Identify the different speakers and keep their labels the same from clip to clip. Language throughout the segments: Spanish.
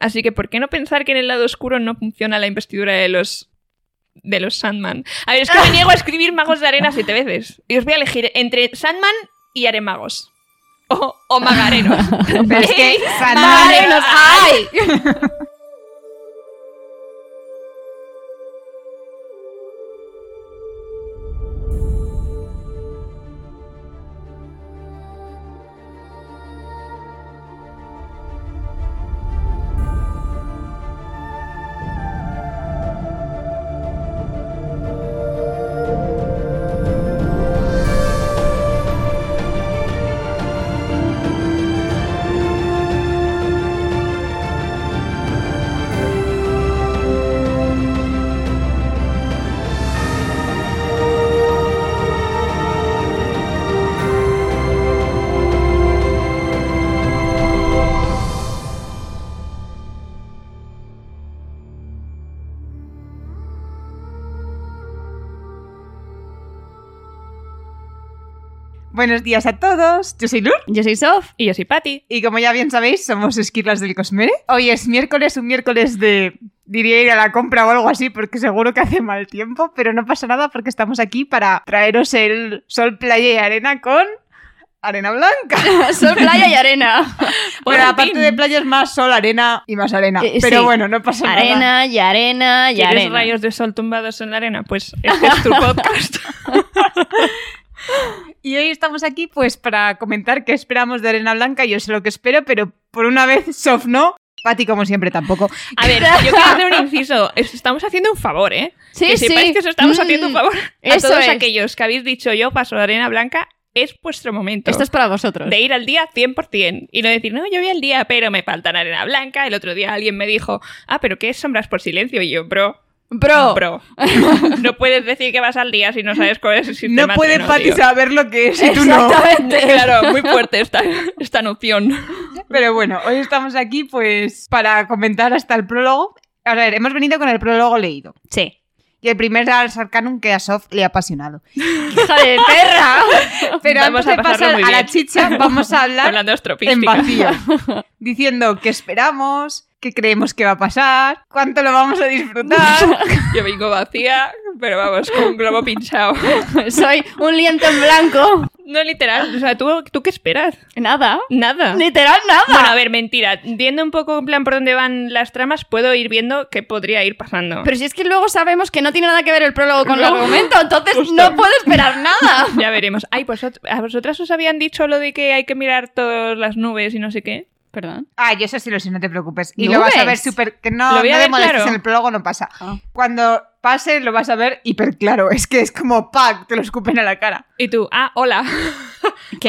Speaker 1: Así que, ¿por qué no pensar que en el lado oscuro no funciona la investidura de los de los Sandman? A ver, es que me niego a escribir Magos de Arena siete veces. Y os voy a elegir entre Sandman y Aremagos. O, o Magarenos.
Speaker 2: Pero es que
Speaker 1: ¿Eh?
Speaker 2: Sandman-
Speaker 1: Magarenos, ¡ay!
Speaker 2: Buenos días a todos. Yo soy Lur.
Speaker 3: Yo soy Sof.
Speaker 1: Y yo soy Patty.
Speaker 2: Y como ya bien sabéis, somos esquirlas del Cosmere. Hoy es miércoles, un miércoles de. Diría ir a la compra o algo así, porque seguro que hace mal tiempo, pero no pasa nada porque estamos aquí para traeros el sol, playa y arena con arena blanca.
Speaker 3: Sol, playa y arena.
Speaker 1: Por
Speaker 2: Pero
Speaker 1: fin.
Speaker 2: aparte de playa es más sol, arena y más arena.
Speaker 3: Eh,
Speaker 2: pero
Speaker 3: sí.
Speaker 2: bueno, no pasa nada.
Speaker 3: Arena y arena y
Speaker 1: ¿Quieres
Speaker 3: arena.
Speaker 1: rayos de sol tumbados en la arena? Pues este es tu podcast.
Speaker 2: Y hoy estamos aquí pues para comentar qué esperamos de arena blanca. Yo sé lo que espero, pero por una vez, Sof no. Pati, como siempre, tampoco.
Speaker 1: A ver, yo quiero hacer un inciso. Os Estamos haciendo un favor, ¿eh?
Speaker 3: Sí,
Speaker 1: que sepáis que os estamos
Speaker 3: Mm,
Speaker 1: haciendo un favor a
Speaker 3: eso
Speaker 1: todos
Speaker 3: es.
Speaker 1: aquellos que habéis dicho yo paso de arena blanca. Es vuestro momento.
Speaker 3: Esto es para vosotros.
Speaker 1: de ir al día 100% y no decir, no, yo voy al día, pero me faltan arena blanca. El otro día alguien me dijo, ah, pero ¿qué es sombras por silencio? Y yo, bro,
Speaker 3: Bro.
Speaker 1: bro, no puedes decir que vas al día si no sabes cuál es el
Speaker 2: No
Speaker 1: sistema.
Speaker 2: puede
Speaker 1: treno,
Speaker 2: Pati
Speaker 1: tío.
Speaker 2: saber lo que es y tú no.
Speaker 3: Exactamente.
Speaker 1: Claro, muy fuerte esta, esta noción.
Speaker 2: Pero bueno, hoy estamos aquí pues para comentar hasta el prólogo. A ver, hemos venido con el prólogo leído.
Speaker 3: Sí.
Speaker 2: Y el primer Ars Arcanum que a Sof le ha apasionado.
Speaker 3: Hija de perra.
Speaker 2: Pero
Speaker 1: Vamos
Speaker 2: antes
Speaker 1: a
Speaker 2: de
Speaker 1: pasarlo
Speaker 2: pasar
Speaker 1: muy
Speaker 2: a la
Speaker 1: bien.
Speaker 2: chicha, vamos a hablar
Speaker 1: Hablando
Speaker 2: en
Speaker 1: estropística.
Speaker 2: vacío. Diciendo qué esperamos, qué creemos que va a pasar, cuánto lo vamos a disfrutar.
Speaker 1: Yo vengo vacía, pero vamos, con un globo pinchado.
Speaker 3: Soy un lienzo en blanco.
Speaker 1: No literal, o sea, ¿tú, ¿tú qué esperas?
Speaker 3: Nada.
Speaker 1: Nada.
Speaker 3: Literal nada.
Speaker 1: Bueno, a ver, mentira. Viendo un poco en plan por dónde van las tramas, puedo ir viendo qué podría ir pasando.
Speaker 3: Pero si es que luego sabemos que no tiene nada que ver el prólogo con el
Speaker 1: No.
Speaker 3: argumento, entonces
Speaker 1: Justo.
Speaker 3: no puedo esperar nada.
Speaker 1: Ya veremos. Ay, vosot- ¿a vosotras os habían dicho lo de que hay que mirar todas las nubes y no sé qué?
Speaker 3: Perdón.
Speaker 2: Ah, yo eso sí lo sé, no te preocupes. Y lo vas a ver
Speaker 3: ¿Nubes?
Speaker 2: súper... Que no,
Speaker 1: Lo voy a
Speaker 2: no te
Speaker 1: ver
Speaker 2: molestes,
Speaker 1: claro.
Speaker 2: en el prólogo no pasa.
Speaker 3: Ah.
Speaker 2: Cuando pase lo vas a ver hiper claro. Es que es como pack, te lo escupen a la cara.
Speaker 1: Y tú, ah, hola.
Speaker 3: ¿Qué?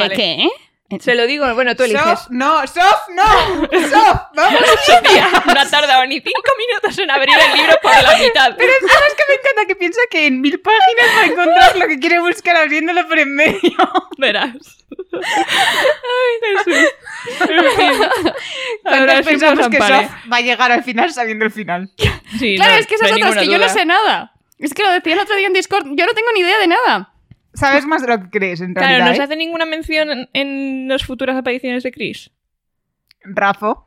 Speaker 1: Vale.
Speaker 3: ¿Qué?
Speaker 1: Se lo digo, bueno, tú eliges.
Speaker 2: Sof, no, Sof, no, Sof, vamos.
Speaker 1: Sofía, no ha tardado ni cinco minutos en abrir el libro por la mitad.
Speaker 2: Pero sabes que me encanta que piensa que en mil páginas va a encontrar lo que quiere buscar abriéndolo por en medio.
Speaker 1: Verás. Ay, Jesús. En fin. Ahora
Speaker 2: Ahora
Speaker 1: sí
Speaker 2: pensamos
Speaker 1: nos
Speaker 2: que
Speaker 1: ampare.
Speaker 2: Sof va a llegar al final sabiendo el final.
Speaker 1: Sí,
Speaker 3: Claro,
Speaker 1: no,
Speaker 3: es que esas
Speaker 1: no hay
Speaker 3: otras que
Speaker 1: ninguna
Speaker 3: yo no
Speaker 1: duda.
Speaker 3: sé nada. Es que lo decía el otro día en Discord, yo no tengo ni idea de nada.
Speaker 2: Sabes más de lo que crees, en
Speaker 1: Claro,
Speaker 2: realidad.
Speaker 1: ¿nos
Speaker 2: ¿eh?
Speaker 1: hace ninguna mención en, en las futuras apariciones de Chris?
Speaker 2: Rafo,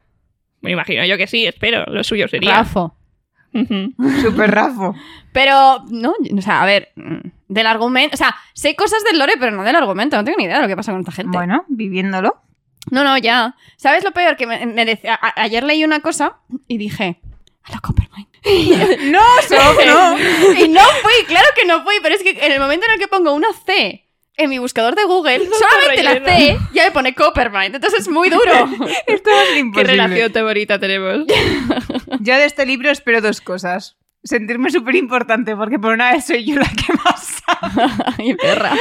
Speaker 1: Me imagino yo que sí, espero. Lo suyo sería.
Speaker 3: Rafo.
Speaker 1: Ujú.
Speaker 2: súper Rafo.
Speaker 3: Pero, no, o sea, a ver, mm, del argumento, o sea, sé cosas del lore, pero no del argumento, no tengo ni idea de lo que pasa con esta gente.
Speaker 2: Bueno, viviéndolo.
Speaker 3: No, no, ya. ¿Sabes lo peor? Que me, me decía- a- ayer leí una cosa y dije, a la Coppermine.
Speaker 2: No, Sof, no.
Speaker 3: y no fui, claro que no fui, pero es que en el momento en el que pongo una C en mi buscador de Google,
Speaker 1: No te
Speaker 3: solamente la
Speaker 1: rellena.
Speaker 3: C ya me pone Coppermine, entonces es muy duro.
Speaker 2: Esto es
Speaker 1: ¿Qué
Speaker 2: imposible.
Speaker 1: relación tan bonita tenemos?
Speaker 2: Yo de este libro espero dos cosas. Sentirme súper importante, porque por una vez soy yo la que más sabe.
Speaker 3: Ay, perra.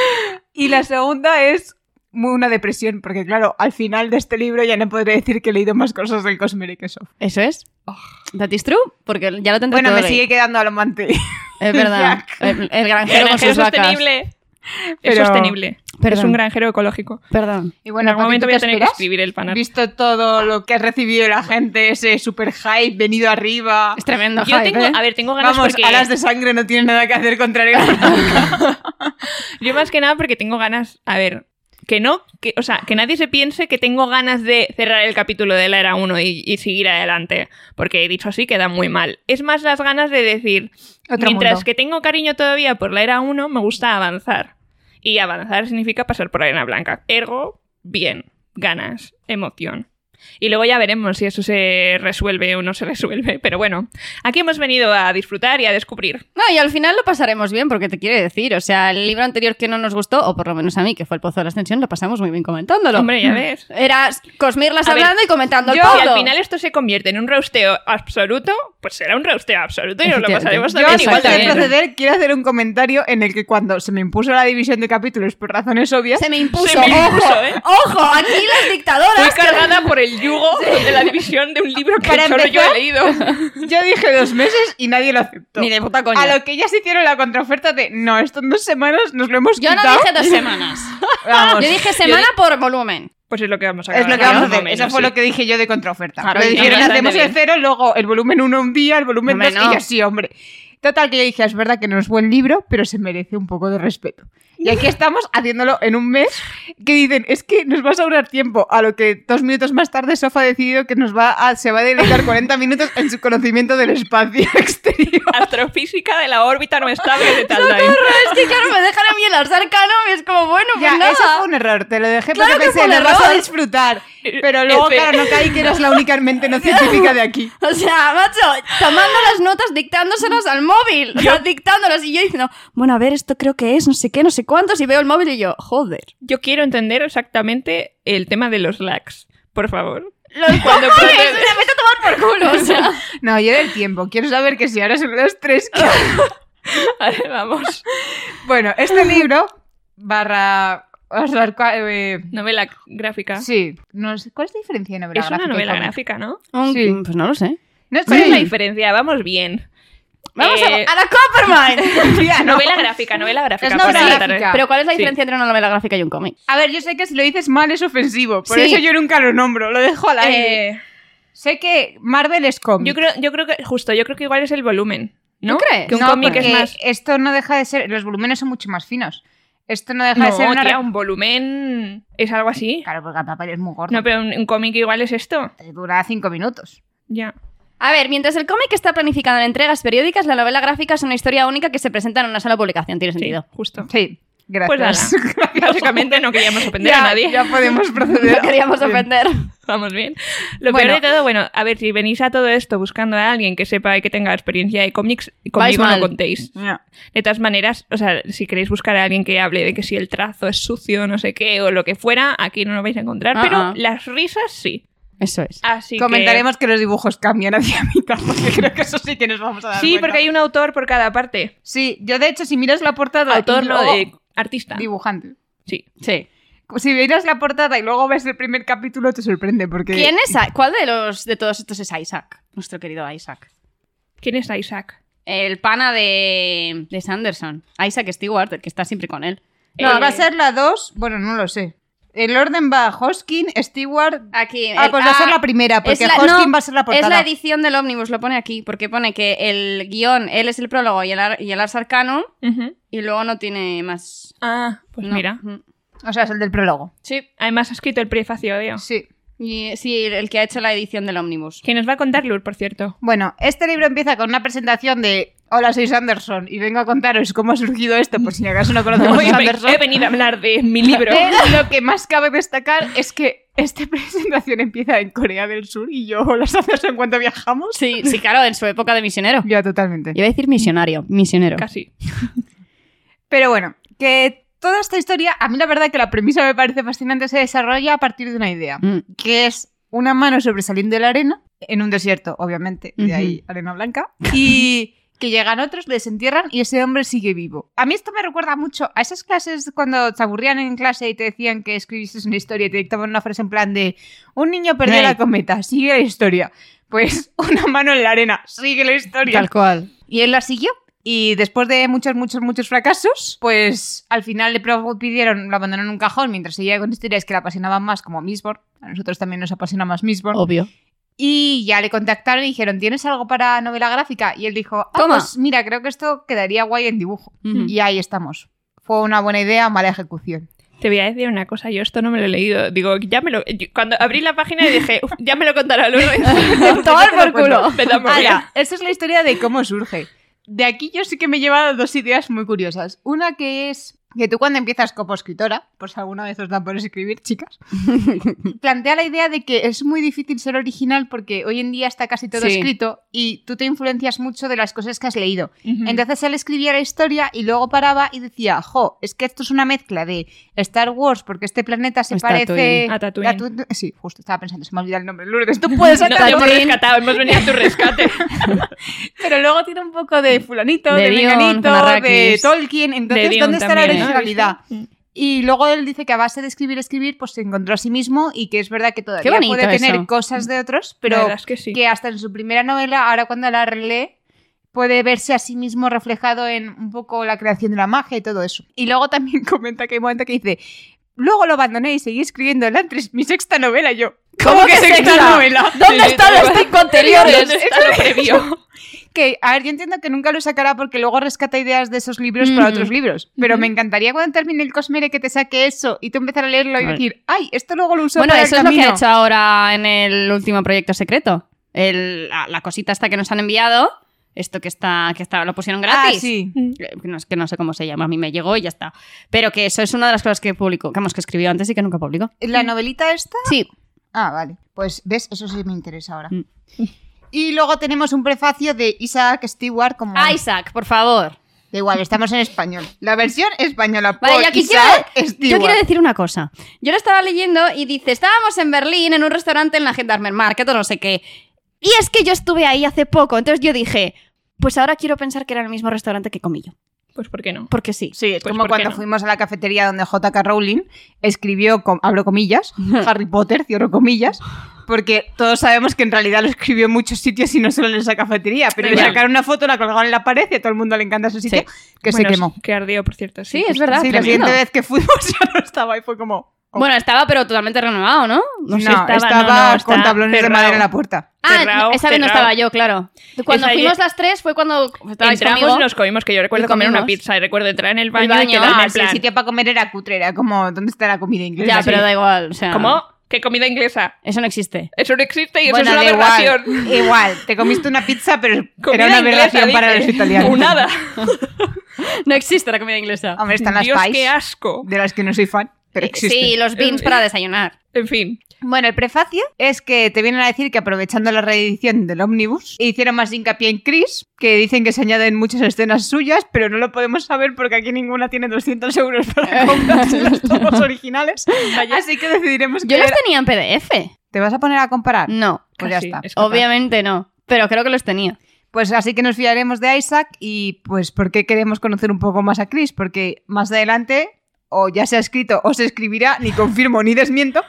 Speaker 2: Y la segunda es muy una depresión, porque claro, al final de este libro ya no podré decir que he leído más cosas del Cosmere que Sof.
Speaker 3: Eso es. That is true, porque ya lo tendré
Speaker 2: Bueno,
Speaker 3: todo
Speaker 2: me
Speaker 3: leído.
Speaker 2: sigue quedando alomante.
Speaker 3: Es verdad.
Speaker 2: Jack.
Speaker 3: El, el
Speaker 1: El
Speaker 3: granjero con
Speaker 1: granjero
Speaker 3: sus vacas.
Speaker 1: sostenible. Es
Speaker 2: Pero-
Speaker 1: sostenible.
Speaker 3: Perdón.
Speaker 1: Es un granjero ecológico.
Speaker 3: Perdón.
Speaker 2: Y
Speaker 1: en algún momento voy a tener que escribir el
Speaker 2: He
Speaker 1: panel.
Speaker 2: Visto todo lo que ha recibido la gente, ese super hype, venido arriba.
Speaker 3: Es tremendo,
Speaker 1: Yo
Speaker 3: hype,
Speaker 1: tengo,
Speaker 3: ¿eh?
Speaker 1: a ver, tengo ganas
Speaker 2: Vamos,
Speaker 1: porque
Speaker 2: alas de sangre no tienen nada que hacer contra el
Speaker 1: yo más que nada porque tengo ganas, a ver, Que no, que, o sea, que nadie se piense que tengo ganas de cerrar el capítulo de la era 1 y, y seguir adelante, porque dicho así queda muy mal. Es más las ganas de decir,
Speaker 2: Otro
Speaker 1: mientras
Speaker 2: mundo.
Speaker 1: que tengo cariño todavía por la era 1, me gusta avanzar. Y avanzar significa pasar por arena blanca. Ergo, bien, ganas, emoción. Y luego ya veremos si eso se resuelve o no se resuelve. Pero bueno, aquí hemos venido a disfrutar y a descubrir.
Speaker 3: No, y al final lo pasaremos bien, porque te quiere decir, o sea, el libro anterior que no nos gustó, o por lo menos a mí, que fue El Pozo de la Ascensión, lo pasamos muy bien comentándolo.
Speaker 1: Hombre, ya ves.
Speaker 3: Era Cosmirlas
Speaker 1: A ver,
Speaker 3: hablando y comentando el
Speaker 1: Yo, si
Speaker 3: pozo.
Speaker 1: al final esto se convierte en un rousteo absoluto, pues será un rousteo absoluto y nos lo pasaremos
Speaker 3: Efectivamente. Yo,
Speaker 1: también
Speaker 3: sí,
Speaker 1: igual
Speaker 2: Antes de
Speaker 3: Exactamente.
Speaker 1: también.
Speaker 2: proceder, quiero hacer un comentario en el que cuando se me impuso la división de capítulos por razones obvias,
Speaker 3: Se me impuso,
Speaker 1: Se me impuso,
Speaker 3: ojo,
Speaker 1: ¿eh?
Speaker 3: ojo, aquí las
Speaker 1: Fui
Speaker 3: dictadoras. que-
Speaker 1: cargada por el yugo de la división de un libro que
Speaker 2: Para
Speaker 1: solo yo
Speaker 2: empezar-
Speaker 1: he leído.
Speaker 2: yo dije dos meses y nadie lo aceptó.
Speaker 3: Ni de puta coña.
Speaker 2: A lo que ellas hicieron la contraoferta de no, esto en dos semanas nos lo hemos
Speaker 3: Yo no
Speaker 2: quitado.
Speaker 3: dije dos semanas. Yo
Speaker 2: Vamos.
Speaker 3: dije semana por volumen.
Speaker 1: Pues es lo que vamos a
Speaker 2: Es
Speaker 1: acabar.
Speaker 2: lo que vamos a
Speaker 1: más o
Speaker 2: hacer.
Speaker 1: menos,
Speaker 2: Eso fue
Speaker 1: sí.
Speaker 2: lo que dije yo de contraoferta.
Speaker 3: Claro,
Speaker 2: Me
Speaker 3: y
Speaker 2: dijeron,
Speaker 1: bastante
Speaker 2: hacemos el
Speaker 1: bien.
Speaker 2: cero, luego el volumen uno un día, el volumen
Speaker 3: Hombre,
Speaker 2: dos,
Speaker 3: no.
Speaker 2: y yo, sí, hombre. Total, que yo dije, es verdad que no es buen libro, pero se merece un poco de respeto. Y aquí estamos haciéndolo en un mes, que dicen, es que nos va a sobrar tiempo, a lo que dos minutos más tarde Sofa ha decidido que nos va a, se va a dedicar 40 minutos en su conocimiento del espacio exterior.
Speaker 1: Astrofísica de la órbita no estable de Taldai.
Speaker 3: Es que claro, me dejan a mí el arcano y es como, bueno, pues
Speaker 2: Ya,
Speaker 3: nada.
Speaker 2: eso fue un error, te lo dejé
Speaker 3: Claro
Speaker 2: porque
Speaker 3: que fue
Speaker 2: pensé,
Speaker 3: un
Speaker 2: lo vas a
Speaker 3: error".
Speaker 2: disfrutar. Pero luego,
Speaker 1: Efe.
Speaker 2: claro, no caí que eras la única mente no científica de aquí.
Speaker 3: O sea, macho, tomando las notas, dictándoselas al móvil. O sea, dictándolas y yo diciendo, bueno, a ver, esto creo que es, no sé qué, no sé cuántos, y veo el móvil y yo, joder.
Speaker 1: Yo quiero entender exactamente el tema de los lags, por favor. Cuando procede-
Speaker 3: a tomar por culo, o sea.
Speaker 2: No, yo del tiempo. Quiero saber que si ahora son las tres. ¿qué?
Speaker 1: A ver, Vamos.
Speaker 2: Bueno, este libro, barra. o sea, el cua- eh,
Speaker 1: Novela gráfica.
Speaker 2: sí. No sé, ¿Cuál es la diferencia de novela
Speaker 1: es una
Speaker 2: gráfica y
Speaker 1: novela
Speaker 2: cómic?
Speaker 1: gráfica, ¿no?
Speaker 2: Sí.
Speaker 3: Pues no lo sé.
Speaker 2: No sé.
Speaker 1: ¿Cuál es la diferencia? Vamos bien.
Speaker 3: Vamos
Speaker 1: Eh,
Speaker 3: a, a la Coppermine.
Speaker 2: Tía, no.
Speaker 1: Novela gráfica, novela gráfica.
Speaker 2: Es novela
Speaker 1: por la
Speaker 2: gráfica.
Speaker 1: tarde.
Speaker 3: Pero ¿cuál es la
Speaker 1: Sí.
Speaker 3: diferencia entre una novela gráfica y un cómic?
Speaker 2: A ver, yo sé que si lo dices mal es ofensivo. Por
Speaker 3: Sí.
Speaker 2: eso yo nunca lo nombro. Lo dejo al aire.
Speaker 1: Eh,
Speaker 2: Sé que Marvel es cómic.
Speaker 1: yo creo, yo creo que, justo, yo creo que igual es el volumen. ¿No
Speaker 3: ¿Tú crees?
Speaker 1: Que un
Speaker 2: no,
Speaker 1: cómic
Speaker 2: porque
Speaker 1: es más.
Speaker 2: esto no deja de ser. Los volúmenes son mucho más finos. Esto no deja de
Speaker 1: No,
Speaker 2: ser una.
Speaker 1: tía,
Speaker 2: re-
Speaker 1: un volumen es algo así.
Speaker 2: Claro, porque el papel es muy gordo.
Speaker 1: No, pero un, un cómic igual es esto.
Speaker 2: Dura cinco minutos.
Speaker 1: Ya.
Speaker 3: A ver, mientras el cómic está planificado en entregas periódicas, la novela gráfica es una historia única que se presenta en una sola publicación. Tiene
Speaker 1: Sí,
Speaker 3: sentido.
Speaker 1: justo.
Speaker 2: Sí.
Speaker 1: Pues nada.
Speaker 2: Gracias.
Speaker 1: Básicamente no queríamos ofender
Speaker 2: ya,
Speaker 1: a nadie.
Speaker 2: ya podemos proceder.
Speaker 3: No queríamos
Speaker 2: Bien.
Speaker 3: ofender.
Speaker 1: Vamos bien. Lo
Speaker 2: Bueno.
Speaker 1: peor de todo, bueno, a ver, si venís a todo esto buscando a alguien que sepa y que tenga experiencia de cómics,
Speaker 3: Vais
Speaker 1: conmigo no
Speaker 3: mal.
Speaker 1: contéis.
Speaker 2: No.
Speaker 1: De todas maneras, o sea, si queréis buscar a alguien que hable de que si el trazo es sucio, no sé qué, o lo que fuera, aquí no lo vais a encontrar.
Speaker 3: Ah,
Speaker 1: pero
Speaker 3: ah.
Speaker 1: las risas sí.
Speaker 3: Eso es.
Speaker 1: Así que-
Speaker 2: Comentaremos que... los dibujos cambian hacia mitad, porque creo que eso sí que nos vamos a dar
Speaker 1: Sí,
Speaker 2: cuenta.
Speaker 1: porque hay un autor por cada parte.
Speaker 2: Sí, yo de hecho, si miras la portada...
Speaker 1: Autor,
Speaker 2: Ah, y oh,
Speaker 1: no,
Speaker 2: luego-
Speaker 1: de artista.
Speaker 2: Dibujante.
Speaker 1: Sí.
Speaker 3: Sí.
Speaker 2: Si miras la portada y luego ves el primer capítulo, te sorprende, porque...
Speaker 3: ¿Quién es? I- ¿Cuál de los de todos estos es Isaac? Nuestro querido Isaac.
Speaker 1: ¿Quién es Isaac?
Speaker 3: El pana de, de Sanderson. Isaac Stewart, el que está siempre con él.
Speaker 2: No,
Speaker 1: Eh,
Speaker 2: va a ser la 2... Bueno, no lo sé. El orden va Hoskin, Stewart...
Speaker 3: Aquí.
Speaker 2: Ah,
Speaker 3: el-
Speaker 2: pues va a ser la primera, porque
Speaker 3: la-
Speaker 2: Hoskin
Speaker 3: no,
Speaker 2: va a ser la portada.
Speaker 3: Es la edición del ómnibus, lo pone aquí, porque pone que el guión, él es el prólogo y el, ar- y el Ars Arcanum,
Speaker 1: Ujú.
Speaker 3: y luego no tiene más.
Speaker 1: Ah, pues
Speaker 3: No.
Speaker 1: mira.
Speaker 3: Mm.
Speaker 2: O sea, es el del prólogo.
Speaker 3: Sí.
Speaker 1: Además ha escrito el prefacio, veo.
Speaker 2: Sí.
Speaker 3: Y, sí, el que ha hecho la edición del ómnibus.
Speaker 1: Que nos va a contar Lur, por cierto.
Speaker 2: Bueno, este libro empieza con una presentación de Hola, soy Sanderson y vengo a contaros cómo ha surgido esto, por si acaso no Eh. conocemos a
Speaker 1: Hoy
Speaker 2: Sanderson.
Speaker 1: he venido a hablar de mi libro.
Speaker 2: eh, Pero lo que más cabe destacar es que esta presentación empieza en Corea del Sur y yo las haces en cuanto viajamos.
Speaker 3: Sí, sí, claro, en su época de misionero.
Speaker 2: Ya, totalmente.
Speaker 3: Iba a decir misionario, misionero.
Speaker 1: Casi.
Speaker 2: Pero bueno, que toda esta historia, a mí la verdad que la premisa me parece fascinante, se desarrolla a partir de una idea,
Speaker 3: Mm.
Speaker 2: que es una mano sobresaliendo de la arena, en un desierto, obviamente, de ahí arena blanca, y que llegan otros, les entierran y ese hombre sigue vivo. A mí esto me recuerda mucho a esas clases cuando te aburrían en clase y te decían que escribiste una historia y te dictaban una frase en plan de un niño perdió
Speaker 3: Ey.
Speaker 2: la cometa, sigue la historia. Pues una mano en la arena, sigue la historia.
Speaker 3: Tal cual.
Speaker 2: Y él la siguió. Y después de muchos, muchos, muchos fracasos, pues al final le pro- pidieron, lo abandonaron en un cajón mientras seguía con historias que le apasionaban más, como Mistborn. A nosotros también nos apasiona más Mistborn.
Speaker 3: Obvio.
Speaker 2: Y ya le contactaron y dijeron, ¿tienes algo para novela gráfica? Y él dijo, ah,
Speaker 3: Toma.
Speaker 2: pues mira, creo que esto quedaría guay en dibujo.
Speaker 3: Ujú.
Speaker 2: Y ahí estamos. Fue una buena idea, mala ejecución.
Speaker 1: Te voy a decir una cosa, yo esto no me lo he leído. Digo, ya me lo. yo- cuando abrí la página y dije, "Uf, ya me lo contará "Pues luego.
Speaker 3: Tomar por culo.
Speaker 1: Me da por bien.
Speaker 2: Ahora, esta es la historia de cómo surge. De aquí yo sí que me he llevado dos ideas muy curiosas. Una que es que tú cuando empiezas como escritora, pues alguna vez os dan por escribir, chicas, plantea la idea de que es muy difícil ser original porque hoy en día está casi todo
Speaker 3: Sí.
Speaker 2: escrito y tú te influencias mucho de las cosas que has leído.
Speaker 1: Ujú.
Speaker 2: Entonces él escribía la historia y luego paraba y decía, jo, es que esto es una mezcla de Star Wars porque este planeta se
Speaker 3: Es
Speaker 2: parece...
Speaker 3: Tatooine.
Speaker 1: A Tatooine.
Speaker 2: Tatu- Sí, justo, estaba pensando, se me ha olvidado el nombre. Lourdes, tú puedes a
Speaker 1: no te hemos
Speaker 2: Tatooine.
Speaker 1: rescatado, hemos venido a tu rescate.
Speaker 2: Pero luego tiene un poco de fulanito,
Speaker 3: De
Speaker 2: de,
Speaker 3: Dion,
Speaker 2: menganito, de
Speaker 3: Manarrakis.
Speaker 2: Tolkien. Entonces,
Speaker 1: De Dune
Speaker 2: ¿dónde está la
Speaker 1: también, ¿no?
Speaker 2: originalidad?
Speaker 1: Mm.
Speaker 2: Y luego él dice que a base de escribir, escribir, pues se encontró a sí mismo y que es verdad que todavía
Speaker 3: Qué bonito
Speaker 2: puede tener
Speaker 3: eso.
Speaker 2: cosas de otros,
Speaker 1: La
Speaker 2: pero
Speaker 1: verdad es que sí.
Speaker 2: que hasta en su primera novela, ahora cuando la relee, puede verse a sí mismo reflejado en un poco la creación de la magia y todo eso. Y luego también comenta que hay un momento que dice... Luego lo abandoné y seguí escribiendo la, tres- mi sexta novela yo.
Speaker 3: ¿Cómo que sexta? ¿Dónde
Speaker 1: Sí,
Speaker 3: están
Speaker 1: tal
Speaker 3: los
Speaker 1: cual.
Speaker 3: cinco anteriores?
Speaker 1: ¿Dónde está lo previo?
Speaker 2: Que, a ver, yo entiendo que nunca lo sacará porque luego rescata ideas de esos libros para
Speaker 3: Ujú.
Speaker 2: otros libros. Pero
Speaker 3: Ujú.
Speaker 2: me encantaría cuando termine el Cosmere que te saque eso y tú empezar a leerlo y
Speaker 3: Vale.
Speaker 2: decir, ay, esto luego lo uso
Speaker 3: Bueno,
Speaker 2: para el
Speaker 3: eso es lo que
Speaker 2: camino".
Speaker 3: ha hecho ahora en el último proyecto secreto. El- la, la cosita esta que nos han enviado, esto que está, que está, lo pusieron
Speaker 2: Ah,
Speaker 3: gratis.
Speaker 2: sí.
Speaker 3: Eh, que No, es que no sé cómo se llama, a mí me llegó y ya está. Pero que eso es una de las cosas que publicó, que, vamos, que escribió antes y que nunca publicó.
Speaker 2: ¿La novelita esta?
Speaker 3: Sí,
Speaker 2: Ah, vale. Pues, ¿ves? Eso sí me interesa ahora.
Speaker 3: Mm.
Speaker 2: Y luego tenemos un prefacio de Isaac Stewart como...
Speaker 3: Ah. Isaac, por favor.
Speaker 2: Da igual, estamos en español. La versión española por
Speaker 3: Vale, yo aquí
Speaker 2: Isaac
Speaker 3: quiero,
Speaker 2: Stewart.
Speaker 3: yo quiero decir una cosa. Yo lo estaba leyendo y dice, estábamos en Berlín en un restaurante en la Gendarmer Market o no sé qué. Y es que yo estuve ahí hace poco, entonces yo dije, pues ahora quiero pensar que era el mismo restaurante que comí yo.
Speaker 1: Pues ¿por qué no?
Speaker 3: Porque sí.
Speaker 2: Sí, es
Speaker 1: Pues,
Speaker 2: como
Speaker 1: ¿por qué
Speaker 2: cuando
Speaker 1: no?
Speaker 2: fuimos a la cafetería donde J.K. Rowling escribió, com- abro comillas, Harry Potter, cierro comillas, porque todos sabemos que en realidad lo escribió en muchos sitios y no solo en esa cafetería, pero le
Speaker 1: Ya.
Speaker 2: sacaron una foto, la colgaron en la pared y a todo el mundo le encanta ese sitio, que
Speaker 1: Bueno,
Speaker 2: se quemó.
Speaker 1: Que ardió, por cierto.
Speaker 3: Sí, es verdad.
Speaker 2: Sí, la
Speaker 3: tremendo.
Speaker 2: siguiente vez que fuimos ya no estaba y fue como... oh,
Speaker 3: Bueno, estaba pero totalmente renovado, ¿no? No
Speaker 2: no,
Speaker 3: sé.
Speaker 1: estaba-
Speaker 2: estaba,
Speaker 1: no, no,
Speaker 2: con
Speaker 1: está
Speaker 2: tablones de
Speaker 1: cerrado.
Speaker 2: madera en la puerta.
Speaker 3: Ah,
Speaker 1: cerrado,
Speaker 3: no, esa vez no
Speaker 1: cerrado.
Speaker 3: estaba yo, claro. Cuando
Speaker 1: Esa-
Speaker 3: fuimos las tres fue cuando estabais
Speaker 1: Entramos,
Speaker 3: conmigo.
Speaker 1: nos comimos, que yo recuerdo
Speaker 3: Y
Speaker 1: comer una
Speaker 3: comimos.
Speaker 1: pizza y recuerdo entrar en el baño,
Speaker 3: baño,
Speaker 1: y quedarme
Speaker 3: ah,
Speaker 1: en plan.
Speaker 2: para comer era cutre, era como, ¿dónde está la comida inglesa?
Speaker 3: Ya,
Speaker 2: Sí.
Speaker 3: pero da igual, o sea...
Speaker 1: ¿Cómo? ¿Qué comida inglesa?
Speaker 3: Eso no existe.
Speaker 1: Eso no existe y eso
Speaker 2: Bueno,
Speaker 1: es una
Speaker 2: da
Speaker 1: aberración.
Speaker 2: igual, igual, te comiste una pizza, pero
Speaker 1: Comida
Speaker 2: era una
Speaker 1: inglesa,
Speaker 2: aberración para
Speaker 1: dice.
Speaker 2: los italianos.
Speaker 1: O nada. Ah,
Speaker 3: No existe la comida inglesa.
Speaker 2: Hombre, están las
Speaker 1: Dios,
Speaker 2: pies,
Speaker 1: qué asco.
Speaker 2: de las que no soy fan, pero existen.
Speaker 3: Sí, los beans para desayunar.
Speaker 1: En fin.
Speaker 2: Eh, Bueno, el prefacio es que te vienen a decir que aprovechando la reedición del Omnibus, hicieron más hincapié en Chris, que dicen que se añaden muchas escenas suyas, pero no lo podemos saber porque aquí ninguna tiene 200 euros para comprarse los tomos originales. Así que decidiremos
Speaker 3: Yo
Speaker 2: qué
Speaker 3: los
Speaker 2: era.
Speaker 3: tenía en PDF.
Speaker 2: ¿Te vas a poner a comparar?
Speaker 3: No,
Speaker 2: Pues ya
Speaker 1: Casi,
Speaker 2: está.
Speaker 1: es capaz.
Speaker 3: Obviamente no, pero creo que los tenía.
Speaker 2: Pues así que nos fiaremos de Isaac y pues ¿por qué queremos conocer un poco más a Chris? Porque más adelante o ya se ha escrito o se escribirá, ni confirmo ni desmiento,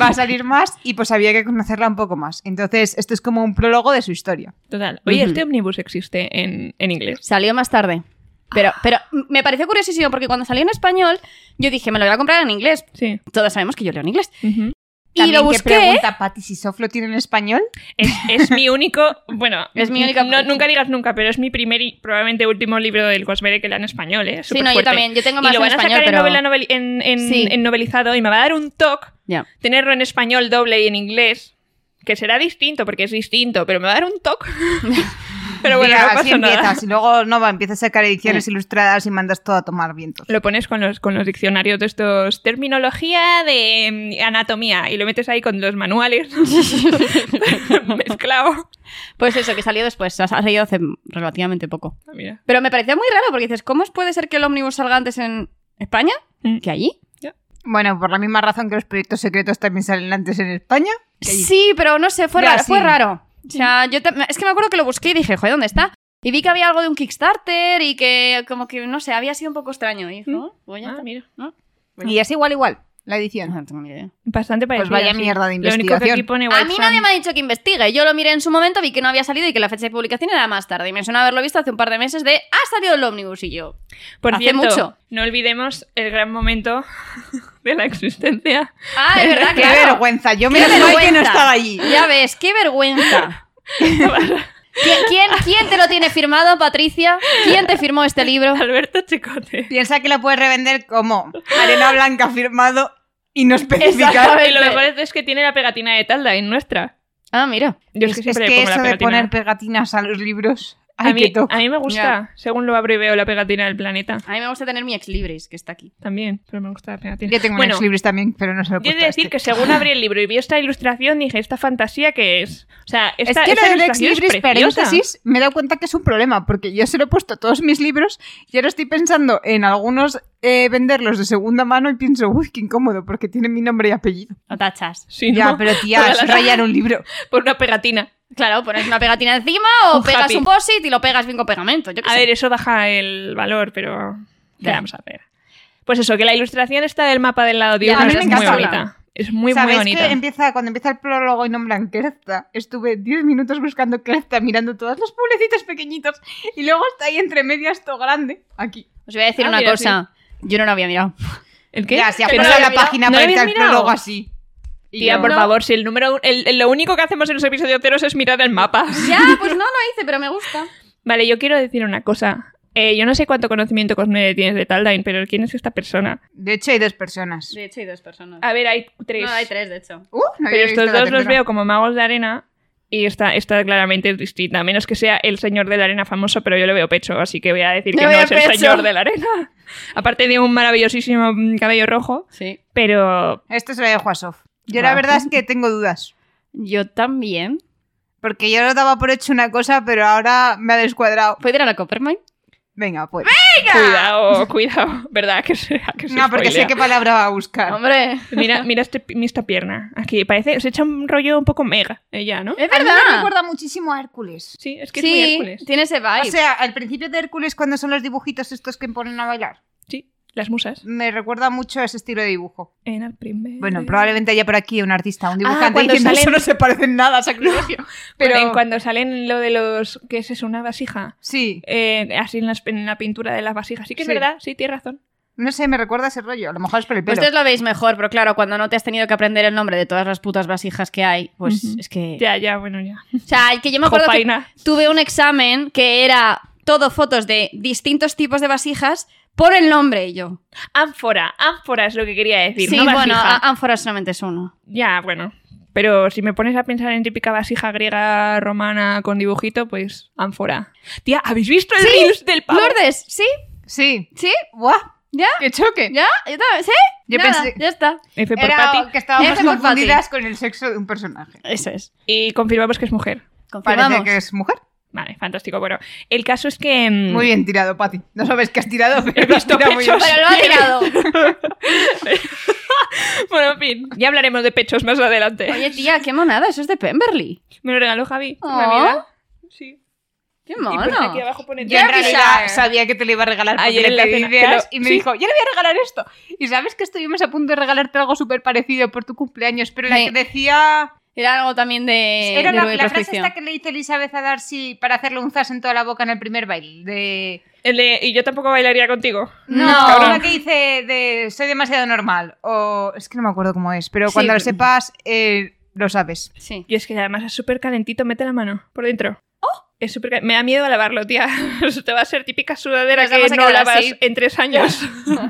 Speaker 2: va a salir más y pues había que conocerla un poco más. Entonces esto es como un prólogo de su historia.
Speaker 1: Total. Oye,
Speaker 3: Ujú.
Speaker 1: este omnibus existe en, en inglés.
Speaker 3: Salió más tarde. Pero, pero me pareció curiosísimo porque cuando salió en español, yo dije, me lo voy a comprar en inglés.
Speaker 1: Sí.
Speaker 3: Todos sabemos que yo leo en inglés.
Speaker 1: Ujú.
Speaker 3: y lo
Speaker 2: Que
Speaker 3: busqué.
Speaker 2: pregunta Patty si Sof lo tiene en español.
Speaker 1: Es, es mi único. Bueno,
Speaker 3: Es mi única-
Speaker 1: no- nunca digas nunca, pero es mi primer y probablemente último libro del Cosmere que lea en español, ¿eh?
Speaker 3: Sí, no, yo
Speaker 1: Superfuerte.
Speaker 3: también. Yo tengo más
Speaker 1: Y lo van
Speaker 3: en
Speaker 1: a sacar
Speaker 3: español,
Speaker 1: en,
Speaker 3: pero...
Speaker 1: novela novel- en, en-
Speaker 3: Sí.
Speaker 1: en novelizado y me va a dar un toque
Speaker 3: Ya.
Speaker 1: tenerlo en español doble y en inglés, que será distinto porque es distinto, pero me va a dar un toque. pero bueno,
Speaker 2: Mira,
Speaker 1: no
Speaker 2: así
Speaker 1: pasa nada.
Speaker 2: empiezas y luego no va, empiezas a sacar ediciones ilustradas y mandas todo a tomar vientos.
Speaker 1: Lo pones con los, con los diccionarios de estos terminología de mm, anatomía y lo metes ahí con los manuales mezclado.
Speaker 3: Pues eso, que salió después. Ha ha salido hace relativamente poco.
Speaker 1: Ah, Mira,
Speaker 3: Pero me parecía muy raro porque dices, ¿cómo puede ser que el ómnibus salga antes en España
Speaker 1: Mm.
Speaker 3: que allí?
Speaker 2: Bueno, por la misma razón que los proyectos secretos también salen antes en España. que allí.
Speaker 3: Sí, pero no sé, fue,
Speaker 2: Ya,
Speaker 3: raro, fue
Speaker 2: sí.
Speaker 3: raro. O sea, yo te- es que me acuerdo que lo busqué y dije, joder, ¿dónde está? Y vi que había algo de un Kickstarter y que, como que, no sé, había sido un poco extraño. Y dije,
Speaker 1: Mm.
Speaker 3: "Oh, pues ya
Speaker 1: Ah,
Speaker 3: está".
Speaker 1: mira.
Speaker 2: Y es igual igual la edición.
Speaker 3: No tengo ni idea.
Speaker 1: bastante parecido.
Speaker 2: Pues vaya mierda de
Speaker 1: Lo único que aquí
Speaker 2: investigación.
Speaker 1: pone
Speaker 3: A mí
Speaker 1: Watson-
Speaker 3: nadie me ha dicho que investigue. Yo lo miré en su momento, vi que no había salido y que la fecha de publicación era más tarde. Y me suena haberlo visto hace un par de meses de ha salido el ómnibus y yo.
Speaker 1: Por
Speaker 3: hace
Speaker 1: cierto,
Speaker 3: mucho.
Speaker 1: no olvidemos el gran momento de la existencia
Speaker 3: Ah, es verdad,
Speaker 2: Qué
Speaker 3: claro.
Speaker 2: vergüenza, yo
Speaker 3: Qué
Speaker 2: me que no
Speaker 3: vergüenza.
Speaker 2: estaba allí.
Speaker 3: Ya ves, qué vergüenza. ¿Quién, quién, quién te lo tiene firmado, Patricia? ¿Quién te firmó este libro?
Speaker 1: Alberto Chicote.
Speaker 2: Piensa que lo puedes revender como arena blanca firmado y no especificado.
Speaker 1: Y lo mejor es que tiene la pegatina de Talda en nuestra.
Speaker 3: Ah, mira.
Speaker 1: Yo es,
Speaker 2: Es
Speaker 1: que
Speaker 2: que,
Speaker 1: siempre le pongo
Speaker 2: eso
Speaker 1: la
Speaker 2: de
Speaker 1: pegatina.
Speaker 2: poner pegatinas a los libros. Ay,
Speaker 1: a,
Speaker 2: qué
Speaker 1: mí,
Speaker 2: toco.
Speaker 1: a mí me gusta.
Speaker 3: Ya.
Speaker 1: Según lo abro y veo la pegatina del planeta.
Speaker 3: A mí me gusta tener mi ex libris, que está aquí.
Speaker 1: También, pero me gusta la pegatina.
Speaker 2: Yo tengo
Speaker 1: Bueno,
Speaker 2: unos libros también, pero no se lo
Speaker 1: Yo he
Speaker 2: he puesto
Speaker 1: de
Speaker 2: a
Speaker 1: decir
Speaker 2: este.
Speaker 1: que según abrí el libro y vi esta ilustración, dije, ¿esta fantasía qué es? O sea, esta,
Speaker 2: es que
Speaker 1: esta
Speaker 2: lo del ex
Speaker 1: ilustración
Speaker 2: libris
Speaker 1: es preciosa.
Speaker 2: paréntesis me he dado cuenta que es un problema, porque yo se lo he puesto a todos mis libros y ahora estoy pensando en algunos eh, venderlos de segunda mano y pienso, uy, qué incómodo, porque tiene mi nombre y apellido.
Speaker 3: No tachas.
Speaker 1: Sí,
Speaker 2: ya,
Speaker 1: ¿no?
Speaker 2: pero tía,
Speaker 1: Todas
Speaker 2: es
Speaker 1: las-
Speaker 2: rayar un libro.
Speaker 1: Por una pegatina.
Speaker 3: Claro, pones una pegatina encima o
Speaker 1: Un
Speaker 3: pegas
Speaker 1: happy.
Speaker 3: un posit y lo pegas bien con pegamento. Yo qué
Speaker 1: A
Speaker 3: sé.
Speaker 1: ver, eso baja el valor, pero ¿qué
Speaker 3: Ya.
Speaker 1: vamos a hacer? Pues eso, que la ilustración está del mapa del lado diurno
Speaker 2: a mí
Speaker 1: es
Speaker 2: me
Speaker 1: muy
Speaker 2: encanta.
Speaker 1: bonita. Es muy, muy
Speaker 2: ¿Sabes
Speaker 1: bonita.
Speaker 2: que empieza, cuando empieza el prólogo y nombran Kerza? Estuve 10 minutos buscando Kerza, mirando todas las pueblecitos pequeñitos y luego está ahí entre medias todo grande, aquí.
Speaker 3: Os voy a decir
Speaker 1: Ah,
Speaker 3: una
Speaker 1: mira,
Speaker 3: cosa. Yo no lo había mirado.
Speaker 1: ¿El qué?
Speaker 2: Ya, se ha
Speaker 1: ¿Que no
Speaker 2: puesto
Speaker 1: lo
Speaker 2: la
Speaker 1: había mirado?
Speaker 2: página
Speaker 1: ¿No lo
Speaker 2: para irte
Speaker 1: habías
Speaker 2: al prólogo
Speaker 1: mirado?
Speaker 2: así. Y
Speaker 1: Tía,
Speaker 2: yo-
Speaker 1: por
Speaker 3: No.
Speaker 1: favor, si el número un- el- el- lo único que hacemos en los episodios ceros es mirar el mapa.
Speaker 3: Ya, pues no lo hice, pero me gusta.
Speaker 1: Vale, yo quiero decir una cosa. Eh, yo no sé cuánto conocimiento Cosmere tienes de Taldain, pero ¿quién es esta persona?
Speaker 2: De hecho, hay dos personas.
Speaker 3: De hecho, hay dos personas.
Speaker 1: A ver, hay tres.
Speaker 3: Ah, No, hay tres, de hecho.
Speaker 2: Uh, no había
Speaker 1: Pero
Speaker 2: visto
Speaker 1: estos
Speaker 2: la
Speaker 1: dos los
Speaker 2: tercera.
Speaker 1: veo como magos de arena y esta, esta claramente es distinta. A menos que sea el señor de la arena famoso, pero yo le veo pecho, así que voy a decir
Speaker 3: Le
Speaker 1: que no
Speaker 3: veo
Speaker 1: es el
Speaker 3: pecho.
Speaker 1: señor de la arena. Aparte de un maravillosísimo mm, cabello rojo,
Speaker 3: Sí.
Speaker 1: pero...
Speaker 2: Esto Este se lo dejo a Sof. Yo
Speaker 1: Va.
Speaker 2: la verdad es que tengo dudas.
Speaker 3: Yo también.
Speaker 2: Porque yo lo daba por hecho una cosa, pero ahora me ha descuadrado.
Speaker 3: ¿Puedo ir a la Coppermine?
Speaker 2: Venga, pues.
Speaker 1: Cuidado, cuidado. ¿Verdad? Que se, que se
Speaker 2: No, porque sé
Speaker 1: spoilea.
Speaker 2: qué palabra va a buscar.
Speaker 3: Hombre.
Speaker 1: Mira, mira este, pi- esta pierna. Aquí parece... Se echa un rollo un poco mega ella, ¿no?
Speaker 3: Es
Speaker 2: A mí me
Speaker 3: verdad.
Speaker 2: recuerda muchísimo a Hércules.
Speaker 1: Sí, es que es muy
Speaker 3: Sí,
Speaker 1: Hércules.
Speaker 3: tiene ese
Speaker 2: O
Speaker 3: vibe.
Speaker 2: sea, al principio de Hércules, cuando son los dibujitos estos que ponen a bailar,
Speaker 1: Sí, las musas.
Speaker 2: me recuerda mucho a ese estilo de dibujo.
Speaker 1: En el primer...
Speaker 2: Bueno, probablemente haya por aquí un artista, un dibujante
Speaker 3: cuando
Speaker 2: diciendo
Speaker 3: salen-
Speaker 2: eso no se parece en nada, sacrilegio.
Speaker 1: Pero...
Speaker 2: Pero
Speaker 1: cuando salen lo de los... ¿Qué es eso? Una vasija.
Speaker 2: sí,
Speaker 1: eh, así en, las- en la pintura de las vasijas. Sí que
Speaker 2: Sí.
Speaker 1: es verdad, sí, tienes razón.
Speaker 2: no sé, me recuerda a ese rollo. A lo mejor es por el pelo.
Speaker 3: Ustedes lo veis mejor, pero claro, cuando no te has tenido que aprender el nombre de todas las putas vasijas que hay, pues
Speaker 1: Ujú.
Speaker 3: es que...
Speaker 1: Ya, ya, bueno, ya.
Speaker 3: O sea, que yo me acuerdo que
Speaker 1: Jopaina.
Speaker 3: tuve un examen que era todo fotos de distintos tipos de vasijas por el nombre y yo.
Speaker 1: Ánfora, ánfora es lo que quería decir.
Speaker 3: sí,
Speaker 1: no
Speaker 3: bueno,
Speaker 1: vasija.
Speaker 3: á- ánfora solamente es uno.
Speaker 1: Ya, bueno. Pero si me pones a pensar en típica vasija griega romana con dibujito, pues ánfora. Tía, ¿habéis visto el reels del pavo?
Speaker 3: Lourdes, ¿sí?
Speaker 2: Sí.
Speaker 3: ¿Sí?
Speaker 2: ¡Guau!
Speaker 3: ¿Ya?
Speaker 2: ¡Qué choque!
Speaker 3: ¿Ya? ¿Yo también- ¿Sí?
Speaker 2: Yo
Speaker 3: Nada,
Speaker 2: pensé-
Speaker 3: Ya está.
Speaker 1: F por
Speaker 2: Era
Speaker 1: Patty.
Speaker 2: que estábamos
Speaker 3: F por Pues
Speaker 2: confundidas con el sexo de un personaje.
Speaker 3: Eso es.
Speaker 1: Y confirmamos que es mujer.
Speaker 3: Confirmamos.
Speaker 2: Parece que es mujer.
Speaker 1: Vale, fantástico. Bueno, el caso es que... mm,
Speaker 2: Muy bien tirado, Pati. No sabes que has tirado, pero
Speaker 1: He
Speaker 2: lo has
Speaker 1: visto
Speaker 2: tirado muy
Speaker 1: pechos.
Speaker 2: bien.
Speaker 3: Pero lo ha tirado.
Speaker 1: Bueno, en fin. Ya hablaremos de pechos más adelante.
Speaker 3: Oye, tía, qué monada, eso es de Pemberley.
Speaker 1: Me lo regaló Javi. por
Speaker 3: Oh.
Speaker 1: Navidad. Sí.
Speaker 3: Qué
Speaker 1: Y pone
Speaker 3: mono.
Speaker 1: aquí abajo pone...
Speaker 2: Yo en
Speaker 3: Derbyshire.
Speaker 2: realidad sabía que te lo iba a regalar porque
Speaker 1: Ayer en
Speaker 2: le
Speaker 1: la
Speaker 2: pedí
Speaker 1: cena,
Speaker 2: ideas
Speaker 1: pero-
Speaker 2: y me
Speaker 1: sí.
Speaker 2: dijo, yo le voy a regalar esto. Y sabes que estuvimos a punto de regalarte algo súper parecido por tu cumpleaños, pero la
Speaker 3: Sí.
Speaker 2: que decía...
Speaker 3: Era algo también de.
Speaker 2: era
Speaker 3: Eh, de
Speaker 2: la,
Speaker 3: orgullo y
Speaker 2: la frase
Speaker 3: prejuicio.
Speaker 2: esta que le hizo Elizabeth a Darcy para hacerle un zas en toda la boca en el primer baile. De...
Speaker 1: El de, y yo tampoco bailaría contigo.
Speaker 3: No.
Speaker 1: Cabrón.
Speaker 2: la que dice de soy demasiado normal. O es que no me acuerdo cómo es, pero
Speaker 3: Sí.
Speaker 2: cuando lo sepas, eh, lo sabes.
Speaker 3: Sí.
Speaker 1: Y es que además es súper calentito, mete la mano por dentro.
Speaker 3: Oh.
Speaker 1: Es súper cal- Me da miedo a lavarlo, tía. Te va a ser típica sudadera
Speaker 3: Nos
Speaker 1: que
Speaker 3: vamos a
Speaker 1: no
Speaker 3: quedar
Speaker 1: lavas
Speaker 3: así.
Speaker 1: en tres años.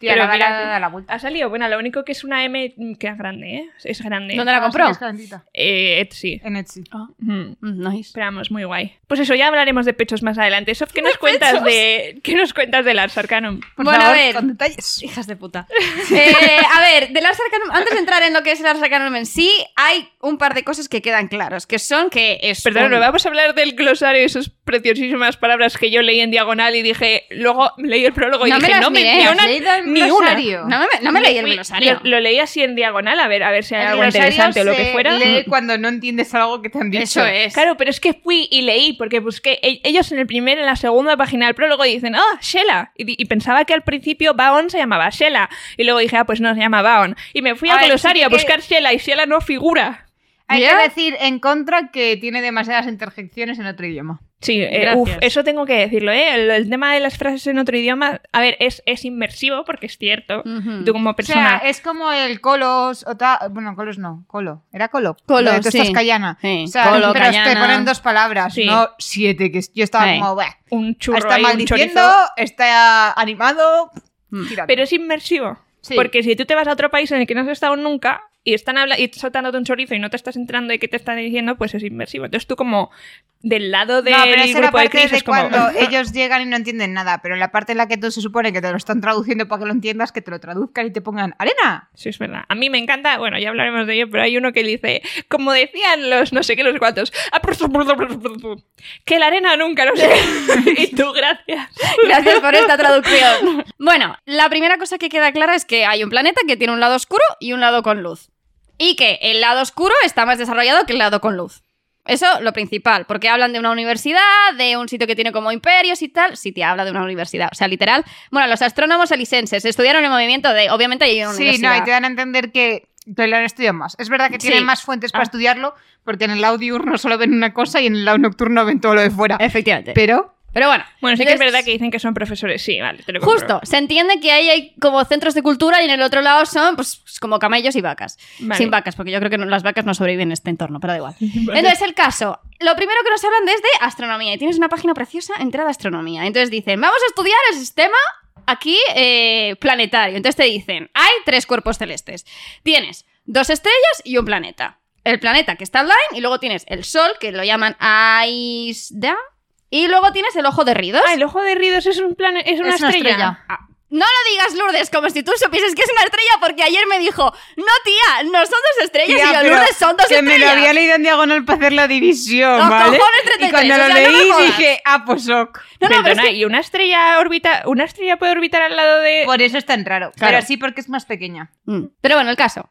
Speaker 2: Tía,
Speaker 1: Pero
Speaker 2: la
Speaker 1: mira
Speaker 2: bala
Speaker 1: que-
Speaker 2: da la vuelta.
Speaker 1: ha salido, bueno, lo único que es una M que es grande, ¿eh? Es grande.
Speaker 3: ¿Dónde la compró?
Speaker 2: Ah, sí, es calentita.
Speaker 1: Eh, Etsy.
Speaker 2: En Etsy.
Speaker 1: Mm.
Speaker 3: Mm, Nice.
Speaker 1: Esperamos, muy guay. Pues eso, ya hablaremos de pechos más adelante. Sof, ¿qué nos cuentas de qué nos cuentas del Ars Arcanum?
Speaker 2: Por
Speaker 3: Bueno,
Speaker 2: favor,
Speaker 3: a ver.
Speaker 2: con detalles.
Speaker 3: Hijas de puta. Eh, a ver, del Ars Arcanum- antes de entrar en lo que es el Ars Arcanum en sí, hay un par de cosas que quedan claras, que son que es.
Speaker 1: Perdón,
Speaker 3: un-
Speaker 1: no vamos a hablar del glosario y esas preciosísimas palabras que yo leí en diagonal y dije, luego leí el prólogo y
Speaker 3: No me
Speaker 1: dije,
Speaker 3: las
Speaker 1: no
Speaker 3: miré,
Speaker 1: mencionan
Speaker 2: ¿has leído el
Speaker 1: ni
Speaker 2: glosario?
Speaker 3: No me, no me leí el
Speaker 1: Fui-
Speaker 3: glosario.
Speaker 1: Lo, lo leí así en diagonal, a ver, a ver si hay
Speaker 2: El
Speaker 1: algo
Speaker 2: glosario
Speaker 1: interesante o lo
Speaker 2: se
Speaker 1: que fuera. Mm.
Speaker 2: Lee cuando no entiendes algo que te han dicho.
Speaker 3: Eso es.
Speaker 1: Claro, pero es que fui y leí, porque busqué. e- Ellos en el primer, en la segunda página del prólogo dicen, ah, Shela. Y, di- y pensaba que al principio Baon se llamaba Shela. Y luego dije, ah, pues no, se llama Baon. Y me fui
Speaker 2: A
Speaker 1: al
Speaker 2: ver,
Speaker 1: glosario
Speaker 2: sí
Speaker 1: a
Speaker 2: que-
Speaker 1: buscar Shela y Shela no figura.
Speaker 2: Hay
Speaker 1: ¿Ya?
Speaker 2: que decir en contra que tiene demasiadas interjecciones en otro idioma.
Speaker 1: Sí, eh,
Speaker 4: Gracias.
Speaker 1: uf, eso tengo que decirlo, ¿eh? El, el tema de las frases en otro idioma, a ver, es, es inmersivo porque es cierto.
Speaker 3: Ujú.
Speaker 1: Tú como persona.
Speaker 2: O sea, es como el colos, o ta- bueno, colos no, colo, era colo.
Speaker 3: Colo,
Speaker 2: Tú
Speaker 3: sí.
Speaker 2: estás callana.
Speaker 3: Sí,
Speaker 2: O sea,
Speaker 3: colo,
Speaker 2: pero te
Speaker 3: callana.
Speaker 2: ponen dos palabras,
Speaker 1: Sí.
Speaker 2: no siete, que yo estaba
Speaker 3: Sí.
Speaker 2: como, "Buah,
Speaker 1: un churro
Speaker 2: está
Speaker 1: ahí, un
Speaker 2: maldiciendo,
Speaker 1: chorizo.
Speaker 2: está animado,
Speaker 3: Mm.
Speaker 2: tírate.
Speaker 1: Pero es inmersivo.
Speaker 2: Sí.
Speaker 1: Porque si tú te vas a otro país en el que no has estado nunca y están habla y soltándote un chorizo y no te estás entrando de qué te están diciendo, pues es inmersivo. Entonces tú como del lado del
Speaker 2: No, pero esa era
Speaker 1: grupo de
Speaker 2: parte
Speaker 1: Chris
Speaker 2: de
Speaker 1: es como...
Speaker 2: cuando ellos llegan y no entienden nada, pero la parte en la que tú se supone que te lo están traduciendo para que lo entiendas, que te lo traduzcan y te pongan arena.
Speaker 1: Sí, es verdad. A mí me encanta, bueno, ya hablaremos de ello, pero hay uno que dice, como decían los no sé qué, los cuantos, que la arena nunca, no sé. qué". y tú, gracias.
Speaker 3: Gracias por esta traducción. Bueno, la primera cosa que queda clara es que hay un planeta que tiene un lado oscuro y un lado con luz. Y que el lado oscuro está más desarrollado que el lado con luz. Eso lo principal, porque hablan de una universidad, de un sitio que tiene como imperios y tal. Sí, te habla de una universidad. O sea, literal. Bueno, los astrónomos alisenses estudiaron el movimiento de. Obviamente, hay una
Speaker 2: Sí,
Speaker 3: universidad.
Speaker 2: no, y te dan a entender que, que lo han estudiado más. Es verdad que tienen
Speaker 3: Sí.
Speaker 2: más fuentes
Speaker 1: Ah.
Speaker 2: para estudiarlo, porque en el lado diurno solo ven una cosa y en el lado nocturno ven todo lo de fuera.
Speaker 3: Efectivamente. Pero,
Speaker 2: Pero
Speaker 3: bueno.
Speaker 1: Bueno, sí que es
Speaker 3: entonces-
Speaker 1: verdad que dicen que son profesores, sí, vale, te lo compro.
Speaker 3: Justo, se entiende que ahí hay como centros de cultura y en el otro lado son pues como camellos y vacas.
Speaker 1: Vale.
Speaker 3: Sin vacas, porque yo creo que no- las vacas no sobreviven en este entorno, pero da igual. Entonces, el caso. Lo primero que nos hablan es de astronomía. Y tienes una página preciosa entera de astronomía. Entonces dicen, vamos a estudiar el sistema aquí eh, planetario. Entonces te dicen, hay tres cuerpos celestes. Tienes dos estrellas y un planeta. El planeta que está online y luego tienes el Sol, que lo llaman Aisda. Y luego tienes el ojo de Ridos.
Speaker 1: Ah, el ojo de Ridos es un plan, es una,
Speaker 2: Es una
Speaker 1: estrella.
Speaker 2: estrella.
Speaker 3: Ah, No lo digas, Lourdes, como si tú supieses que es una estrella, porque ayer me dijo, no tía, no son dos estrellas,
Speaker 2: Tía,
Speaker 3: y yo,
Speaker 2: pero
Speaker 3: Lourdes, son dos
Speaker 2: que me lo
Speaker 3: estrellas.
Speaker 2: había leído en diagonal para hacer la división,
Speaker 3: Los
Speaker 2: ¿vale?
Speaker 3: cojones 33,
Speaker 2: y cuando
Speaker 3: o
Speaker 2: lo
Speaker 3: sea, no me
Speaker 2: leí
Speaker 3: jodas.
Speaker 2: dije, ah, pues ok.
Speaker 3: No, no, pero es
Speaker 1: Perdona, y una estrella orbita, una estrella puede orbitar al lado de
Speaker 2: Por eso es tan raro.
Speaker 3: Claro.
Speaker 2: Pero sí porque es más pequeña.
Speaker 3: Mm, Pero bueno, el caso.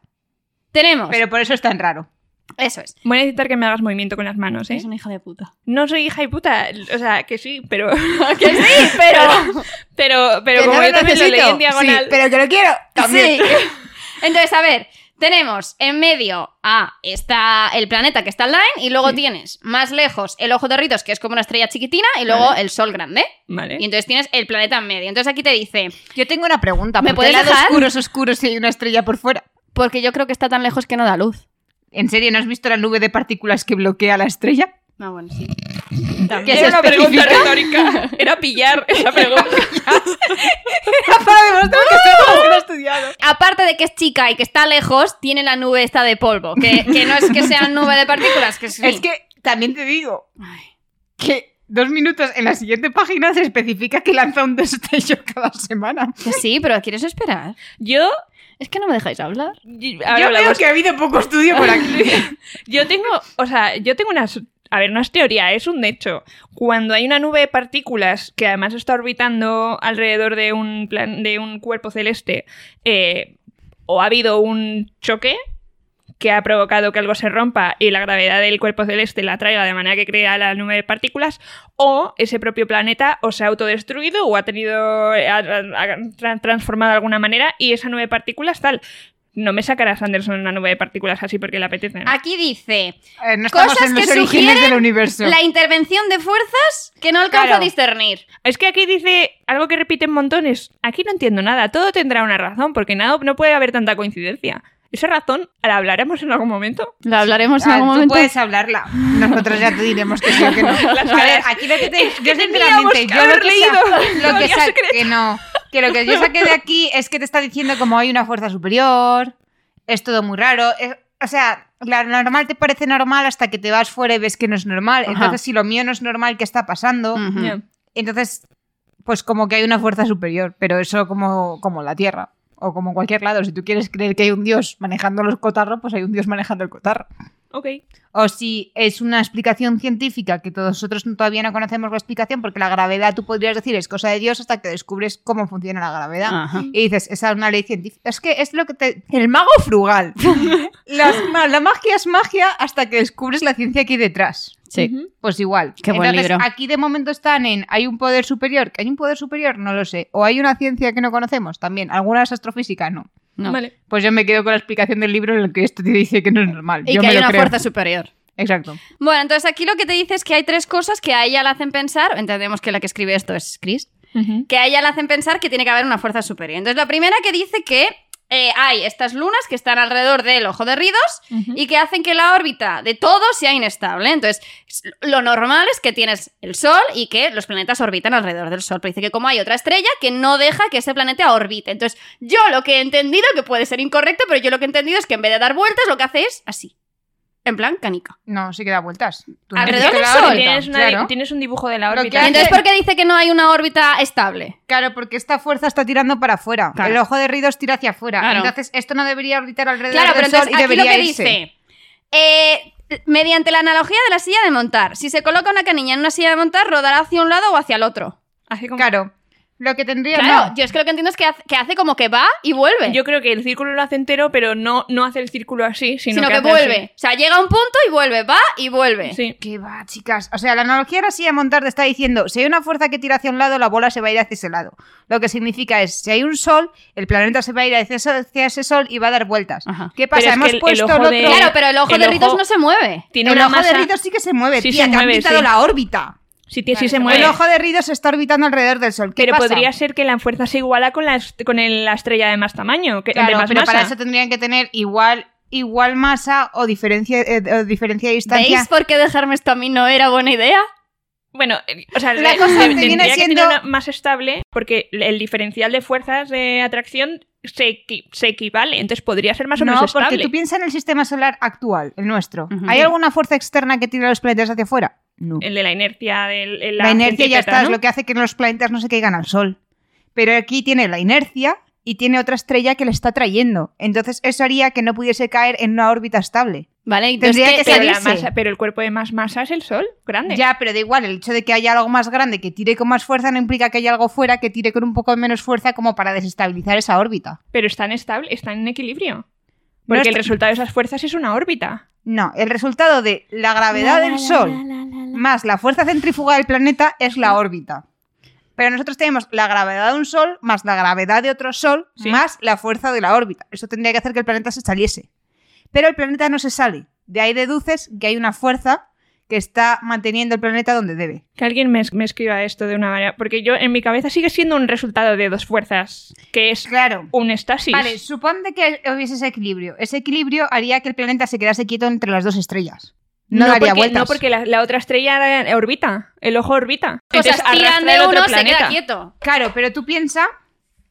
Speaker 3: Tenemos.
Speaker 2: Pero por eso es tan raro.
Speaker 3: Eso es.
Speaker 1: Voy a necesitar que me hagas movimiento con las manos, ¿eh?
Speaker 3: Es una hija de puta.
Speaker 1: No soy hija y puta, o sea, que sí, pero
Speaker 3: Que sí, pero.
Speaker 1: pero pero
Speaker 2: Que no
Speaker 1: como
Speaker 2: lo
Speaker 1: yo también lo
Speaker 2: necesito.
Speaker 1: leí en diagonal.
Speaker 2: Sí, pero que lo quiero también.
Speaker 3: Sí. Entonces, a ver, tenemos en medio a está el planeta que está online y luego tienes más lejos el ojo de Ritos, que es como una estrella chiquitina, y luego el sol grande.
Speaker 1: Vale.
Speaker 3: Y entonces tienes el planeta en medio. Entonces aquí te dice,
Speaker 2: Yo tengo una pregunta.
Speaker 3: ¿Me
Speaker 2: ¿Por qué
Speaker 3: puedes
Speaker 2: el lado
Speaker 3: dejar?
Speaker 2: oscuro es oscuro si hay una estrella por fuera?
Speaker 3: porque yo creo que está tan lejos que no da luz.
Speaker 2: ¿En serio no has visto la nube de partículas que bloquea la estrella?
Speaker 3: Ah, bueno, sí.
Speaker 2: ¿Qué
Speaker 1: Era
Speaker 2: se
Speaker 1: una pregunta
Speaker 2: especifica?
Speaker 1: retórica. Era pillar esa pregunta.
Speaker 2: Para demostrar que estamos bien estudiado.
Speaker 3: Aparte de que es chica y que está lejos, tiene la nube esta de polvo. Que, que no es que sea nube de partículas, que es.
Speaker 2: Es que también te digo
Speaker 3: Ay.
Speaker 2: que dos minutos en la siguiente página se especifica que lanza un destello cada semana.
Speaker 3: Que sí, pero ¿quieres esperar?
Speaker 1: Yo
Speaker 3: Es que no me dejáis hablar.
Speaker 1: y- ahora
Speaker 2: Yo
Speaker 1: hablamos.
Speaker 2: creo que ha habido poco estudio por aquí.
Speaker 1: Yo tengo, o sea, yo tengo unas a ver, no es teoría, es un hecho. Cuando hay una nube de partículas que además está orbitando alrededor de un plan, de un cuerpo celeste, eh, o ha habido un choque que ha provocado que algo se rompa y la gravedad del cuerpo celeste la traiga de manera que crea la nube de partículas, o ese propio planeta o se ha autodestruido o ha tenido ha- ha- ha transformado de alguna manera y esa nube de partículas tal. No me sacarás Anderson una nube de partículas así porque le apetece. ¿no?
Speaker 3: Aquí dice
Speaker 2: Eh, no
Speaker 3: Cosas
Speaker 2: estamos en
Speaker 3: que
Speaker 2: los orígenes
Speaker 3: sugieren
Speaker 2: del universo.
Speaker 3: la intervención de fuerzas que no alcanzo
Speaker 2: Claro.
Speaker 3: a discernir.
Speaker 1: Es que aquí dice algo que repiten montones. Aquí no entiendo nada. Todo tendrá una razón, porque nada, no puede haber tanta coincidencia. Esa razón la hablaremos en algún momento.
Speaker 3: Lo hablaremos
Speaker 2: Ah, tú puedes hablarla. Nosotros ya te diremos que sí o que no. A ver, aquí lo que te. Yo
Speaker 1: que
Speaker 2: sinceramente, yo lo
Speaker 1: haber
Speaker 2: que,
Speaker 1: leído
Speaker 2: sa- lo que,
Speaker 1: teoría
Speaker 2: sa-
Speaker 1: secreta.
Speaker 2: que no. Que lo que yo saqué de aquí es que te está diciendo como hay una fuerza superior, es todo muy raro. es- o sea, la normal te parece normal hasta que te vas fuera y ves que no es normal.
Speaker 3: Ajá.
Speaker 2: Entonces, si lo mío no es normal, ¿qué está pasando?
Speaker 3: Ujú.
Speaker 2: Entonces, pues como que hay una fuerza superior, pero eso como, como la Tierra. O como en cualquier lado, si tú quieres creer que hay un dios manejando los cotarros, pues hay un dios manejando el cotarro
Speaker 1: Ok.
Speaker 2: o si es una explicación científica que todos nosotros todavía no conocemos la explicación, porque la gravedad tú podrías decir es cosa de Dios hasta que descubres cómo funciona la gravedad.
Speaker 3: Ajá.
Speaker 2: Y dices, esa es una ley científica. Es que es lo que te... El mago frugal. Las ma- la magia es magia hasta que descubres la ciencia que hay detrás.
Speaker 3: Sí.
Speaker 1: Ujú.
Speaker 2: Pues igual.
Speaker 3: Qué buen
Speaker 2: Entonces,
Speaker 3: libro.
Speaker 2: aquí de momento están en hay un poder superior. ¿Que hay un poder superior? No lo sé. O hay una ciencia que no conocemos también. Alguna es astrofísica, no.
Speaker 3: No.
Speaker 1: Vale.
Speaker 2: Pues yo me quedo con la explicación del libro en el que esto te dice que no es normal.
Speaker 3: Y
Speaker 2: yo
Speaker 3: que
Speaker 2: me
Speaker 3: hay
Speaker 2: lo
Speaker 3: una
Speaker 2: creo.
Speaker 3: fuerza superior.
Speaker 2: Exacto.
Speaker 3: Bueno, entonces aquí lo que te dice es que hay tres cosas que a ella la hacen pensar. Entendemos que la que escribe esto es Chris. que a ella le hacen pensar que tiene que haber una fuerza superior. Entonces, la primera que dice que eh, hay estas lunas que están alrededor del ojo de Ridos y que hacen que la órbita de todo sea inestable. Entonces, s- lo normal es que tienes el Sol y que los planetas orbitan alrededor del Sol. Pero dice que como hay otra estrella que no deja que ese planeta orbite. Entonces, yo lo que he entendido, que puede ser incorrecto, pero yo lo que he entendido es que en vez de dar vueltas, lo que hace es así. En plan, canica.
Speaker 2: No, sí que da vueltas. Tú necesitas
Speaker 3: Alrededor del
Speaker 2: la
Speaker 3: sol.
Speaker 2: órbita,
Speaker 1: Tienes, una-
Speaker 2: claro.
Speaker 1: tienes un dibujo de la
Speaker 2: Pero
Speaker 1: órbita.
Speaker 2: ¿qué
Speaker 3: Entonces,
Speaker 2: hace?
Speaker 3: ¿por qué dice que no hay una órbita estable?
Speaker 2: Claro, porque esta fuerza está tirando para afuera.
Speaker 3: Claro.
Speaker 2: El ojo de Ridos tira hacia afuera.
Speaker 3: Claro.
Speaker 2: Entonces, esto no debería orbitar alrededor
Speaker 3: Claro,
Speaker 2: del
Speaker 3: pero
Speaker 2: Sol
Speaker 3: entonces
Speaker 2: y
Speaker 3: aquí lo
Speaker 2: debería
Speaker 3: que
Speaker 2: irse.
Speaker 3: dice. eh, mediante la analogía de la silla de montar. Si se coloca una canilla en una silla de montar, rodará hacia un lado o hacia el otro.
Speaker 1: Hace como-
Speaker 2: Claro. Lo que tendría...
Speaker 3: Claro,
Speaker 2: no.
Speaker 3: yo es que lo que entiendo es que hace, que hace como que va y vuelve.
Speaker 1: Yo creo que el círculo lo hace entero, pero no, no hace el círculo así, sino,
Speaker 3: sino que,
Speaker 1: hace
Speaker 3: vuelve. O sea, llega a un punto y vuelve, va y vuelve.
Speaker 1: así. Sí.
Speaker 2: Que va, chicas. O sea, la analogía ahora sí a montar te está diciendo, si hay una fuerza que tira hacia un lado, la bola se va a ir hacia ese lado. Lo que significa es, si hay un sol, el planeta se va a ir hacia ese, hacia ese sol y va a dar vueltas.
Speaker 3: Ajá.
Speaker 2: ¿Qué pasa?
Speaker 1: Pero es
Speaker 2: Hemos
Speaker 1: que el- el
Speaker 2: puesto el,
Speaker 1: ojo
Speaker 2: otro...
Speaker 1: de-
Speaker 3: Claro, pero el ojo
Speaker 1: Eh, El
Speaker 3: de
Speaker 1: ojo-
Speaker 3: Ritos no se mueve.
Speaker 1: Tiene
Speaker 2: el
Speaker 1: una
Speaker 2: ojo
Speaker 1: masa-
Speaker 2: de Ridos sí que se mueve,
Speaker 1: Sí
Speaker 2: tía,
Speaker 1: se
Speaker 2: te han
Speaker 1: mueve,
Speaker 2: quitado
Speaker 1: sí.
Speaker 2: la órbita.
Speaker 1: Sí, tío, sí se
Speaker 3: Claro.
Speaker 1: mueve.
Speaker 2: El ojo de Ridos está orbitando alrededor del sol. ¿Qué
Speaker 1: Pero
Speaker 2: pasa?
Speaker 1: podría ser que la fuerza se iguala con la, est- con el- la estrella de más tamaño, que, de
Speaker 2: Claro,
Speaker 1: más
Speaker 2: pero
Speaker 1: masa.
Speaker 2: para eso tendrían que tener igual igual masa o diferencia, eh, o diferencia de distancia.
Speaker 3: ¿Veis por qué dejarme esto a mí no era buena idea?
Speaker 1: Bueno, eh, o sea,
Speaker 2: La
Speaker 1: le- le-
Speaker 2: cosa que viene
Speaker 1: tendría que tener
Speaker 2: siendo-
Speaker 1: una más estable porque el diferencial de fuerzas de atracción se, equi- se equivale, entonces podría ser más o menos
Speaker 2: no, porque
Speaker 1: estable.
Speaker 2: tú piensas en el sistema solar actual, el nuestro.
Speaker 3: Ujú.
Speaker 2: ¿Hay alguna fuerza externa que tire los planetas hacia afuera? No.
Speaker 1: El de la inercia, del, el-
Speaker 2: la, inercia ya está, es lo que hace que los planetas no se caigan al Sol. Pero aquí tiene la inercia y tiene otra estrella que le está trayendo. Entonces eso haría que no pudiese caer en una órbita estable.
Speaker 3: Vale, entonces
Speaker 2: Tendría que
Speaker 3: ¿qué- qué
Speaker 1: pero, la
Speaker 3: dice?
Speaker 1: masa- pero el cuerpo de más masa es el Sol, grande.
Speaker 2: Ya, pero da igual, el hecho de que haya algo más grande que tire con más fuerza no implica que haya algo fuera que tire con un poco menos fuerza como para desestabilizar esa órbita.
Speaker 1: Pero están estable, están en equilibrio.
Speaker 2: No
Speaker 1: Porque
Speaker 2: está-
Speaker 1: el resultado de esas fuerzas es una órbita.
Speaker 2: No, el resultado de la gravedad del Sol más la fuerza centrífuga del planeta es la órbita. Pero nosotros tenemos la gravedad de un Sol más la gravedad de otro Sol
Speaker 1: Sí.
Speaker 2: más la fuerza de la órbita. Eso tendría que hacer que el planeta se saliese. Pero el planeta no se sale. De ahí deduces que hay una fuerza que está manteniendo el planeta donde debe.
Speaker 1: Que alguien me, es- me escriba esto de una manera. Porque yo en mi cabeza sigue siendo un resultado de dos fuerzas, que es
Speaker 2: Claro.
Speaker 1: un estasis.
Speaker 2: Vale, suponte que hubiese ese equilibrio. Ese equilibrio haría que el planeta se quedase quieto entre las dos estrellas. No, daría
Speaker 1: porque,
Speaker 2: vueltas.
Speaker 1: No, porque la, la otra estrella eh, orbita, el ojo orbita.
Speaker 3: Cosas
Speaker 1: Entonces,
Speaker 3: tiran
Speaker 1: arrastra
Speaker 3: de
Speaker 1: el otro
Speaker 3: uno, se
Speaker 1: planeta.
Speaker 3: queda quieto.
Speaker 2: Claro, pero tú piensa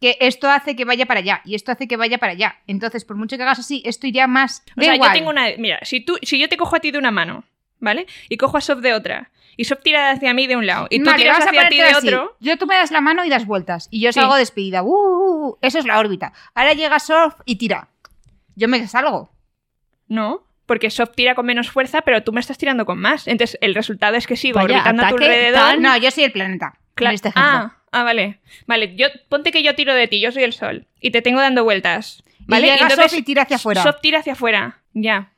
Speaker 2: que esto hace que vaya para allá y esto hace que vaya para allá. Entonces, por mucho que hagas así, esto iría más.
Speaker 1: O
Speaker 2: Da
Speaker 1: sea,
Speaker 2: igual.
Speaker 1: yo tengo una. Mira, si, tú, si yo te cojo a ti de una mano, ¿vale? Y cojo a Sof de otra. Y Sof tira hacia mí de un lado. Y tú
Speaker 2: Vale,
Speaker 1: tiras
Speaker 2: vamos a
Speaker 1: hacia ti de
Speaker 2: ponértelo así.
Speaker 1: otro.
Speaker 2: Yo tú me das la mano y das vueltas y yo
Speaker 1: Sí.
Speaker 2: salgo despedida. Uh, uh, uh. eso es la órbita. Ahora llega Sof y tira. Yo me salgo.
Speaker 1: No. Porque Sof tira con menos fuerza, pero tú me estás tirando con más. Entonces, el resultado es que sigo
Speaker 3: Vaya,
Speaker 1: orbitando a tu
Speaker 3: ataque
Speaker 1: alrededor.
Speaker 3: tan-
Speaker 2: No, yo soy el planeta.
Speaker 1: Cla-
Speaker 2: en este ejemplo.
Speaker 1: ah, ah, vale. Vale, yo, ponte que yo tiro de ti, yo soy el sol. Y te tengo dando vueltas. ¿Vale?
Speaker 2: Y llega
Speaker 1: entonces,
Speaker 2: Sof y tira hacia afuera.
Speaker 1: Sof tira hacia afuera. Ya.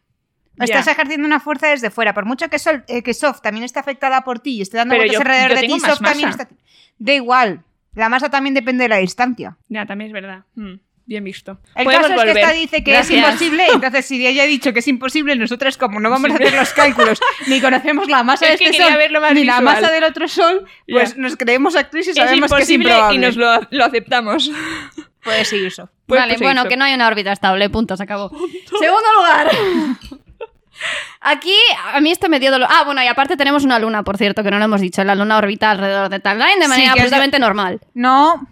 Speaker 2: Estás
Speaker 1: ya.
Speaker 2: ejerciendo una fuerza desde fuera. Por mucho que, Sol- eh, que Sof también esté afectada por ti y esté dando
Speaker 1: Pero
Speaker 2: vueltas
Speaker 1: yo-
Speaker 2: alrededor
Speaker 1: yo
Speaker 2: de
Speaker 1: tengo
Speaker 2: ti,
Speaker 1: más
Speaker 2: Sof también
Speaker 1: masa.
Speaker 2: está. Da igual. La masa también depende de la distancia.
Speaker 1: Ya, también es verdad. Mm, bien visto.
Speaker 2: El
Speaker 1: Podemos
Speaker 2: caso es
Speaker 1: volver.
Speaker 2: que esta dice que es
Speaker 1: Gracias.
Speaker 2: imposible, entonces si ella ha dicho que es imposible, nosotras como no vamos a hacer los cálculos, ni conocemos la masa
Speaker 1: Es
Speaker 2: de
Speaker 1: que
Speaker 2: este
Speaker 1: quería
Speaker 2: sol,
Speaker 1: verlo más
Speaker 2: ni
Speaker 1: visual.
Speaker 2: la masa del otro sol, pues
Speaker 1: Ya.
Speaker 2: nos creemos actrices y
Speaker 1: Es
Speaker 2: sabemos que es
Speaker 1: imposible
Speaker 2: improbable.
Speaker 1: y nos lo, lo aceptamos.
Speaker 2: Puede ser eso.
Speaker 1: Pues,
Speaker 3: vale,
Speaker 1: pues,
Speaker 3: bueno,
Speaker 1: eso.
Speaker 3: que no hay una órbita estable, punto, se acabó. Segundo lugar. Aquí, a mí esto me dio dolor. Ah, bueno, y aparte tenemos una luna, por cierto, que no lo hemos dicho. La luna orbita alrededor de Timeline de
Speaker 2: Sí,
Speaker 3: manera
Speaker 2: que es
Speaker 3: absolutamente normal.
Speaker 2: No.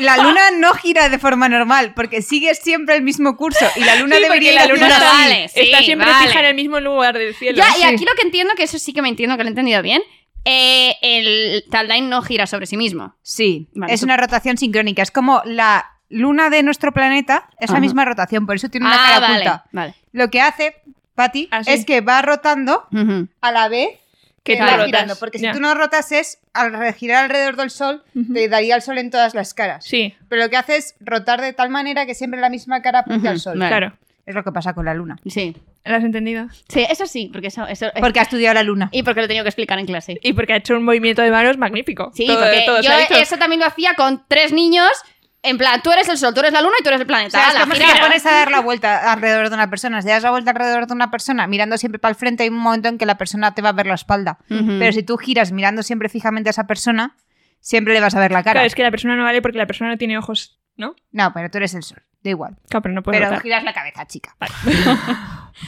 Speaker 2: La luna no gira de forma normal, porque sigue siempre el mismo curso y la luna
Speaker 1: Sí, porque
Speaker 2: debería ir
Speaker 1: la luna
Speaker 2: haciendo
Speaker 1: está,
Speaker 2: así.
Speaker 3: vale. sí,
Speaker 1: está siempre
Speaker 3: vale.
Speaker 1: fija en el mismo lugar del cielo.
Speaker 3: Ya, y
Speaker 2: sí.
Speaker 3: aquí lo que entiendo, que eso sí que me entiendo, que lo he entendido bien, eh, el Timeline no gira sobre sí mismo.
Speaker 2: Sí,
Speaker 3: Vale,
Speaker 2: es
Speaker 3: tú-
Speaker 2: una rotación sincrónica, es como la luna de nuestro planeta, es la
Speaker 3: Ajá.
Speaker 2: misma rotación, por eso tiene una
Speaker 3: ah,
Speaker 2: cara
Speaker 3: vale,
Speaker 2: oculta.
Speaker 3: vale.
Speaker 2: Lo que hace, Patty,
Speaker 3: Ah,
Speaker 1: Así.
Speaker 2: es que va rotando
Speaker 3: Ujú.
Speaker 2: a la vez
Speaker 1: Que
Speaker 2: que
Speaker 1: tú
Speaker 2: va
Speaker 1: rotas.
Speaker 2: girando. Porque
Speaker 1: Ya.
Speaker 2: si tú no rotas es, al re- girar alrededor del sol,
Speaker 1: Ujú.
Speaker 2: te daría el sol en todas las caras.
Speaker 1: Sí,
Speaker 2: Pero lo que hace es rotar de tal manera que siempre la misma cara apunta
Speaker 3: Ujú,
Speaker 2: al sol.
Speaker 3: vale.
Speaker 1: claro.
Speaker 2: Es lo que pasa con la luna.
Speaker 3: Sí.
Speaker 1: ¿Lo has entendido?
Speaker 3: Sí, eso sí, porque eso... eso
Speaker 2: Porque ha estudiado la luna.
Speaker 3: Y porque lo he tenido que explicar en clase.
Speaker 1: Y porque ha hecho un movimiento de manos magnífico.
Speaker 3: Sí,
Speaker 1: Todo-
Speaker 3: porque
Speaker 1: todo se
Speaker 3: yo
Speaker 1: ha hecho.
Speaker 3: eso también lo hacía con tres niños En plan, tú eres el sol, tú eres la luna y tú eres el planeta.
Speaker 2: sea, es
Speaker 3: ¡Hala,
Speaker 2: como si
Speaker 3: gira!
Speaker 2: te pones a dar la vuelta alrededor de una persona. Si das la vuelta alrededor de una persona, mirando siempre para el frente, hay un momento en que la persona te va a ver la espalda.
Speaker 3: Ujú.
Speaker 1: Mm.
Speaker 2: Pero si tú giras mirando siempre fijamente a esa persona, siempre le vas a ver la cara.
Speaker 1: Claro, es que la persona no vale porque la persona no tiene ojos, ¿no?
Speaker 2: No, pero tú eres el sol. Da igual.
Speaker 1: Claro, pero no puede
Speaker 2: Pero
Speaker 1: votar.
Speaker 2: giras la cabeza, chica.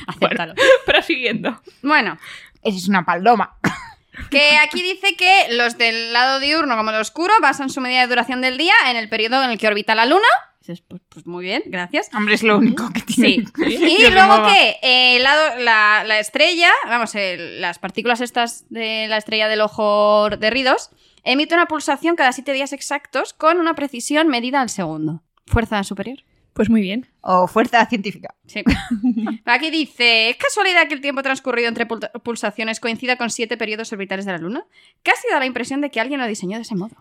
Speaker 3: Acéptalo.
Speaker 1: Prosiguiendo.
Speaker 3: Bueno,
Speaker 2: Eres una paloma.
Speaker 3: que aquí dice que los del lado diurno como el oscuro basan su medida de duración del día en el periodo en el que orbita la luna. Dices, pues- pues muy bien, gracias.
Speaker 2: Hombre, es lo único que
Speaker 3: Sí.
Speaker 2: tiene.
Speaker 3: Y
Speaker 2: Yo
Speaker 3: luego
Speaker 2: remaba.
Speaker 3: que eh, el lado- la, la estrella, vamos, el- las partículas estas de la estrella del ojo de Ridos, emite una pulsación cada siete días exactos con una precisión medida al segundo. Fuerza superior.
Speaker 1: Pues muy bien.
Speaker 2: O fuerza científica.
Speaker 3: Sí. Aquí dice, ¿es casualidad que el tiempo transcurrido entre pul- pulsaciones coincida con siete periodos orbitales de la Luna? Casi da la impresión de que alguien lo diseñó de ese modo.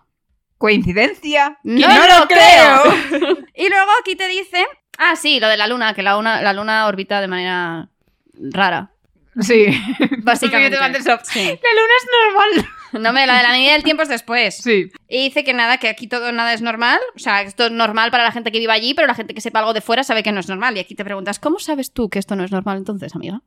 Speaker 2: ¿Coincidencia?
Speaker 3: ¡No lo Y luego aquí te dice, ah, sí, lo de la Luna, que la, una- la Luna orbita de manera rara.
Speaker 2: Sí.
Speaker 3: Básicamente. Sí.
Speaker 2: La luna es normal.
Speaker 3: No, me, la de la medida del tiempo es después.
Speaker 2: Sí.
Speaker 3: Y dice que nada, que aquí todo nada es normal. O sea, esto es normal para la gente que viva allí, pero la gente que sepa algo de fuera sabe que no es normal. Y aquí te preguntas, ¿cómo sabes tú que esto no es normal entonces, amiga?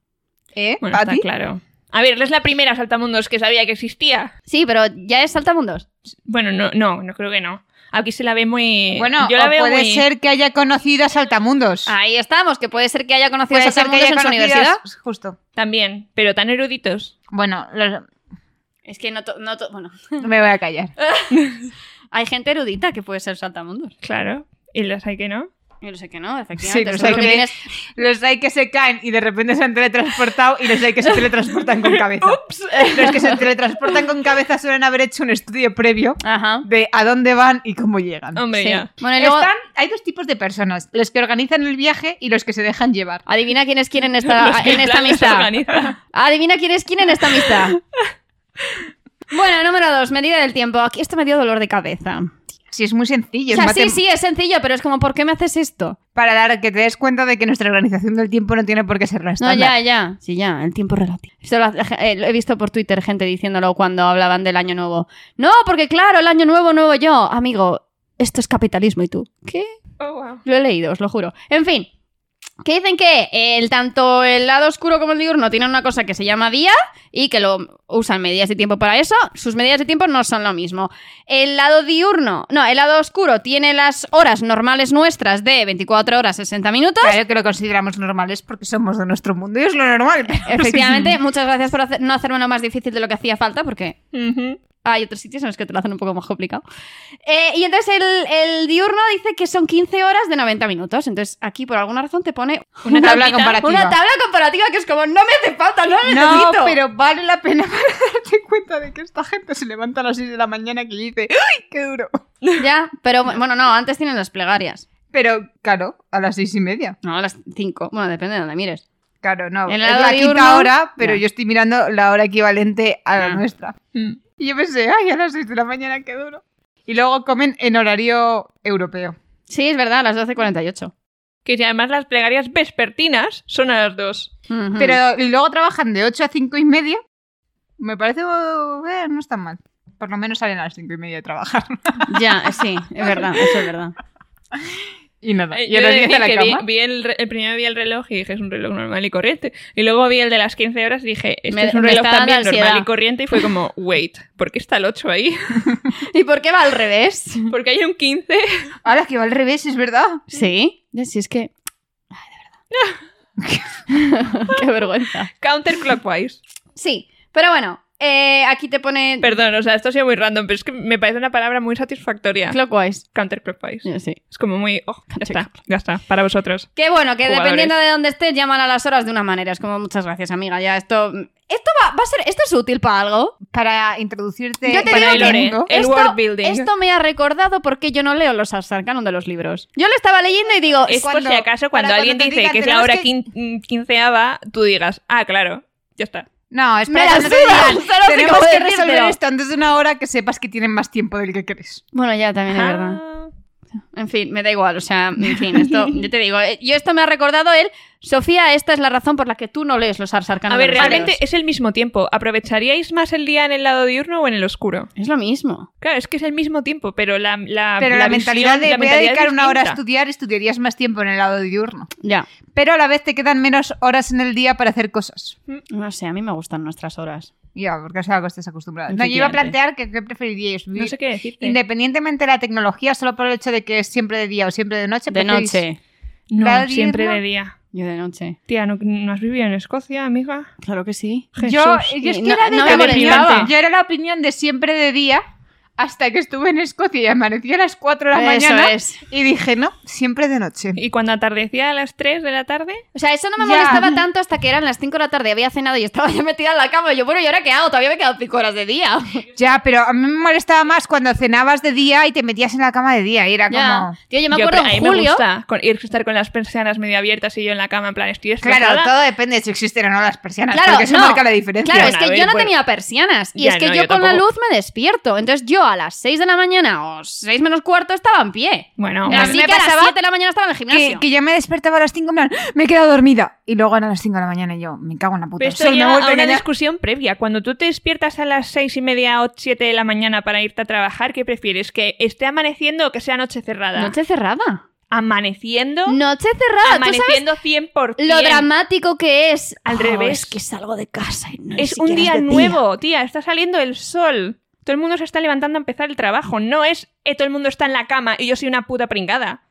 Speaker 2: ¿Eh?
Speaker 1: Bueno,
Speaker 2: ¿Pati?
Speaker 1: está claro. A ver, es la primera saltamundos que sabía que existía.
Speaker 3: Sí, pero ya es saltamundos.
Speaker 1: Bueno, no, no, no creo que no. Aquí se la ve muy.
Speaker 2: Bueno,
Speaker 1: Eh, yo la
Speaker 2: o
Speaker 1: veo
Speaker 2: puede
Speaker 1: muy- Ah,
Speaker 2: ser que haya conocido a Saltamundos.
Speaker 3: Ahí estamos, que puede ser que haya conocido
Speaker 2: puede
Speaker 3: a
Speaker 2: ser que
Speaker 3: saltamundos
Speaker 2: haya
Speaker 3: en su
Speaker 2: conocido a-
Speaker 3: universidad.
Speaker 2: Justo.
Speaker 1: También, pero tan eruditos.
Speaker 2: Bueno, los-
Speaker 3: Es que no, to- no to- bueno,
Speaker 2: me voy a callar.
Speaker 3: hay gente erudita que puede ser saltamundos.
Speaker 1: Claro. Y las hay que no.
Speaker 3: Yo lo sé que no,
Speaker 2: Sí,
Speaker 3: efectivamente.
Speaker 2: los
Speaker 3: seguro
Speaker 2: hay,
Speaker 3: que
Speaker 2: que,
Speaker 3: tienes-
Speaker 2: los hay que se caen y de repente se han teletransportado y los hay que se teletransportan con cabeza. Los que se teletransportan con cabeza suelen haber hecho un estudio previo
Speaker 3: Ajá.
Speaker 2: de a dónde van y cómo llegan.
Speaker 1: Hombre,
Speaker 3: sí.
Speaker 1: ya.
Speaker 3: Bueno, y luego,
Speaker 2: Están- hay dos tipos de personas, los que organizan el viaje y los que se dejan llevar.
Speaker 3: adivina quién es quién en esta,
Speaker 1: Los que
Speaker 3: Ah, en esta
Speaker 1: plan los
Speaker 3: amistad.
Speaker 1: organiza.
Speaker 3: Adivina quién es quién en esta amistad. Bueno, número dos, medida del tiempo. Aquí esto me dio dolor de cabeza.
Speaker 2: Si es muy sencillo,
Speaker 3: o
Speaker 2: es
Speaker 3: sea,
Speaker 2: matem-
Speaker 3: sí, sí, es sencillo, pero es como, ¿por qué me haces esto?
Speaker 2: para dar que te des cuenta de que nuestra organización del tiempo no tiene por qué ser la
Speaker 3: No,
Speaker 2: estándar.
Speaker 3: ya, ya. Sí, ya, el tiempo es relativo. Esto lo, eh, lo he visto por Twitter gente diciéndolo cuando hablaban del año nuevo. No, porque claro, el año nuevo, nuevo yo. Amigo, esto es capitalismo y tú. ¿Qué?
Speaker 1: Oh, wow.
Speaker 3: Lo he leído, os lo juro. En fin, que dicen que el, tanto el lado oscuro como el diurno tienen una cosa que se llama día y que lo usan medidas de tiempo para eso. Sus medidas de tiempo no son lo mismo. El lado diurno, no, el lado oscuro tiene las horas normales nuestras de 24 horas 60 minutos.
Speaker 2: Claro que lo consideramos normales porque somos de nuestro mundo y es lo normal.
Speaker 3: Efectivamente, muchas gracias por hacer- no hacerme lo más difícil de lo que hacía falta porque
Speaker 1: Ujú.
Speaker 3: hay otros sitios en los que te lo hacen un poco más complicado. Eh, y entonces el, el diurno dice que son 15 horas de 90 minutos. Entonces aquí por alguna razón te pone
Speaker 2: Una tabla
Speaker 1: tablita,
Speaker 2: comparativa.
Speaker 3: Una tabla comparativa que es como, no me hace falta, no lo
Speaker 2: No,
Speaker 3: necesito.
Speaker 2: pero vale la pena para darte cuenta de que esta gente se levanta a las 6 de la mañana que dice ¡Ay, qué duro!
Speaker 3: Ya, pero bueno, no, antes tienen las plegarias.
Speaker 2: Pero, claro, a las seis y media.
Speaker 3: No, a las 5. Bueno, depende de donde mires.
Speaker 2: Claro, no.
Speaker 3: El
Speaker 2: Es
Speaker 3: lado
Speaker 2: la
Speaker 3: diurno,
Speaker 2: quinta hora, pero
Speaker 3: ya.
Speaker 2: yo estoy mirando la hora equivalente a la
Speaker 3: Ah.
Speaker 2: nuestra.
Speaker 1: Mm.
Speaker 2: Y yo pensé, ¡ay, a las 6 de la mañana qué duro! Y luego comen en horario europeo.
Speaker 3: Sí, es verdad, a las 12.48.
Speaker 1: Que si además las plegarias vespertinas son a las dos.
Speaker 3: Ujú.
Speaker 2: Pero y luego trabajan de 8 a 5 y media. Me parece, eh, no está mal. Por lo menos salen a las 5 y media de trabajar.
Speaker 3: Ya, sí, es verdad, eso es verdad.
Speaker 2: Y nada.
Speaker 1: Eh,
Speaker 2: Ah, Y
Speaker 1: yo
Speaker 2: a
Speaker 1: he
Speaker 2: las
Speaker 1: de
Speaker 2: 10 de
Speaker 1: decir
Speaker 2: la
Speaker 1: que vi,
Speaker 2: cama.
Speaker 1: vi el, re- el primero vi el reloj y dije es un reloj normal y corriente. Y luego vi el de las 15 horas y dije este
Speaker 3: Me-
Speaker 1: es un
Speaker 3: me
Speaker 1: reloj
Speaker 3: está dando
Speaker 1: también normal
Speaker 3: ansiedad.
Speaker 1: y corriente. Y fue como, wait, ¿por qué está el 8 ahí?
Speaker 3: ¿Y por qué va al revés?
Speaker 1: Porque hay un 15.
Speaker 2: Ahora que va al revés, es verdad.
Speaker 3: Sí, sí, es que... Ay, de verdad. qué vergüenza.
Speaker 1: Counterclockwise.
Speaker 3: Sí, pero bueno, eh, aquí te pone...
Speaker 1: Perdón, o sea, esto ha sido muy random, pero es que me parece una palabra muy satisfactoria.
Speaker 3: Clockwise.
Speaker 1: Counterclockwise.
Speaker 3: Sí.
Speaker 1: Es como muy. oh, ya está, ya está, para vosotros.
Speaker 3: Que bueno, que
Speaker 1: Jugadores.
Speaker 3: dependiendo de dónde estés, llaman a las horas de una manera. Es como, muchas gracias, amiga. Ya, esto. Esto va, va a ser. Esto es útil para algo.
Speaker 2: para introducirte
Speaker 3: Yo te
Speaker 2: para
Speaker 3: digo
Speaker 2: el Eh,
Speaker 3: que-
Speaker 2: mundo.
Speaker 1: El
Speaker 3: esto,
Speaker 1: world building.
Speaker 3: Esto me ha recordado porque yo no leo los arcanos de los libros. Yo lo estaba leyendo y digo.
Speaker 1: Es por
Speaker 2: cuando-
Speaker 1: si acaso cuando
Speaker 2: para
Speaker 1: alguien
Speaker 2: cuando
Speaker 1: dice
Speaker 2: te digan,
Speaker 1: que es la
Speaker 2: tenemos
Speaker 1: hora
Speaker 2: que-
Speaker 1: quin- quinceava, tú digas, ah, claro, ya está.
Speaker 2: No, es
Speaker 3: Me
Speaker 2: para
Speaker 3: la
Speaker 2: que no te
Speaker 3: suda,
Speaker 2: digan,
Speaker 3: solo sé
Speaker 2: tenemos
Speaker 3: cómo
Speaker 2: que
Speaker 3: decírtelo".
Speaker 2: resolver esto antes de una hora que sepas que tienen más tiempo del que crees.
Speaker 3: Bueno, ya también es
Speaker 1: Ah,
Speaker 3: verdad. En fin, me da igual, o sea, en fin, esto, yo te digo, eh, yo esto me ha recordado él, Sofía, esta es la razón por la que tú no lees los Ars Arcana
Speaker 1: A
Speaker 3: de
Speaker 1: ver,
Speaker 3: los
Speaker 1: realmente
Speaker 3: libros.
Speaker 1: es el mismo tiempo. ¿Aprovecharíais más el día en el lado diurno o en el oscuro?
Speaker 3: Es lo mismo.
Speaker 1: Claro, es que es el mismo tiempo, pero la, la,
Speaker 2: Pero la,
Speaker 1: visión-
Speaker 2: mentalidad de
Speaker 1: la
Speaker 2: voy a
Speaker 1: mentalidad es
Speaker 2: dedicar una hora a
Speaker 1: distinta.
Speaker 2: estudiar, estudiarías más tiempo en el lado diurno.
Speaker 3: Ya.
Speaker 2: Pero a la vez te quedan menos horas en el día para hacer cosas.
Speaker 3: No sé, a mí me gustan nuestras horas.
Speaker 2: Ya, porque es algo que estés acostumbrada. No, yo iba a
Speaker 3: Efectivamente.
Speaker 2: plantear que qué preferiríais vivir.
Speaker 1: No sé qué decirte.
Speaker 2: Independientemente de la tecnología, solo por el hecho de que es siempre de día o siempre de noche.
Speaker 3: De
Speaker 2: preferís-
Speaker 3: noche.
Speaker 1: No,
Speaker 2: Lado
Speaker 1: siempre
Speaker 2: diurno.
Speaker 1: de día.
Speaker 3: Yo de noche.
Speaker 1: Tía, ¿no, no has vivido en Escocia, amiga?
Speaker 3: Claro que sí.
Speaker 1: Jesús.
Speaker 2: Yo, yo es que
Speaker 3: No-
Speaker 2: era de
Speaker 3: no
Speaker 1: me
Speaker 2: la opinión,
Speaker 1: molestaba.
Speaker 2: yo era la opinión de siempre de día hasta que estuve en Escocia y amaneció a las 4 de la
Speaker 3: Eso
Speaker 2: mañana
Speaker 3: es.
Speaker 2: y dije, no, siempre de noche.
Speaker 1: Y cuando atardecía a las 3 de la tarde,
Speaker 3: O sea, eso no me
Speaker 2: Ya.
Speaker 3: molestaba tanto hasta que eran las 5 de la tarde, había cenado y estaba ya metida en la cama. Y yo, bueno, ¿y ahora qué hago? Todavía me quedan 5 horas de día.
Speaker 2: Ya, pero a mí me molestaba más cuando cenabas de día y te metías en la cama de día y era
Speaker 3: Ya.
Speaker 2: como...
Speaker 3: Tío, yo me
Speaker 1: Yo,
Speaker 3: acuerdo
Speaker 1: pero a mí
Speaker 3: en
Speaker 1: me
Speaker 3: julio.
Speaker 1: gusta con- ir estar con las persianas medio abiertas y yo en la cama en plan estoy
Speaker 2: Claro,
Speaker 1: destrozada.
Speaker 2: todo depende de si existen o no las persianas,
Speaker 3: Claro,
Speaker 2: porque eso
Speaker 3: no.
Speaker 2: marca la diferencia.
Speaker 3: Claro, es
Speaker 1: Bueno, a
Speaker 3: que
Speaker 1: ver,
Speaker 3: yo no
Speaker 1: pues-
Speaker 3: tenía persianas. Y
Speaker 1: Ya,
Speaker 3: es que
Speaker 1: no,
Speaker 3: yo,
Speaker 1: yo
Speaker 3: con la
Speaker 1: tampoco.
Speaker 3: luz me despierto. Entonces yo a las 6 de la mañana o 6 menos cuarto estaba en pie.
Speaker 1: Bueno, pues
Speaker 2: Las-
Speaker 1: bueno,
Speaker 3: Así
Speaker 2: me
Speaker 3: que a las
Speaker 2: pasaba
Speaker 3: 7 de la mañana estaba en el
Speaker 2: Que,
Speaker 3: gimnasio.
Speaker 2: que yo me despertaba a las 5 en plan, me he quedado dormida. Y luego eran las 5 de la mañana y yo, me cago en la puta.
Speaker 1: pero
Speaker 2: el
Speaker 1: esto
Speaker 2: sol me
Speaker 1: lleva
Speaker 2: ha vuelto
Speaker 1: a una
Speaker 2: a engañar.
Speaker 1: discusión previa. Cuando tú te despiertas a las seis y media o siete de la mañana para irte a trabajar, ¿qué prefieres? ¿Que esté amaneciendo o que sea noche cerrada?
Speaker 3: Noche cerrada.
Speaker 1: ¿Amaneciendo?
Speaker 3: Noche cerrada. ¿Tú sabes
Speaker 1: amaneciendo 100%.
Speaker 3: lo dramático que es?
Speaker 1: Al revés.
Speaker 3: Es que salgo de casa y no ni
Speaker 1: Es un
Speaker 3: siquiera
Speaker 1: día
Speaker 3: de
Speaker 1: nuevo, tía. Está saliendo el sol. Todo el mundo se está levantando a empezar el trabajo. No es eh, todo el mundo está en la cama y yo soy una puta pringada.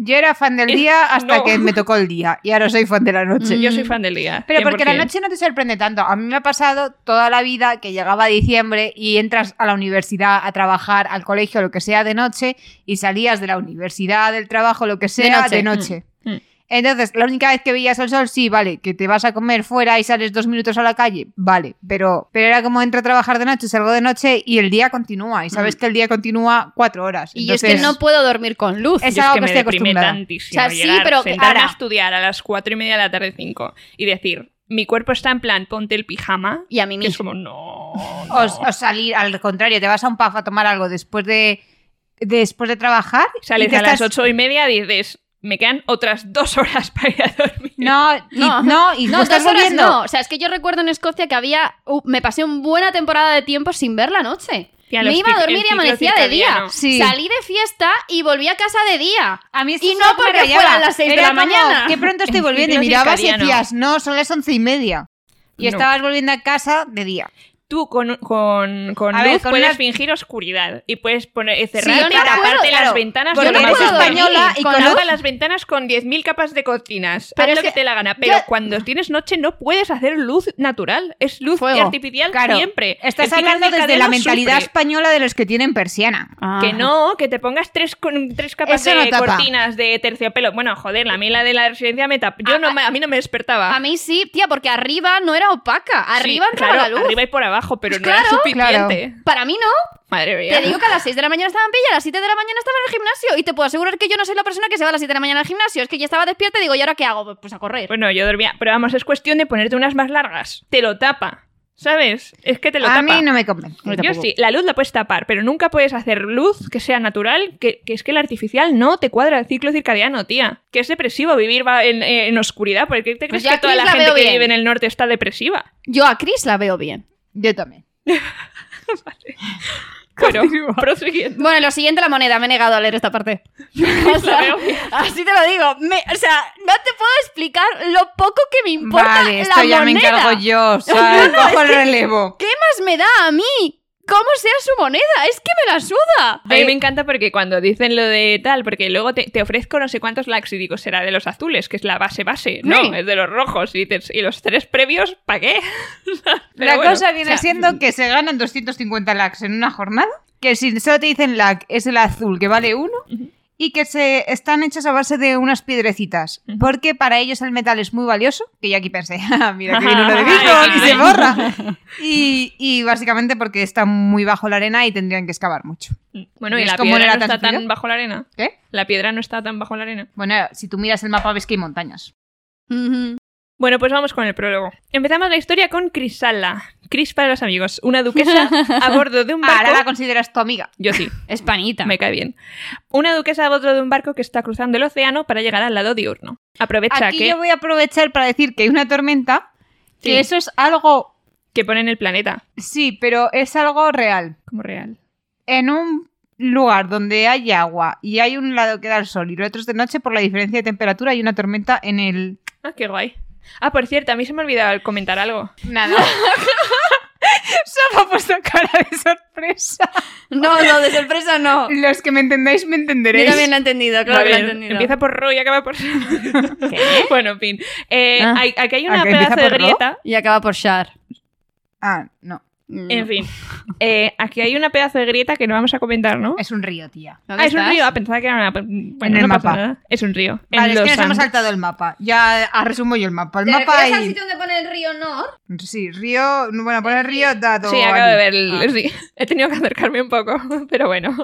Speaker 2: Yo era fan del
Speaker 1: Es-
Speaker 2: día hasta
Speaker 1: no.
Speaker 2: que me tocó el día y ahora soy fan de la noche.
Speaker 1: Yo soy
Speaker 3: Mm.
Speaker 1: fan del día.
Speaker 2: Pero porque la
Speaker 1: 100%.
Speaker 2: noche no te sorprende tanto. A mí me ha pasado toda la vida que llegaba diciembre y entras a la universidad, a trabajar, al colegio, lo que sea de noche, y salías de la universidad, del trabajo, lo que sea
Speaker 3: noche.
Speaker 2: de noche.
Speaker 1: Mm, mm.
Speaker 2: Entonces, la única vez que veías el sol, sí, vale, que te vas a comer fuera y sales dos minutos a la calle, vale, pero, pero era como entro a trabajar de noche, salgo de noche y el día continúa, y
Speaker 1: Mm.
Speaker 2: sabes que el día continúa cuatro horas.
Speaker 3: Y yo es que
Speaker 2: Entonces,
Speaker 3: no puedo dormir con luz.
Speaker 2: Es
Speaker 1: Yo
Speaker 2: algo
Speaker 1: que
Speaker 2: que
Speaker 1: me
Speaker 2: estoy
Speaker 1: deprime
Speaker 2: acostumbrada.
Speaker 1: tantísimo
Speaker 3: O sea, sí,
Speaker 1: llegar,
Speaker 3: pero que-
Speaker 1: sentarme
Speaker 3: ahora-
Speaker 1: a estudiar a las cuatro y media de la tarde, cinco, y decir, mi cuerpo está en plan, ponte el pijama.
Speaker 3: Y a mí
Speaker 1: que es
Speaker 3: mismo.
Speaker 1: como, no.
Speaker 2: O, o salir, al contrario, te vas a un pub a tomar algo después de después de trabajar. y
Speaker 1: Sales
Speaker 2: te
Speaker 1: a las
Speaker 2: estás-
Speaker 1: ocho y media y dices, me quedan otras dos horas para ir a dormir.
Speaker 2: No, y,
Speaker 3: No.
Speaker 2: no, no, y
Speaker 3: No,
Speaker 2: tú estás
Speaker 3: dos horas
Speaker 2: volviendo.
Speaker 3: no. O sea, es que yo recuerdo en Escocia que había. uh, me pasé una buena temporada de tiempo sin ver la noche.
Speaker 1: Tía,
Speaker 3: me
Speaker 1: los
Speaker 3: iba a
Speaker 1: cic-
Speaker 3: dormir
Speaker 1: el
Speaker 3: y
Speaker 1: ciclo
Speaker 3: amanecía de día.
Speaker 1: circadiano.
Speaker 2: Sí.
Speaker 3: Salí de fiesta y volví a casa de día.
Speaker 2: A mí esto
Speaker 3: Y
Speaker 2: es
Speaker 3: no
Speaker 2: lo que me
Speaker 3: porque
Speaker 2: rayaba.
Speaker 3: fueran las seis de
Speaker 2: Era
Speaker 3: la
Speaker 2: como,
Speaker 3: mañana.
Speaker 2: Qué pronto estoy
Speaker 1: El
Speaker 2: volviendo. Y
Speaker 1: ciclo
Speaker 2: mirabas y
Speaker 1: circadiano.
Speaker 2: decías, no, son las once y media. Y
Speaker 1: No.
Speaker 2: estabas volviendo a casa de día.
Speaker 1: Tú con, con, con
Speaker 2: A
Speaker 1: luz
Speaker 2: ver, con
Speaker 1: puedes
Speaker 2: una-
Speaker 1: fingir oscuridad y puedes poner,
Speaker 3: yo no
Speaker 1: cerrarte y
Speaker 3: puedo,
Speaker 1: taparte
Speaker 3: claro,
Speaker 1: las ventanas.
Speaker 2: porque
Speaker 1: lo que
Speaker 2: eres
Speaker 1: más gusta a mí.
Speaker 2: española y
Speaker 1: con
Speaker 2: con
Speaker 1: todas
Speaker 2: luz-
Speaker 1: las ventanas con 10.000 capas de cortinas.
Speaker 3: Pero
Speaker 1: Haz
Speaker 3: es
Speaker 1: lo que,
Speaker 3: que
Speaker 1: te la gana. Pero
Speaker 3: yo-
Speaker 1: cuando tienes noche no puedes hacer luz natural. Es luz
Speaker 3: Fuego.
Speaker 1: artificial
Speaker 2: Claro.
Speaker 1: siempre.
Speaker 2: Estás
Speaker 1: El picar
Speaker 2: hablando
Speaker 1: del
Speaker 2: desde la
Speaker 1: cadeno
Speaker 2: mentalidad
Speaker 1: sufre.
Speaker 2: española de los que tienen persiana.
Speaker 3: Ah.
Speaker 1: Que no, que te pongas tres, con- tres capas
Speaker 2: Eso no
Speaker 1: de
Speaker 2: tapa.
Speaker 1: cortinas de terciopelo. Bueno, joder, a mí la de la residencia me tapa. Yo
Speaker 3: Ah,
Speaker 1: no, me- a mí no me despertaba.
Speaker 3: A mí sí, tía, porque arriba no era opaca.
Speaker 1: Sí,
Speaker 3: Arriba entraba
Speaker 1: claro,
Speaker 3: la luz.
Speaker 1: Arriba y por abajo, pero
Speaker 3: Pues
Speaker 1: no era
Speaker 3: claro,
Speaker 1: suficiente.
Speaker 3: Para mí no.
Speaker 1: Madre mía.
Speaker 3: Te digo que a las 6 de la mañana estaba en pie y a las 7 de la mañana estaba en el gimnasio. Y te puedo asegurar que yo no soy la persona que se va a las 7 de la mañana al gimnasio. Es que ya estaba despierta y digo, ¿y ahora qué hago? Pues- Pues a correr.
Speaker 1: Bueno, yo dormía, pero vamos, es cuestión de ponerte unas más largas. Te lo tapa, ¿sabes? Es que te lo
Speaker 2: A
Speaker 1: tapa.
Speaker 2: mí no me convence.
Speaker 3: Yo
Speaker 1: Yo
Speaker 3: tampoco.
Speaker 1: sí, la luz la puedes tapar, pero nunca puedes hacer luz que sea natural, que, que es que el artificial no te cuadra el ciclo circadiano, tía. Que es depresivo vivir va- en, eh, en oscuridad, porque ¿te crees
Speaker 3: ya
Speaker 1: que toda la
Speaker 3: Chris la
Speaker 1: gente
Speaker 3: veo
Speaker 1: que
Speaker 3: bien.
Speaker 1: vive en el norte está depresiva?
Speaker 3: Yo a Chris la veo bien.
Speaker 2: Yo también.
Speaker 1: Pero, prosiguiendo.
Speaker 3: Bueno, lo siguiente, la moneda. Me he negado a leer esta parte. O sea,
Speaker 1: La veo bien.
Speaker 3: así te lo digo. Me- o sea, no te puedo explicar lo poco que me importa
Speaker 2: Vale, esto
Speaker 3: la
Speaker 2: ya me
Speaker 3: moneda.
Speaker 2: encargo yo. o sea,
Speaker 3: No, no,
Speaker 2: cojo el relevo.
Speaker 3: ¿Qué más me da a mí? ¿Cómo sea su moneda? Es que me la suda.
Speaker 1: A mí me encanta porque cuando dicen lo de tal, porque luego te, te ofrezco no sé cuántos likes y digo, será de los azules, que es la base base. No,
Speaker 3: Sí.
Speaker 1: es de los rojos. Y, dices, ¿y los tres previos, ¿para qué? Pero
Speaker 2: la
Speaker 1: bueno, mm.
Speaker 2: cosa viene
Speaker 3: o sea-
Speaker 2: siendo que se ganan 250 lacs en una jornada, que si solo te dicen lac es el azul que vale uno y que se están hechas a base de unas piedrecitas,
Speaker 1: Ujú.
Speaker 2: porque para ellos el metal es muy valioso, que yo aquí pensé, "Ah, mira que viene uno de
Speaker 1: Ay,
Speaker 2: Bitcoin y
Speaker 1: qué
Speaker 2: se
Speaker 1: guay.
Speaker 2: borra. Y, y básicamente porque está muy bajo la arena y tendrían que excavar mucho.
Speaker 1: Bueno, y
Speaker 2: ¿Ves
Speaker 1: la
Speaker 2: cómo no
Speaker 1: piedra
Speaker 2: era
Speaker 1: no
Speaker 2: tan
Speaker 1: está tan
Speaker 2: sencillo?
Speaker 1: bajo la arena.
Speaker 2: ¿Qué?
Speaker 1: La piedra no está tan bajo la arena.
Speaker 2: Bueno, si tú miras el mapa ves que hay montañas.
Speaker 3: Ujú.
Speaker 1: Bueno, pues vamos con el prólogo. Empezamos la historia con Crisala. Cris para los amigos. Una duquesa a bordo de un
Speaker 2: Ah, Ahora la
Speaker 1: barco.
Speaker 2: consideras tu amiga.
Speaker 1: Yo sí,
Speaker 3: Espanita.
Speaker 1: me cae bien. Una duquesa a bordo de un barco que está cruzando el océano para llegar al lado diurno. Aprovecha
Speaker 2: Aquí
Speaker 1: que,
Speaker 2: yo voy a aprovechar para decir que hay una tormenta,
Speaker 1: Sí.
Speaker 2: que eso es algo,
Speaker 1: que ponen el planeta
Speaker 2: sí, pero es algo real.
Speaker 1: como real.
Speaker 2: En un lugar donde hay agua y hay un lado que da el sol y el otro es de noche, por la diferencia de temperatura hay una tormenta en el...
Speaker 1: Ah, qué guay. Ah, por cierto, a mí se me olvidaba comentar algo.
Speaker 2: Nada. Solo ha puesto cara de sorpresa.
Speaker 3: No, no, de sorpresa no.
Speaker 2: Los que me entendáis, me
Speaker 3: Yo
Speaker 2: entenderéis.
Speaker 3: también lo he entendido, claro
Speaker 1: A
Speaker 3: que lo he
Speaker 1: ver,
Speaker 3: entendido.
Speaker 1: Empieza por Ro y acaba por... Bueno, en fin. Eh,
Speaker 3: Ah.
Speaker 1: hay- aquí hay
Speaker 2: ¿A
Speaker 1: una
Speaker 2: que empieza
Speaker 1: pedazo de
Speaker 2: por Ro?
Speaker 1: grieta.
Speaker 3: Y acaba por Shar.
Speaker 2: Ah, no.
Speaker 3: Mm.
Speaker 1: En fin. Eh, aquí hay una pedazo de grieta que no vamos a comentar, ¿no?
Speaker 2: Es un río, tía.
Speaker 3: ¿Dónde
Speaker 1: ah, es un
Speaker 3: estás?
Speaker 1: río. Ah, pensaba que era una... Bueno,
Speaker 2: el
Speaker 1: no pasa
Speaker 2: mapa.
Speaker 1: nada. Es un río. En
Speaker 2: Vale, es que
Speaker 1: Los
Speaker 2: nos hemos
Speaker 1: Andes.
Speaker 2: saltado el mapa. Ya ah, resumo yo el mapa. El
Speaker 3: ¿Te
Speaker 2: mapa
Speaker 3: refieres al
Speaker 2: hay...
Speaker 3: sitio donde pone el río Nor?
Speaker 2: Sí, río... Bueno, poner río dado...
Speaker 1: Sí, acabo
Speaker 2: aquí.
Speaker 1: de ver. el-
Speaker 3: Ah.
Speaker 1: sí. He tenido que acercarme un poco, pero bueno.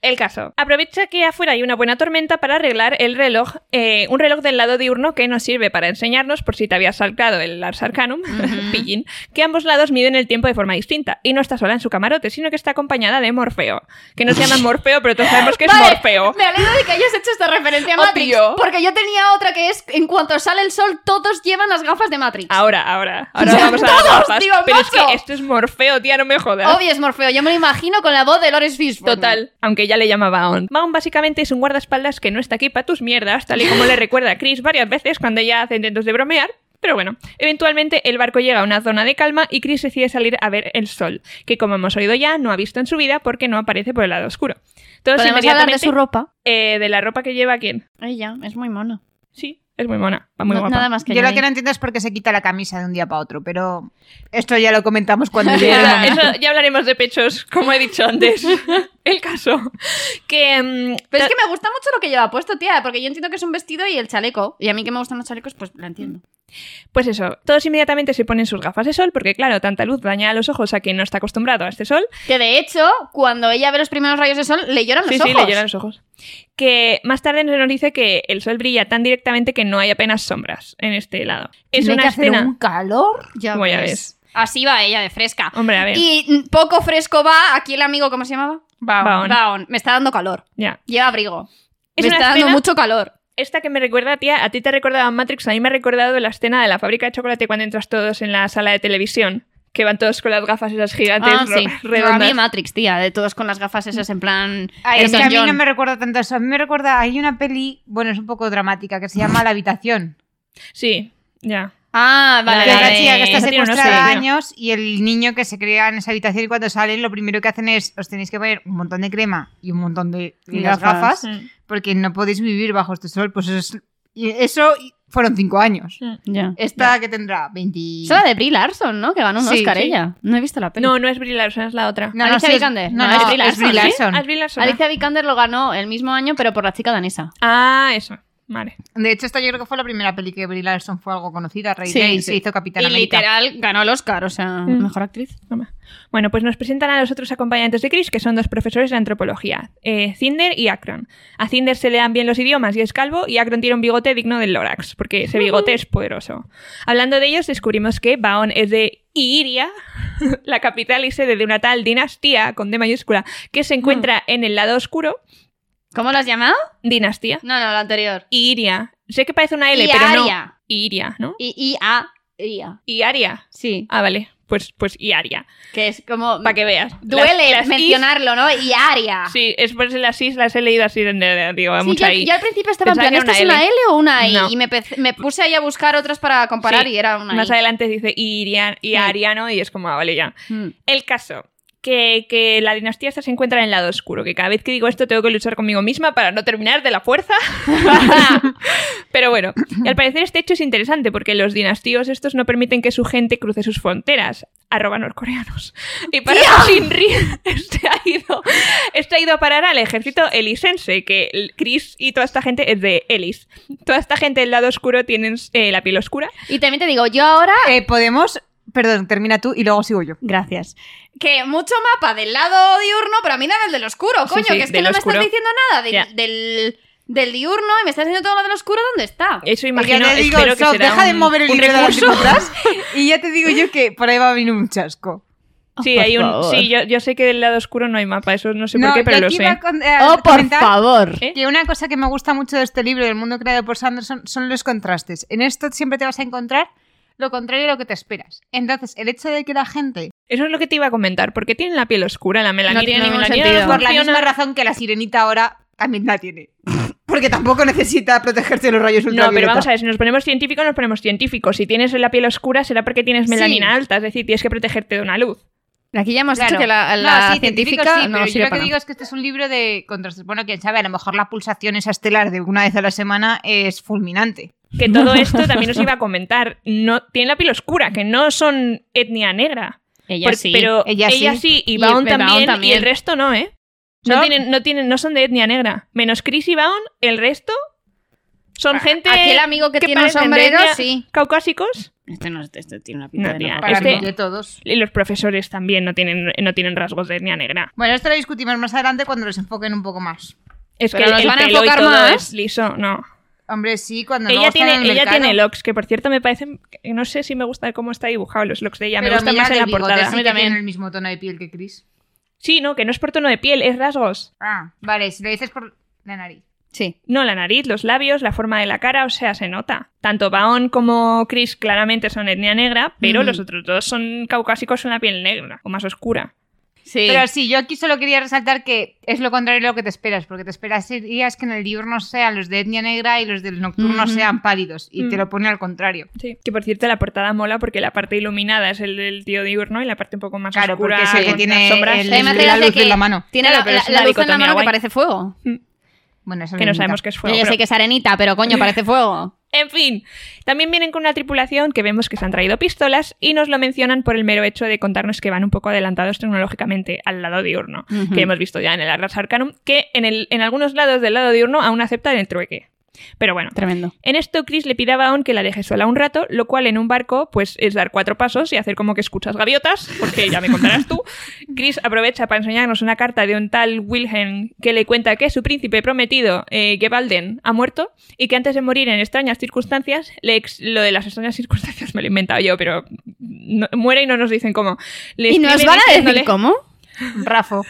Speaker 1: El caso. Aprovecha que afuera hay una buena tormenta para arreglar el reloj, eh, un reloj del lado diurno que nos sirve para enseñarnos, por si te habías saltado el Ars Arcanum,
Speaker 3: Ujú.
Speaker 1: pillín, que ambos lados miden el tiempo de forma distinta. Y no está sola en su camarote, sino que está acompañada de Morfeo. Que no se llama Morfeo, pero todos sabemos que es
Speaker 3: Vale,
Speaker 1: Morfeo.
Speaker 3: Me alegro de que hayas hecho esta referencia a
Speaker 1: Obvio.
Speaker 3: Matrix. Porque yo tenía otra que es: en cuanto sale el sol, todos llevan las gafas de Matrix.
Speaker 1: Ahora, ahora. Ahora
Speaker 3: Ya,
Speaker 1: vamos a las
Speaker 3: todos,
Speaker 1: gafas.
Speaker 3: tío,
Speaker 1: Pero es
Speaker 3: macho.
Speaker 1: que esto es Morfeo, tía, no me jodas.
Speaker 3: Obvio es Morfeo, yo me lo imagino con la voz de Loris Fishburne.
Speaker 1: Total, aunque ya le llamaba Aon. Maon básicamente es un guardaespaldas que no está aquí para tus mierdas, tal y como le recuerda a Chris varias veces cuando ella hace intentos de bromear. Pero bueno, eventualmente el barco llega a una zona de calma y Chris decide salir a ver el sol, que como hemos oído ya, no ha visto en su vida porque no aparece por el lado oscuro. Entonces,
Speaker 3: Podemos hablar de
Speaker 1: inmediatamente,
Speaker 3: su ropa.
Speaker 1: eh, de la ropa que lleva quién.
Speaker 3: Ella, es muy mona.
Speaker 1: Sí, es muy mona, va muy
Speaker 3: No-
Speaker 1: guapa.
Speaker 3: Nada más que
Speaker 2: Yo lo que
Speaker 3: añadir.
Speaker 2: no entiendo es por qué se quita la camisa de un día para otro, pero esto ya lo comentamos cuando
Speaker 1: Sí,
Speaker 2: llegue el
Speaker 1: eso-
Speaker 2: momento.
Speaker 1: eso ya hablaremos de pechos, como he dicho antes. el caso. Que. mm,
Speaker 3: Pero es que me gusta mucho lo que lleva puesto, tía, porque yo entiendo que es un vestido y el chaleco. Y a mí que me gustan los chalecos, pues la entiendo.
Speaker 1: Pues eso, todos inmediatamente se ponen sus gafas de sol, porque claro, tanta luz daña a los ojos a quien no está acostumbrado a este sol.
Speaker 3: Que de hecho, cuando ella ve los primeros rayos de sol, le lloran
Speaker 1: sí,
Speaker 3: los
Speaker 1: sí,
Speaker 3: ojos.
Speaker 1: le lloran los ojos. Que más tarde se nos dice que el sol brilla tan directamente que no hay apenas sombras en este lado. Es
Speaker 2: Tiene
Speaker 1: una
Speaker 2: que hacer
Speaker 1: escena.
Speaker 2: un calor.
Speaker 3: Ya
Speaker 1: Como ya
Speaker 3: ves.
Speaker 1: ves.
Speaker 3: Así va ella de fresca.
Speaker 1: Hombre, a ver.
Speaker 3: Y mm, poco fresco va aquí el amigo, ¿cómo se llamaba?
Speaker 1: Va, Baon.
Speaker 3: Baon. Me está dando calor.
Speaker 1: Ya.
Speaker 3: Lleva abrigo.
Speaker 1: Es
Speaker 3: me
Speaker 1: una
Speaker 3: está dando
Speaker 1: escena-
Speaker 3: mucho calor.
Speaker 1: Esta que me recuerda, tía, a ti te recordaba Matrix, a mí me ha recordado la escena de la fábrica de chocolate cuando entras todos en la sala de televisión, que van todos con las gafas esas gigantes
Speaker 3: Ah,
Speaker 1: ro-
Speaker 3: sí. No, a
Speaker 1: redondas.
Speaker 3: mí Matrix, tía, de todos con las gafas esas en plan.
Speaker 2: Ay, es que
Speaker 3: Elton
Speaker 2: a mí no
Speaker 3: John.
Speaker 2: me recuerda tanto eso. A mí me recuerda. Hay una peli, bueno, es un poco dramática, que se llama La Habitación.
Speaker 1: Sí, ya.
Speaker 3: Ah, vale.
Speaker 2: que es la
Speaker 1: de-
Speaker 2: chica que está
Speaker 1: no tiene unos
Speaker 2: secuestrada
Speaker 1: seis, creo.
Speaker 2: años y el niño que se crea en esa habitación. Y cuando salen, lo primero que hacen es: os tenéis que poner un montón de crema y un montón de
Speaker 3: Y
Speaker 2: y las
Speaker 3: gafas.
Speaker 2: gafas, porque no podéis vivir bajo este sol. Pues eso, es- y eso y- fueron cinco años.
Speaker 3: Ya.
Speaker 2: Esta que tendrá 20.
Speaker 3: Es la de Brie Larson, ¿no? Que ganó un
Speaker 2: Sí,
Speaker 3: Oscar ¿eh?
Speaker 2: sí.
Speaker 3: ella. No he visto la peli.
Speaker 1: No, no es Brie Larson, es la otra.
Speaker 2: No, no,
Speaker 3: Alicia
Speaker 2: sí, es-
Speaker 3: Vikander.
Speaker 2: No,
Speaker 3: No,
Speaker 2: no,
Speaker 3: es
Speaker 2: es
Speaker 3: Brie
Speaker 2: Brie
Speaker 3: Larson, ¿sí?
Speaker 2: Larson.
Speaker 1: Ah, es Brie Larson.
Speaker 3: Alicia Vikander lo ganó el mismo año, pero por la chica danesa.
Speaker 1: Ah, eso. Vale.
Speaker 2: De hecho, esta yo creo que fue la primera peli que Brie Larson fue algo conocida. Ray
Speaker 3: Sí,
Speaker 2: Day
Speaker 3: sí.
Speaker 2: se hizo Capitán
Speaker 3: y
Speaker 2: América.
Speaker 3: literal ganó el Oscar, o sea,
Speaker 1: Mm.
Speaker 3: mejor actriz.
Speaker 1: Toma. Bueno, pues nos presentan a los otros acompañantes de Chris, que son dos profesores de antropología, eh, Cinder y Akron. A Cinder se le dan bien los idiomas y es calvo, y Akron tiene un bigote digno del Lorax, porque ese bigote es poderoso. Hablando de ellos, descubrimos que Baon es de Iria, la capital y sede de una tal dinastía, con D mayúscula, que se encuentra en el lado oscuro.
Speaker 3: ¿Cómo lo has llamado?
Speaker 1: Dinastía.
Speaker 3: No, no, la anterior.
Speaker 1: Iria. Sé que parece una L,
Speaker 3: y
Speaker 1: pero no.
Speaker 3: Aria.
Speaker 1: Iria, ¿no?
Speaker 3: Y, y a Iria.
Speaker 1: Iaria.
Speaker 3: Sí,
Speaker 1: Ah, vale. Pues, pues Iaria.
Speaker 3: que es como...
Speaker 1: Para que veas.
Speaker 3: Duele
Speaker 1: Las- las is-
Speaker 3: mencionarlo, ¿no? Y Aria.
Speaker 1: Sí, es por eso las is las he leído así, de- de- digo,
Speaker 3: Ah. Sí,
Speaker 1: mucha
Speaker 3: yo,
Speaker 1: I.
Speaker 3: yo al principio estaba en
Speaker 1: Pensaba
Speaker 3: plan,
Speaker 1: que
Speaker 3: ¿esto
Speaker 1: era una
Speaker 3: es una
Speaker 1: L.
Speaker 3: L o una I?
Speaker 1: No.
Speaker 3: Y me, pe- me puse ahí a buscar otras para comparar
Speaker 1: Sí.
Speaker 3: y era una
Speaker 1: Más
Speaker 3: I.
Speaker 1: adelante dice Iria, y Ariano y es como, ah, vale, ya.
Speaker 3: Mm.
Speaker 1: El caso, que, que la dinastía esta se encuentra en el lado oscuro, que cada vez que digo esto tengo que luchar conmigo misma para no terminar de la fuerza. Pero bueno, y al parecer este hecho es interesante porque los dinastíos estos no permiten que su gente cruce sus fronteras. Arroba norcoreanos. Y para eso Shinri este ha, ido, este ha ido a parar al ejército elisense, que el- Chris y toda esta gente es de Elis. Toda esta gente del lado oscuro tienen eh, la piel oscura.
Speaker 3: Y también te digo, yo ahora
Speaker 2: Eh, Podemos. Perdón, termina tú y luego sigo yo.
Speaker 3: Gracias. Que mucho mapa del lado diurno, pero a mí dame el del oscuro,
Speaker 1: Sí,
Speaker 3: coño,
Speaker 1: sí,
Speaker 3: que es que
Speaker 1: del
Speaker 3: no me
Speaker 1: oscuro.
Speaker 3: estás diciendo nada del-
Speaker 1: Ya.
Speaker 3: del del diurno y me estás diciendo todo lo del oscuro, ¿dónde está?
Speaker 1: Eso
Speaker 2: Y ya
Speaker 1: imagino,
Speaker 2: te digo,
Speaker 1: espero que
Speaker 2: Sof,
Speaker 1: será
Speaker 2: deja de
Speaker 1: un-
Speaker 2: mover el
Speaker 1: un
Speaker 2: libro de las
Speaker 1: recurso.
Speaker 2: notas y ya te digo yo que por ahí va a venir un chasco.
Speaker 1: Sí,
Speaker 4: por
Speaker 1: hay un,
Speaker 4: favor.
Speaker 1: sí yo, yo sé que del lado oscuro no hay mapa, eso no sé
Speaker 2: no,
Speaker 1: por qué,
Speaker 2: yo
Speaker 1: pero lo
Speaker 2: aquí
Speaker 1: sé.
Speaker 2: iba a con- a
Speaker 4: Oh, por
Speaker 2: comentar
Speaker 4: favor.
Speaker 1: ¿Eh?
Speaker 2: que una cosa que me gusta mucho de este libro, del mundo creado por Sanderson, son los contrastes. En esto siempre te vas a encontrar lo contrario a lo que te esperas. Entonces, el hecho de que la gente,
Speaker 1: Eso es lo que te iba a comentar, porque tienen la piel oscura, la melanina,
Speaker 3: tiene ningún
Speaker 1: melanina no
Speaker 3: sentido.
Speaker 2: por la
Speaker 1: funciona.
Speaker 2: misma razón que la sirenita ahora también la tiene. Porque tampoco necesita protegerse de los rayos
Speaker 1: No, pero
Speaker 2: ultravioleta.
Speaker 1: vamos a ver, si nos ponemos científicos, nos ponemos científicos. Si tienes la piel oscura, será porque tienes melanina alta, es decir, tienes que protegerte de una luz.
Speaker 3: Aquí ya hemos
Speaker 2: Claro.
Speaker 3: dicho que la,
Speaker 2: No,
Speaker 3: la
Speaker 2: sí, científico
Speaker 3: científica
Speaker 2: sí,
Speaker 3: no
Speaker 2: pero
Speaker 3: nos
Speaker 2: yo
Speaker 3: sirve
Speaker 2: lo que
Speaker 3: para
Speaker 2: digo
Speaker 3: nada.
Speaker 2: es que este es un libro de contrastes. Bueno, quién sabe, a lo mejor la pulsación esa estelar de una vez a la semana es fulminante.
Speaker 1: Que todo esto también os iba a comentar. No, tienen la piel oscura, que no son etnia negra.
Speaker 3: Ella
Speaker 1: Por-
Speaker 3: sí.
Speaker 1: Pero
Speaker 2: Ella
Speaker 1: ella,
Speaker 2: sí.
Speaker 1: sí, y
Speaker 3: Y
Speaker 1: Baon
Speaker 3: Baon
Speaker 1: también, y
Speaker 3: también.
Speaker 1: el resto no, ¿eh? No,
Speaker 2: ¿No?
Speaker 1: Tienen, no, tienen, no son de etnia negra. Menos Chris y Baon, el resto son gente
Speaker 3: Aquel amigo que
Speaker 1: que
Speaker 3: tiene un
Speaker 1: parecen de
Speaker 3: sombrero,
Speaker 1: etnia-
Speaker 3: sí.
Speaker 1: caucásicos.
Speaker 3: Este no, este, este tiene una pinta
Speaker 1: No,
Speaker 3: de
Speaker 1: tía,
Speaker 3: loco.
Speaker 1: Para Este-
Speaker 2: mí, de todos.
Speaker 1: Y los profesores también no tienen, no tienen rasgos de etnia negra.
Speaker 2: Bueno, esto lo discutimos más adelante cuando los enfoquen un poco más.
Speaker 1: Es
Speaker 3: Pero
Speaker 1: que
Speaker 3: nos
Speaker 1: el
Speaker 3: van a
Speaker 1: pelo y
Speaker 3: enfocar
Speaker 1: todo
Speaker 3: más.
Speaker 1: es liso, no.
Speaker 2: Hombre, sí, cuando luego
Speaker 1: Ella
Speaker 2: están
Speaker 1: tiene,
Speaker 2: en el
Speaker 1: ella
Speaker 2: mercado.
Speaker 1: tiene locks, que por cierto me parecen. No sé si me gusta cómo está dibujado los locks de ella,
Speaker 2: Pero
Speaker 1: me gusta
Speaker 2: mira,
Speaker 1: más en
Speaker 2: de
Speaker 1: la
Speaker 2: bigote
Speaker 1: portada.
Speaker 2: sí que
Speaker 3: también.
Speaker 2: tiene el mismo tono de piel que Chris.
Speaker 1: Sí, no, que no es por tono de piel, es rasgos.
Speaker 2: Ah, vale, si lo dices por la nariz.
Speaker 3: Sí.
Speaker 1: No, la nariz, los labios, la forma de la cara, o sea, se nota. Tanto Baon como Chris claramente son etnia negra, pero
Speaker 3: Ujú.
Speaker 1: los otros dos son caucásicos con la piel negra o más oscura.
Speaker 3: Sí.
Speaker 2: Pero sí, yo aquí solo quería resaltar que es lo contrario de lo que te esperas, porque te esperas días que en el diurno sean los de etnia negra y los del nocturno
Speaker 3: Ujú.
Speaker 2: sean pálidos, y te
Speaker 1: Mm.
Speaker 2: lo pone al contrario.
Speaker 1: Sí. Que por cierto, la portada mola porque la parte iluminada es el del tío diurno y la parte un poco más
Speaker 2: Claro,
Speaker 1: oscura
Speaker 2: porque es el que
Speaker 1: con
Speaker 2: tiene
Speaker 1: las sombras.
Speaker 2: el-
Speaker 3: Además,
Speaker 2: la
Speaker 3: te hace
Speaker 2: luz
Speaker 3: que
Speaker 2: en la mano.
Speaker 3: Tiene
Speaker 1: Claro,
Speaker 3: la,
Speaker 1: pero es
Speaker 3: la-
Speaker 1: una
Speaker 3: la luz en la
Speaker 1: dicotomía
Speaker 3: mano
Speaker 1: guay.
Speaker 3: que parece fuego.
Speaker 2: Bueno, eso
Speaker 1: Que no
Speaker 2: lo
Speaker 1: sabemos
Speaker 2: inventa.
Speaker 1: qué es fuego.
Speaker 3: Yo ya
Speaker 1: pero-
Speaker 3: sé que es arenita, pero coño, parece fuego.
Speaker 1: En fin, también vienen con una tripulación que vemos que se han traído pistolas y nos lo mencionan por el mero hecho de contarnos que van un poco adelantados tecnológicamente al lado diurno,
Speaker 3: Ujú.
Speaker 1: que hemos visto ya en el Arras Arcanum, que en, el- en algunos lados del lado diurno aún aceptan el trueque. Pero bueno,
Speaker 3: Tremendo.
Speaker 1: en esto Chris le pide a Baon que la deje sola un rato, lo cual en un barco pues es dar cuatro pasos y hacer como que escuchas gaviotas, porque ya me contarás tú. Chris aprovecha para enseñarnos una carta de un tal Wilhelm que le cuenta que su príncipe prometido, eh, Gebalden, ha muerto y que antes de morir en extrañas circunstancias, le ex- lo de las extrañas circunstancias me lo he inventado yo, pero no- muere y no nos dicen cómo. Le
Speaker 3: ¿Y nos
Speaker 1: escribe
Speaker 3: van a decir
Speaker 1: diciéndole-
Speaker 3: cómo?
Speaker 2: Rafo.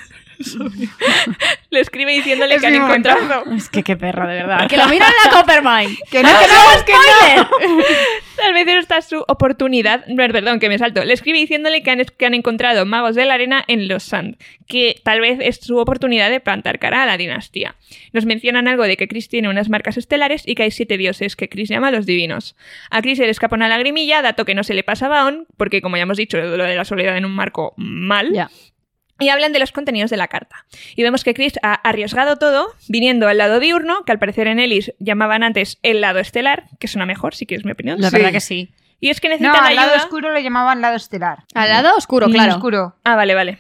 Speaker 1: Le escribe diciéndole
Speaker 2: Es
Speaker 1: que han
Speaker 2: mi momento.
Speaker 1: encontrado
Speaker 3: Es que qué perro, de verdad. Que lo miran en la Coppermine.
Speaker 2: Que no, que no, que no.
Speaker 1: Tal vez esta es su oportunidad. No, Perdón, que me salto. Le escribe diciéndole que han, que han encontrado magos de la arena en los Sand, que tal vez es su oportunidad de plantar cara a la dinastía. Nos mencionan algo de que Chris tiene unas marcas estelares y que hay siete dioses que Chris llama los divinos. A Chris se le escapa una lagrimilla, dato que no se le pasaba aún, porque como ya hemos dicho, lo de la soledad en un marco mal.
Speaker 3: Ya.
Speaker 1: Y hablan de los contenidos de la carta. Y vemos que Chris ha arriesgado todo, viniendo al lado diurno, que al parecer en Ellis llamaban antes el lado estelar, que suena mejor, si quieres mi opinión.
Speaker 3: La
Speaker 2: Sí.
Speaker 3: verdad que sí.
Speaker 1: Y es que
Speaker 2: No,
Speaker 1: necesitan
Speaker 2: al
Speaker 1: ayuda.
Speaker 2: lado oscuro lo llamaban lado estelar.
Speaker 3: Al lado oscuro,
Speaker 1: Mm,
Speaker 3: claro.
Speaker 2: Oscuro.
Speaker 1: Ah, vale, vale.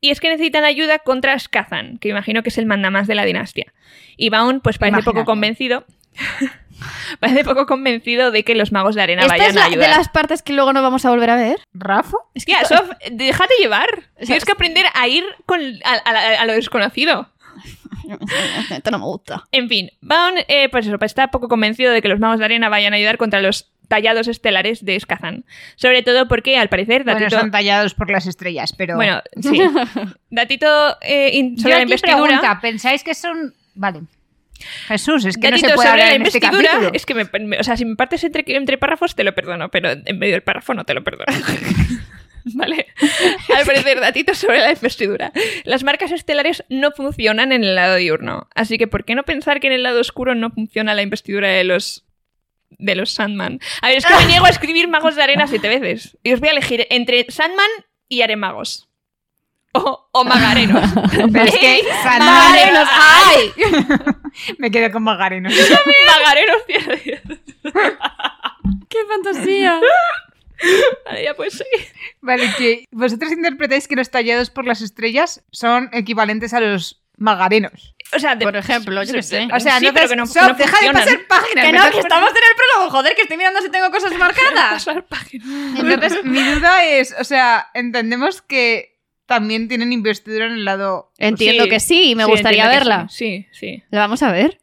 Speaker 1: Y es que necesitan ayuda contra Skazan, que imagino que es el mandamás de la dinastia. Y Baon, pues parece
Speaker 2: Imagínate.
Speaker 1: poco convencido. parece poco convencido de que los magos de arena
Speaker 3: Esta
Speaker 1: vayan
Speaker 3: es la-
Speaker 1: a
Speaker 3: de
Speaker 1: ayudar.
Speaker 3: las partes que luego no vamos a volver a ver.
Speaker 2: ¿Rafo?
Speaker 1: Es que, Sof, déjate llevar.
Speaker 3: sea,
Speaker 1: Tienes que aprender a ir con, a, a- a lo desconocido.
Speaker 3: Esto no me gusta.
Speaker 1: En fin, Baon, eh, pues eso, está poco convencido de que los magos de arena vayan a ayudar contra los tallados estelares de Skazan. Sobre todo porque, al parecer,
Speaker 2: Bueno,
Speaker 1: datito...
Speaker 2: son tallados por las estrellas, pero...
Speaker 1: Bueno, sí. Datito eh, in-
Speaker 2: Yo
Speaker 1: sobre la
Speaker 2: aquí
Speaker 1: investidura.
Speaker 2: pregunta, ¿pensáis que son...? Vale. Jesús, es que no
Speaker 1: Datito
Speaker 2: se puede
Speaker 1: sobre
Speaker 2: hablar
Speaker 1: la
Speaker 2: en este
Speaker 1: investidura.
Speaker 2: capítulo.
Speaker 1: es que me, me- o sea, si me partes entre, entre párrafos te lo perdono, pero en medio del párrafo no te lo perdono. Vale. Al parecer, datito sobre la investidura. Las marcas estelares no funcionan en el lado diurno. Así que, ¿por qué no pensar que en el lado oscuro no funciona la investidura de los de los Sandman? A ver, es que me niego a escribir magos de arena siete veces. Y os voy a elegir entre Sandman y aremagos. O, o magarenos.
Speaker 2: Pero es que...
Speaker 1: Vale.
Speaker 3: ¡Magarenos! ¡Ay!
Speaker 2: Me quedo con Magarenos.
Speaker 1: magarenos, tío.
Speaker 3: ¡Qué fantasía!
Speaker 1: Vale, ya pues sí.
Speaker 2: Vale, que vosotros interpretáis que los tallados por las estrellas son equivalentes a los magarenos.
Speaker 1: O sea, de-
Speaker 3: Por ejemplo, yo qué sé.
Speaker 2: O sea,
Speaker 1: sí,
Speaker 2: no,
Speaker 1: pero que no,
Speaker 2: Sof,
Speaker 1: no
Speaker 2: deja de
Speaker 1: funcionan.
Speaker 2: pasar páginas.
Speaker 3: Que
Speaker 2: me
Speaker 3: no,
Speaker 2: estás
Speaker 3: que estamos en el prólogo, joder, que estoy mirando si tengo cosas marcadas.
Speaker 1: Pasar páginas.
Speaker 3: Pues
Speaker 2: Entonces, mi duda es, o sea, entendemos que también tienen investidura en el lado...
Speaker 3: Entiendo
Speaker 1: Sí.
Speaker 3: que sí, y me
Speaker 1: Sí,
Speaker 3: gustaría
Speaker 1: entiendo que
Speaker 3: verla.
Speaker 1: Sí, sí. sí.
Speaker 3: ¿La vamos a ver?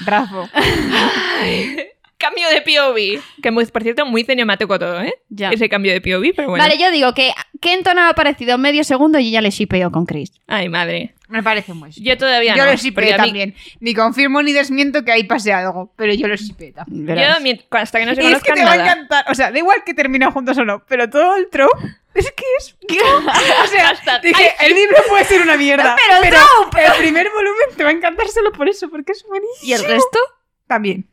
Speaker 2: Bravo.
Speaker 1: Cambio de POV. Que muy- por cierto, muy cinemático todo, ¿eh?
Speaker 3: Ya.
Speaker 1: Ese cambio de POV, pero bueno.
Speaker 3: Vale, yo digo que Kenton ha aparecido medio segundo y yo ya le shipeo con Chris.
Speaker 1: Ay, madre.
Speaker 2: Me parece muy bien.
Speaker 1: Yo todavía
Speaker 2: Yo
Speaker 1: no.
Speaker 2: lo
Speaker 1: porque
Speaker 2: shipé
Speaker 1: a mí-
Speaker 2: también. Ni confirmo ni desmiento que ahí pase algo, pero yo lo shipé también.
Speaker 1: Yo, mien- hasta que no se
Speaker 2: Y es que
Speaker 1: conozcan
Speaker 2: te va a
Speaker 1: nada.
Speaker 2: encantar. O sea, da igual que terminen juntos o no, pero todo el trope es que es. O sea,
Speaker 1: Hashtag,
Speaker 2: dije, el libro puede ser una mierda.
Speaker 3: Pero el
Speaker 2: pero el primer volumen te va buenísimo. solo por eso, porque es buenísimo.
Speaker 3: ¿Y el resto?
Speaker 2: También.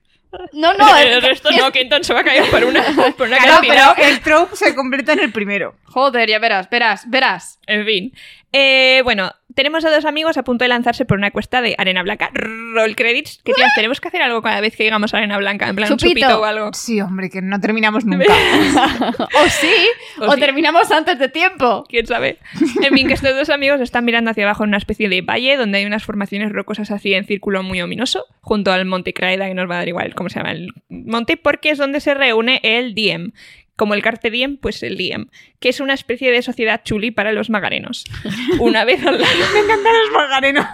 Speaker 3: No, no.
Speaker 1: el,
Speaker 3: es-
Speaker 1: resto no, Kenton se va a caer por una, por una
Speaker 2: Claro,
Speaker 1: cantidad.
Speaker 2: pero el trope se completa en el primero.
Speaker 3: Joder, ya verás, verás, verás.
Speaker 1: En fin. Eh, bueno, tenemos a dos amigos a punto de lanzarse por una cuesta de arena blanca. Roll credits. Que tías, tenemos que hacer algo cada vez que digamos arena blanca. En plan, un
Speaker 3: Chupito.
Speaker 1: chupito o algo.
Speaker 2: Sí, hombre, que no terminamos nunca.
Speaker 3: O sí,
Speaker 1: O
Speaker 3: o,
Speaker 1: sí.
Speaker 3: terminamos antes de tiempo.
Speaker 1: ¿Quién sabe? En fin, que estos dos amigos están mirando hacia abajo en una especie de valle donde hay unas formaciones rocosas así en círculo muy ominoso, junto al monte Craida, que nos va a dar igual cómo se llama el monte, porque es donde se reúne el Diem. Como el Carte Diem, pues el Diem, que es una especie de sociedad chuli para los magarenos. Una vez al año.
Speaker 2: Me encantan los magarenos.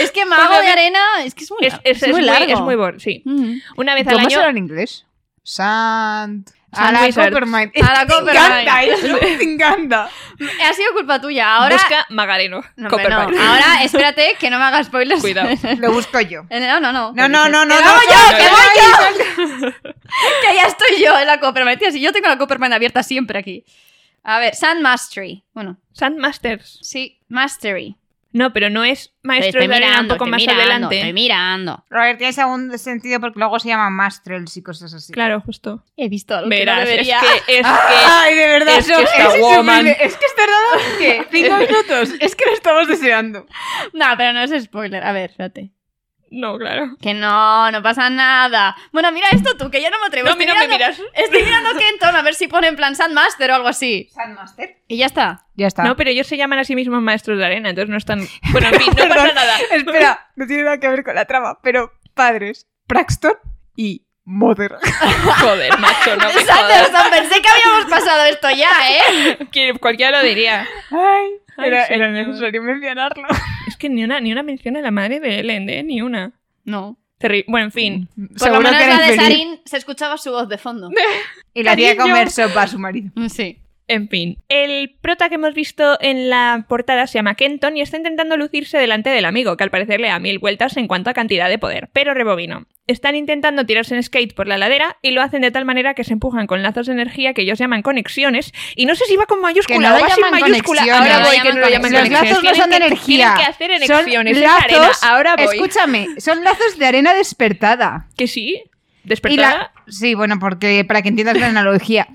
Speaker 3: Es que Mago
Speaker 1: Una
Speaker 3: de
Speaker 1: vez-
Speaker 3: Arena es que es muy,
Speaker 1: Es,
Speaker 3: largo.
Speaker 1: es- es
Speaker 3: muy largo.
Speaker 1: es muy bor- sí.
Speaker 3: Mm.
Speaker 1: Una vez al
Speaker 2: ¿Cómo
Speaker 1: año.
Speaker 2: será en inglés? Sant.
Speaker 1: Sant
Speaker 2: A la
Speaker 1: Wizards.
Speaker 2: Coppermine.
Speaker 3: A
Speaker 2: Es
Speaker 3: la
Speaker 2: que te
Speaker 3: Coppermine.
Speaker 2: encanta eso, te encanta.
Speaker 3: Ha sido culpa tuya. Ahora.
Speaker 1: Busca Magareno.
Speaker 3: No, hombre, no.
Speaker 1: Copperman.
Speaker 3: Ahora espérate que no me hagas spoilers.
Speaker 1: Cuidado.
Speaker 2: Lo busco yo.
Speaker 3: Eh, No, no, no.
Speaker 2: No, no, no, no.
Speaker 3: Que
Speaker 2: no,
Speaker 3: voy yo,
Speaker 2: no,
Speaker 3: que
Speaker 2: no,
Speaker 3: voy
Speaker 2: no,
Speaker 3: yo.
Speaker 2: no,
Speaker 3: Que ya estoy yo en la Coppermine. Tía, si yo tengo la Coppermine abierta siempre aquí. A ver, Sand Mastery. Bueno,
Speaker 1: Sand Masters.
Speaker 3: sí, Mastery.
Speaker 1: No, pero no es maestro
Speaker 3: estoy
Speaker 1: de arena un
Speaker 3: mirando,
Speaker 1: poco
Speaker 3: estoy
Speaker 1: más
Speaker 3: mirando,
Speaker 1: adelante.
Speaker 3: Estoy mirando.
Speaker 2: A ver, tiene algún sentido porque luego se llaman Mastrels y cosas así.
Speaker 1: Claro, justo.
Speaker 3: He visto algo
Speaker 1: Verás,
Speaker 3: que no
Speaker 1: es
Speaker 3: debería. Ah.
Speaker 1: que, es que
Speaker 2: Ay, de verdad,
Speaker 1: Es que
Speaker 2: no,
Speaker 1: esta
Speaker 2: es
Speaker 1: woman-
Speaker 2: insuperable. Es que has tardado ¿qué? cinco minutos. Es que lo estamos deseando.
Speaker 3: No, pero no es spoiler. A ver, espérate.
Speaker 1: No, claro.
Speaker 3: Que no, no pasa nada. Bueno, mira esto tú, que yo no me atrevo.
Speaker 1: No,
Speaker 3: estoy
Speaker 1: mira, me
Speaker 3: mirando,
Speaker 1: miras.
Speaker 3: Estoy mirando Kenton a ver si pone en plan Sandmaster o algo así.
Speaker 2: Sandmaster.
Speaker 3: Y ya está.
Speaker 2: Ya está.
Speaker 1: No, pero ellos se llaman a sí mismos maestros de arena, entonces no están. Bueno, en fin, no pasa
Speaker 2: Perdón.
Speaker 1: nada.
Speaker 2: Espera, no tiene nada que ver con la trama, pero padres, Braxton y Mother.
Speaker 1: Joder, macho, no me
Speaker 3: Sanders,
Speaker 1: jodas.
Speaker 3: pensé que habíamos pasado esto ya, ¿eh?
Speaker 1: Que Cualquiera lo diría.
Speaker 2: Ay,
Speaker 1: Ay,
Speaker 2: era, era
Speaker 1: señor.
Speaker 2: necesario mencionarlo.
Speaker 1: Es que ni una, ni una mención a la madre de Ellen, ¿eh? Ni una.
Speaker 3: No.
Speaker 1: Terri- Bueno, en fin.
Speaker 3: Por lo menos
Speaker 2: era
Speaker 3: la de
Speaker 2: infeliz.
Speaker 3: Sarin se escuchaba su voz de fondo.
Speaker 2: Y la hacía
Speaker 1: Cariño.
Speaker 2: comer sopa a su marido.
Speaker 3: Mm, Sí.
Speaker 1: En fin, el prota que hemos visto en la portada se llama Kenton y está intentando lucirse delante del amigo, que al parecer le da mil vueltas en cuanto a cantidad de poder. Pero rebobino. Están intentando tirarse en skate por la ladera y lo hacen de tal manera que se empujan con lazos de energía que ellos llaman conexiones. Y no sé si va con mayúscula
Speaker 2: Que no
Speaker 1: o
Speaker 2: lo
Speaker 1: va sin
Speaker 2: llaman
Speaker 1: mayúscula.
Speaker 2: conexiones.
Speaker 1: Ahora
Speaker 3: No lo
Speaker 1: voy, que no lo llaman
Speaker 2: Los
Speaker 3: llaman
Speaker 1: conexiones.
Speaker 2: lazos no
Speaker 1: Tienen
Speaker 2: son de
Speaker 1: que-
Speaker 2: energía.
Speaker 1: Tienen que hacer
Speaker 2: Son
Speaker 1: enexiones. Es
Speaker 2: lazos-
Speaker 1: arena. Ahora voy.
Speaker 2: Escúchame, son lazos de arena despertada.
Speaker 1: Que sí.
Speaker 2: Y
Speaker 1: Despertada.
Speaker 2: la- sí, bueno, porque para que entiendas la analogía.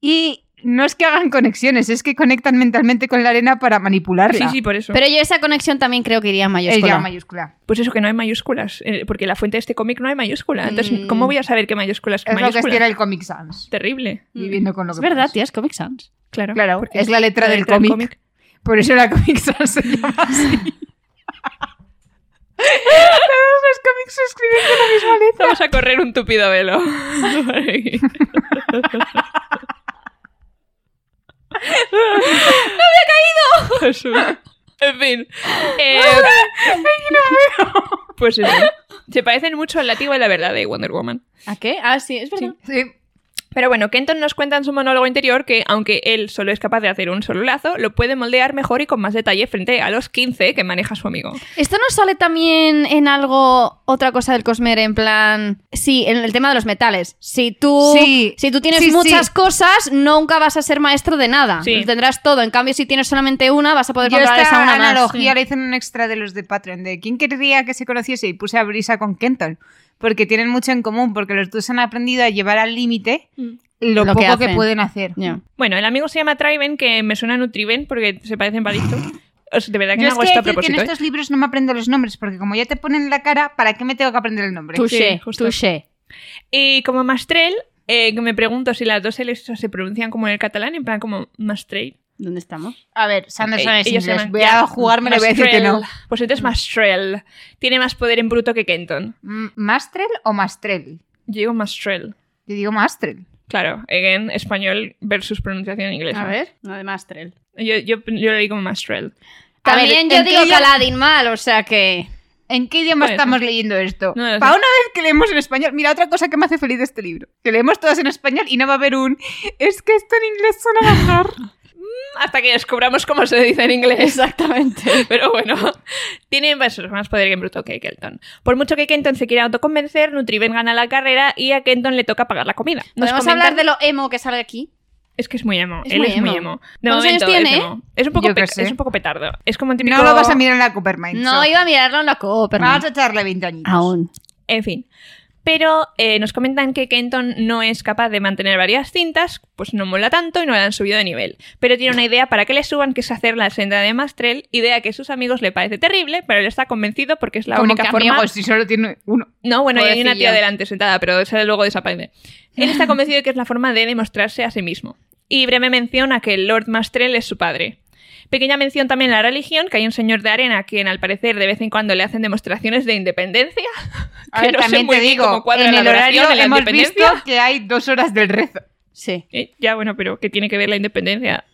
Speaker 2: Y no es que hagan conexiones, es que conectan mentalmente con la arena para manipularla.
Speaker 1: Sí, sí, por eso.
Speaker 3: Pero yo esa conexión también creo que iría en
Speaker 2: Es
Speaker 3: mayúscula.
Speaker 2: ya mayúscula.
Speaker 1: Pues eso, que no hay mayúsculas. eh, Porque en la fuente de este cómic no hay mayúscula. Entonces,
Speaker 3: Mm.
Speaker 1: ¿cómo voy a saber qué mayúsculas que
Speaker 2: Es lo que
Speaker 1: mayúscula?
Speaker 2: estira el Comic Sans.
Speaker 1: Terrible.
Speaker 2: Viviendo con lo
Speaker 3: es
Speaker 2: que
Speaker 3: verdad,
Speaker 2: puedes.
Speaker 3: tía, es Comic Sans.
Speaker 1: Claro.
Speaker 2: Claro,
Speaker 1: porque
Speaker 2: es la letra del cómic. Por eso la Comic Sans se llama así. Todos los cómics se escriben con la misma letra.
Speaker 1: Vamos a correr un tupido velo. ¡No había caído! En fin. eh, Pues eso. Se parecen mucho al látigo de la verdad de Wonder Woman.
Speaker 3: ¿A qué? Ah, sí, es verdad.
Speaker 2: Sí.
Speaker 1: Pero bueno, Kenton nos cuenta en su monólogo interior que, aunque él solo es capaz de hacer un solo lazo, lo puede moldear mejor y con más detalle frente a los 15 que maneja su amigo.
Speaker 3: ¿Esto no sale también en algo, otra cosa del Cosmere, en plan... Sí, en el tema de los metales. Si tú,
Speaker 2: Sí.
Speaker 3: si tú tienes
Speaker 2: Sí, sí.
Speaker 3: muchas cosas, nunca vas a ser maestro de nada.
Speaker 1: Sí.
Speaker 3: Lo Tendrás todo. En cambio, si tienes solamente una, vas a poder
Speaker 2: Yo
Speaker 3: controlar esa
Speaker 2: esta
Speaker 3: una
Speaker 2: analogía
Speaker 3: más.
Speaker 2: la hice en un extra de los de Patreon, de quién querría que se conociese y puse a Brisa con Kenton, porque tienen mucho en común, porque los dos han aprendido a llevar al límite lo,
Speaker 3: Mm. Lo que
Speaker 2: poco que,
Speaker 3: hacen.
Speaker 2: pueden hacer.
Speaker 3: Ya.
Speaker 1: Bueno, el amigo se llama Triven, que me suena Nutriven porque se parecen palitos. O sea, de verdad que no
Speaker 2: Yo es
Speaker 1: hago
Speaker 2: que
Speaker 1: esto a
Speaker 2: decir que en
Speaker 1: propósito. ¿eh?
Speaker 2: estos libros no me aprendo los nombres, porque como ya te ponen la cara, ¿para qué me tengo que aprender el nombre?
Speaker 1: Sí,
Speaker 3: Touché,
Speaker 1: justo.
Speaker 3: touché.
Speaker 1: Y como Mastrel, eh, que me pregunto si las dos L's se pronuncian como en el catalán, en plan como Mastrel.
Speaker 3: ¿Dónde estamos?
Speaker 2: A ver, Sanderson
Speaker 1: Eh,
Speaker 2: es
Speaker 1: ellos se
Speaker 2: inglés.
Speaker 1: llaman-
Speaker 2: Voy
Speaker 1: ya,
Speaker 2: a jugarme, le voy a decir que no.
Speaker 1: Mastrel. Pues entonces Mastrel. Tiene más poder en bruto que Kenton.
Speaker 2: Mm, ¿Mastrel o Mastrel?
Speaker 1: Yo digo Mastrel.
Speaker 2: Yo digo Mastrel.
Speaker 1: Claro, again, español versus pronunciación inglesa.
Speaker 3: A ver. No, de Mastrel.
Speaker 1: Yo, yo, yo lo digo como Mastrel.
Speaker 3: También
Speaker 2: A ver,
Speaker 3: yo digo
Speaker 2: entre ellas-
Speaker 3: Caladin mal, o sea que...
Speaker 2: ¿En qué idioma
Speaker 1: Bueno.
Speaker 2: estamos leyendo esto?
Speaker 1: No lo sé.
Speaker 2: Para una vez que leemos en español, mira otra cosa que me hace feliz de este libro, que leemos todas en español y no va a haber un es que esto en inglés suena mejor.
Speaker 1: Hasta que descubramos cómo se dice en inglés.
Speaker 3: Exactamente.
Speaker 1: Pero bueno, tiene más- más poder en bruto que Kelton. Por mucho que Kenton se quiera autoconvencer, Nutriben gana la carrera y a Kenton le toca pagar la comida. Nos
Speaker 3: Podemos
Speaker 1: comentan-
Speaker 3: hablar de lo emo que sale aquí.
Speaker 1: Es que es muy emo.
Speaker 3: Es
Speaker 1: Él
Speaker 3: muy
Speaker 1: es muy
Speaker 3: emo.
Speaker 1: emo. De
Speaker 3: ¿Cuántos
Speaker 1: momento
Speaker 3: años tiene?
Speaker 1: es emo. Es un, poco
Speaker 2: Yo qué
Speaker 1: pe-
Speaker 2: sé.
Speaker 1: es un poco petardo. Es como un típico...
Speaker 2: No lo vas a mirar en la Coppermine.
Speaker 3: No
Speaker 2: so.
Speaker 3: iba a mirarlo en la Cooper.
Speaker 2: Vamos a echarle 20 añitos.
Speaker 3: Aún.
Speaker 1: En fin. Pero eh, nos comentan que Kenton no es capaz de mantener varias cintas, pues no mola tanto y no le han subido de nivel. Pero tiene una idea para que le suban, que es hacer la senda de Mastrel, idea que a sus amigos le parece terrible, pero él está convencido porque es la
Speaker 2: Como
Speaker 1: única
Speaker 2: que
Speaker 1: forma...
Speaker 2: amigos, si solo tiene uno.
Speaker 1: No, bueno, y hay una
Speaker 3: Pobrecillo.
Speaker 1: tía delante sentada, pero esa luego desaparece. Él está convencido de que es la forma de demostrarse a sí mismo. Y breve mención a que Lord Mastrel es su padre. Pequeña mención también a la religión, que hay un señor de arena a quien al parecer de vez en cuando le hacen demostraciones de independencia.
Speaker 2: A
Speaker 1: Que
Speaker 2: ver,
Speaker 1: no sé
Speaker 2: también
Speaker 1: muy
Speaker 2: te
Speaker 1: bien cómo
Speaker 2: digo,
Speaker 1: cuadra
Speaker 2: en
Speaker 1: la
Speaker 2: el
Speaker 1: adoración
Speaker 2: horario
Speaker 1: de la
Speaker 2: hemos visto
Speaker 1: independencia.
Speaker 2: que hay dos horas del rezo.
Speaker 3: Sí.
Speaker 1: Eh, ya, bueno, pero ¿qué tiene que ver la independencia?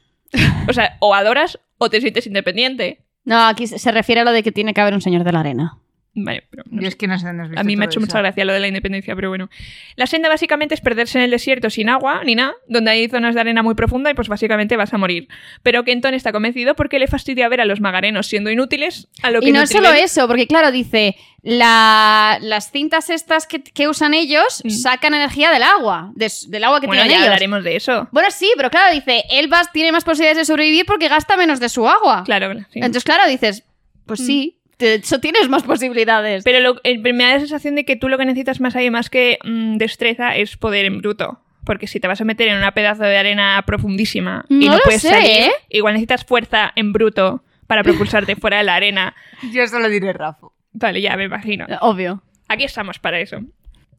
Speaker 1: O sea, o adoras o te sientes independiente.
Speaker 3: No, aquí se se refiere a lo de que tiene que haber un señor de la arena.
Speaker 1: Vale, pero no
Speaker 2: Yo es que no sé dónde has visto
Speaker 1: A mí me ha
Speaker 2: todo
Speaker 1: hecho
Speaker 2: eso.
Speaker 1: mucha gracia lo de la independencia, pero bueno. La senda básicamente es perderse en el desierto sin agua ni nada, donde hay zonas de arena muy profunda y pues básicamente vas a morir. Pero Kenton está convencido porque le fastidia ver a los magarenos siendo inútiles a lo que
Speaker 3: Y no
Speaker 1: Nutriben-
Speaker 3: solo eso, porque claro, dice, la- las cintas estas que, que usan ellos
Speaker 1: Mm.
Speaker 3: sacan energía del agua, de s- del agua que
Speaker 1: Bueno, ya
Speaker 3: tienen ellos.
Speaker 1: hablaremos de eso.
Speaker 3: Bueno, sí, pero claro, dice, él va- tiene más posibilidades de sobrevivir porque gasta menos de su agua.
Speaker 1: Claro, sí. Mm.
Speaker 3: Entonces, claro, dices, pues sí, de hecho tienes más posibilidades.
Speaker 1: Pero lo- eh, me da la sensación de que tú lo que necesitas más ahí, más que mm, destreza, es poder en bruto. Porque si te vas a meter en una pedazo de arena profundísima y
Speaker 3: No
Speaker 1: no
Speaker 3: lo
Speaker 1: puedes
Speaker 3: sé,
Speaker 1: salir,
Speaker 3: ¿eh?
Speaker 1: igual necesitas fuerza en bruto para propulsarte fuera de la arena.
Speaker 2: Yo solo diré Rafa.
Speaker 1: Vale, ya me imagino.
Speaker 3: Obvio.
Speaker 1: Aquí estamos para eso.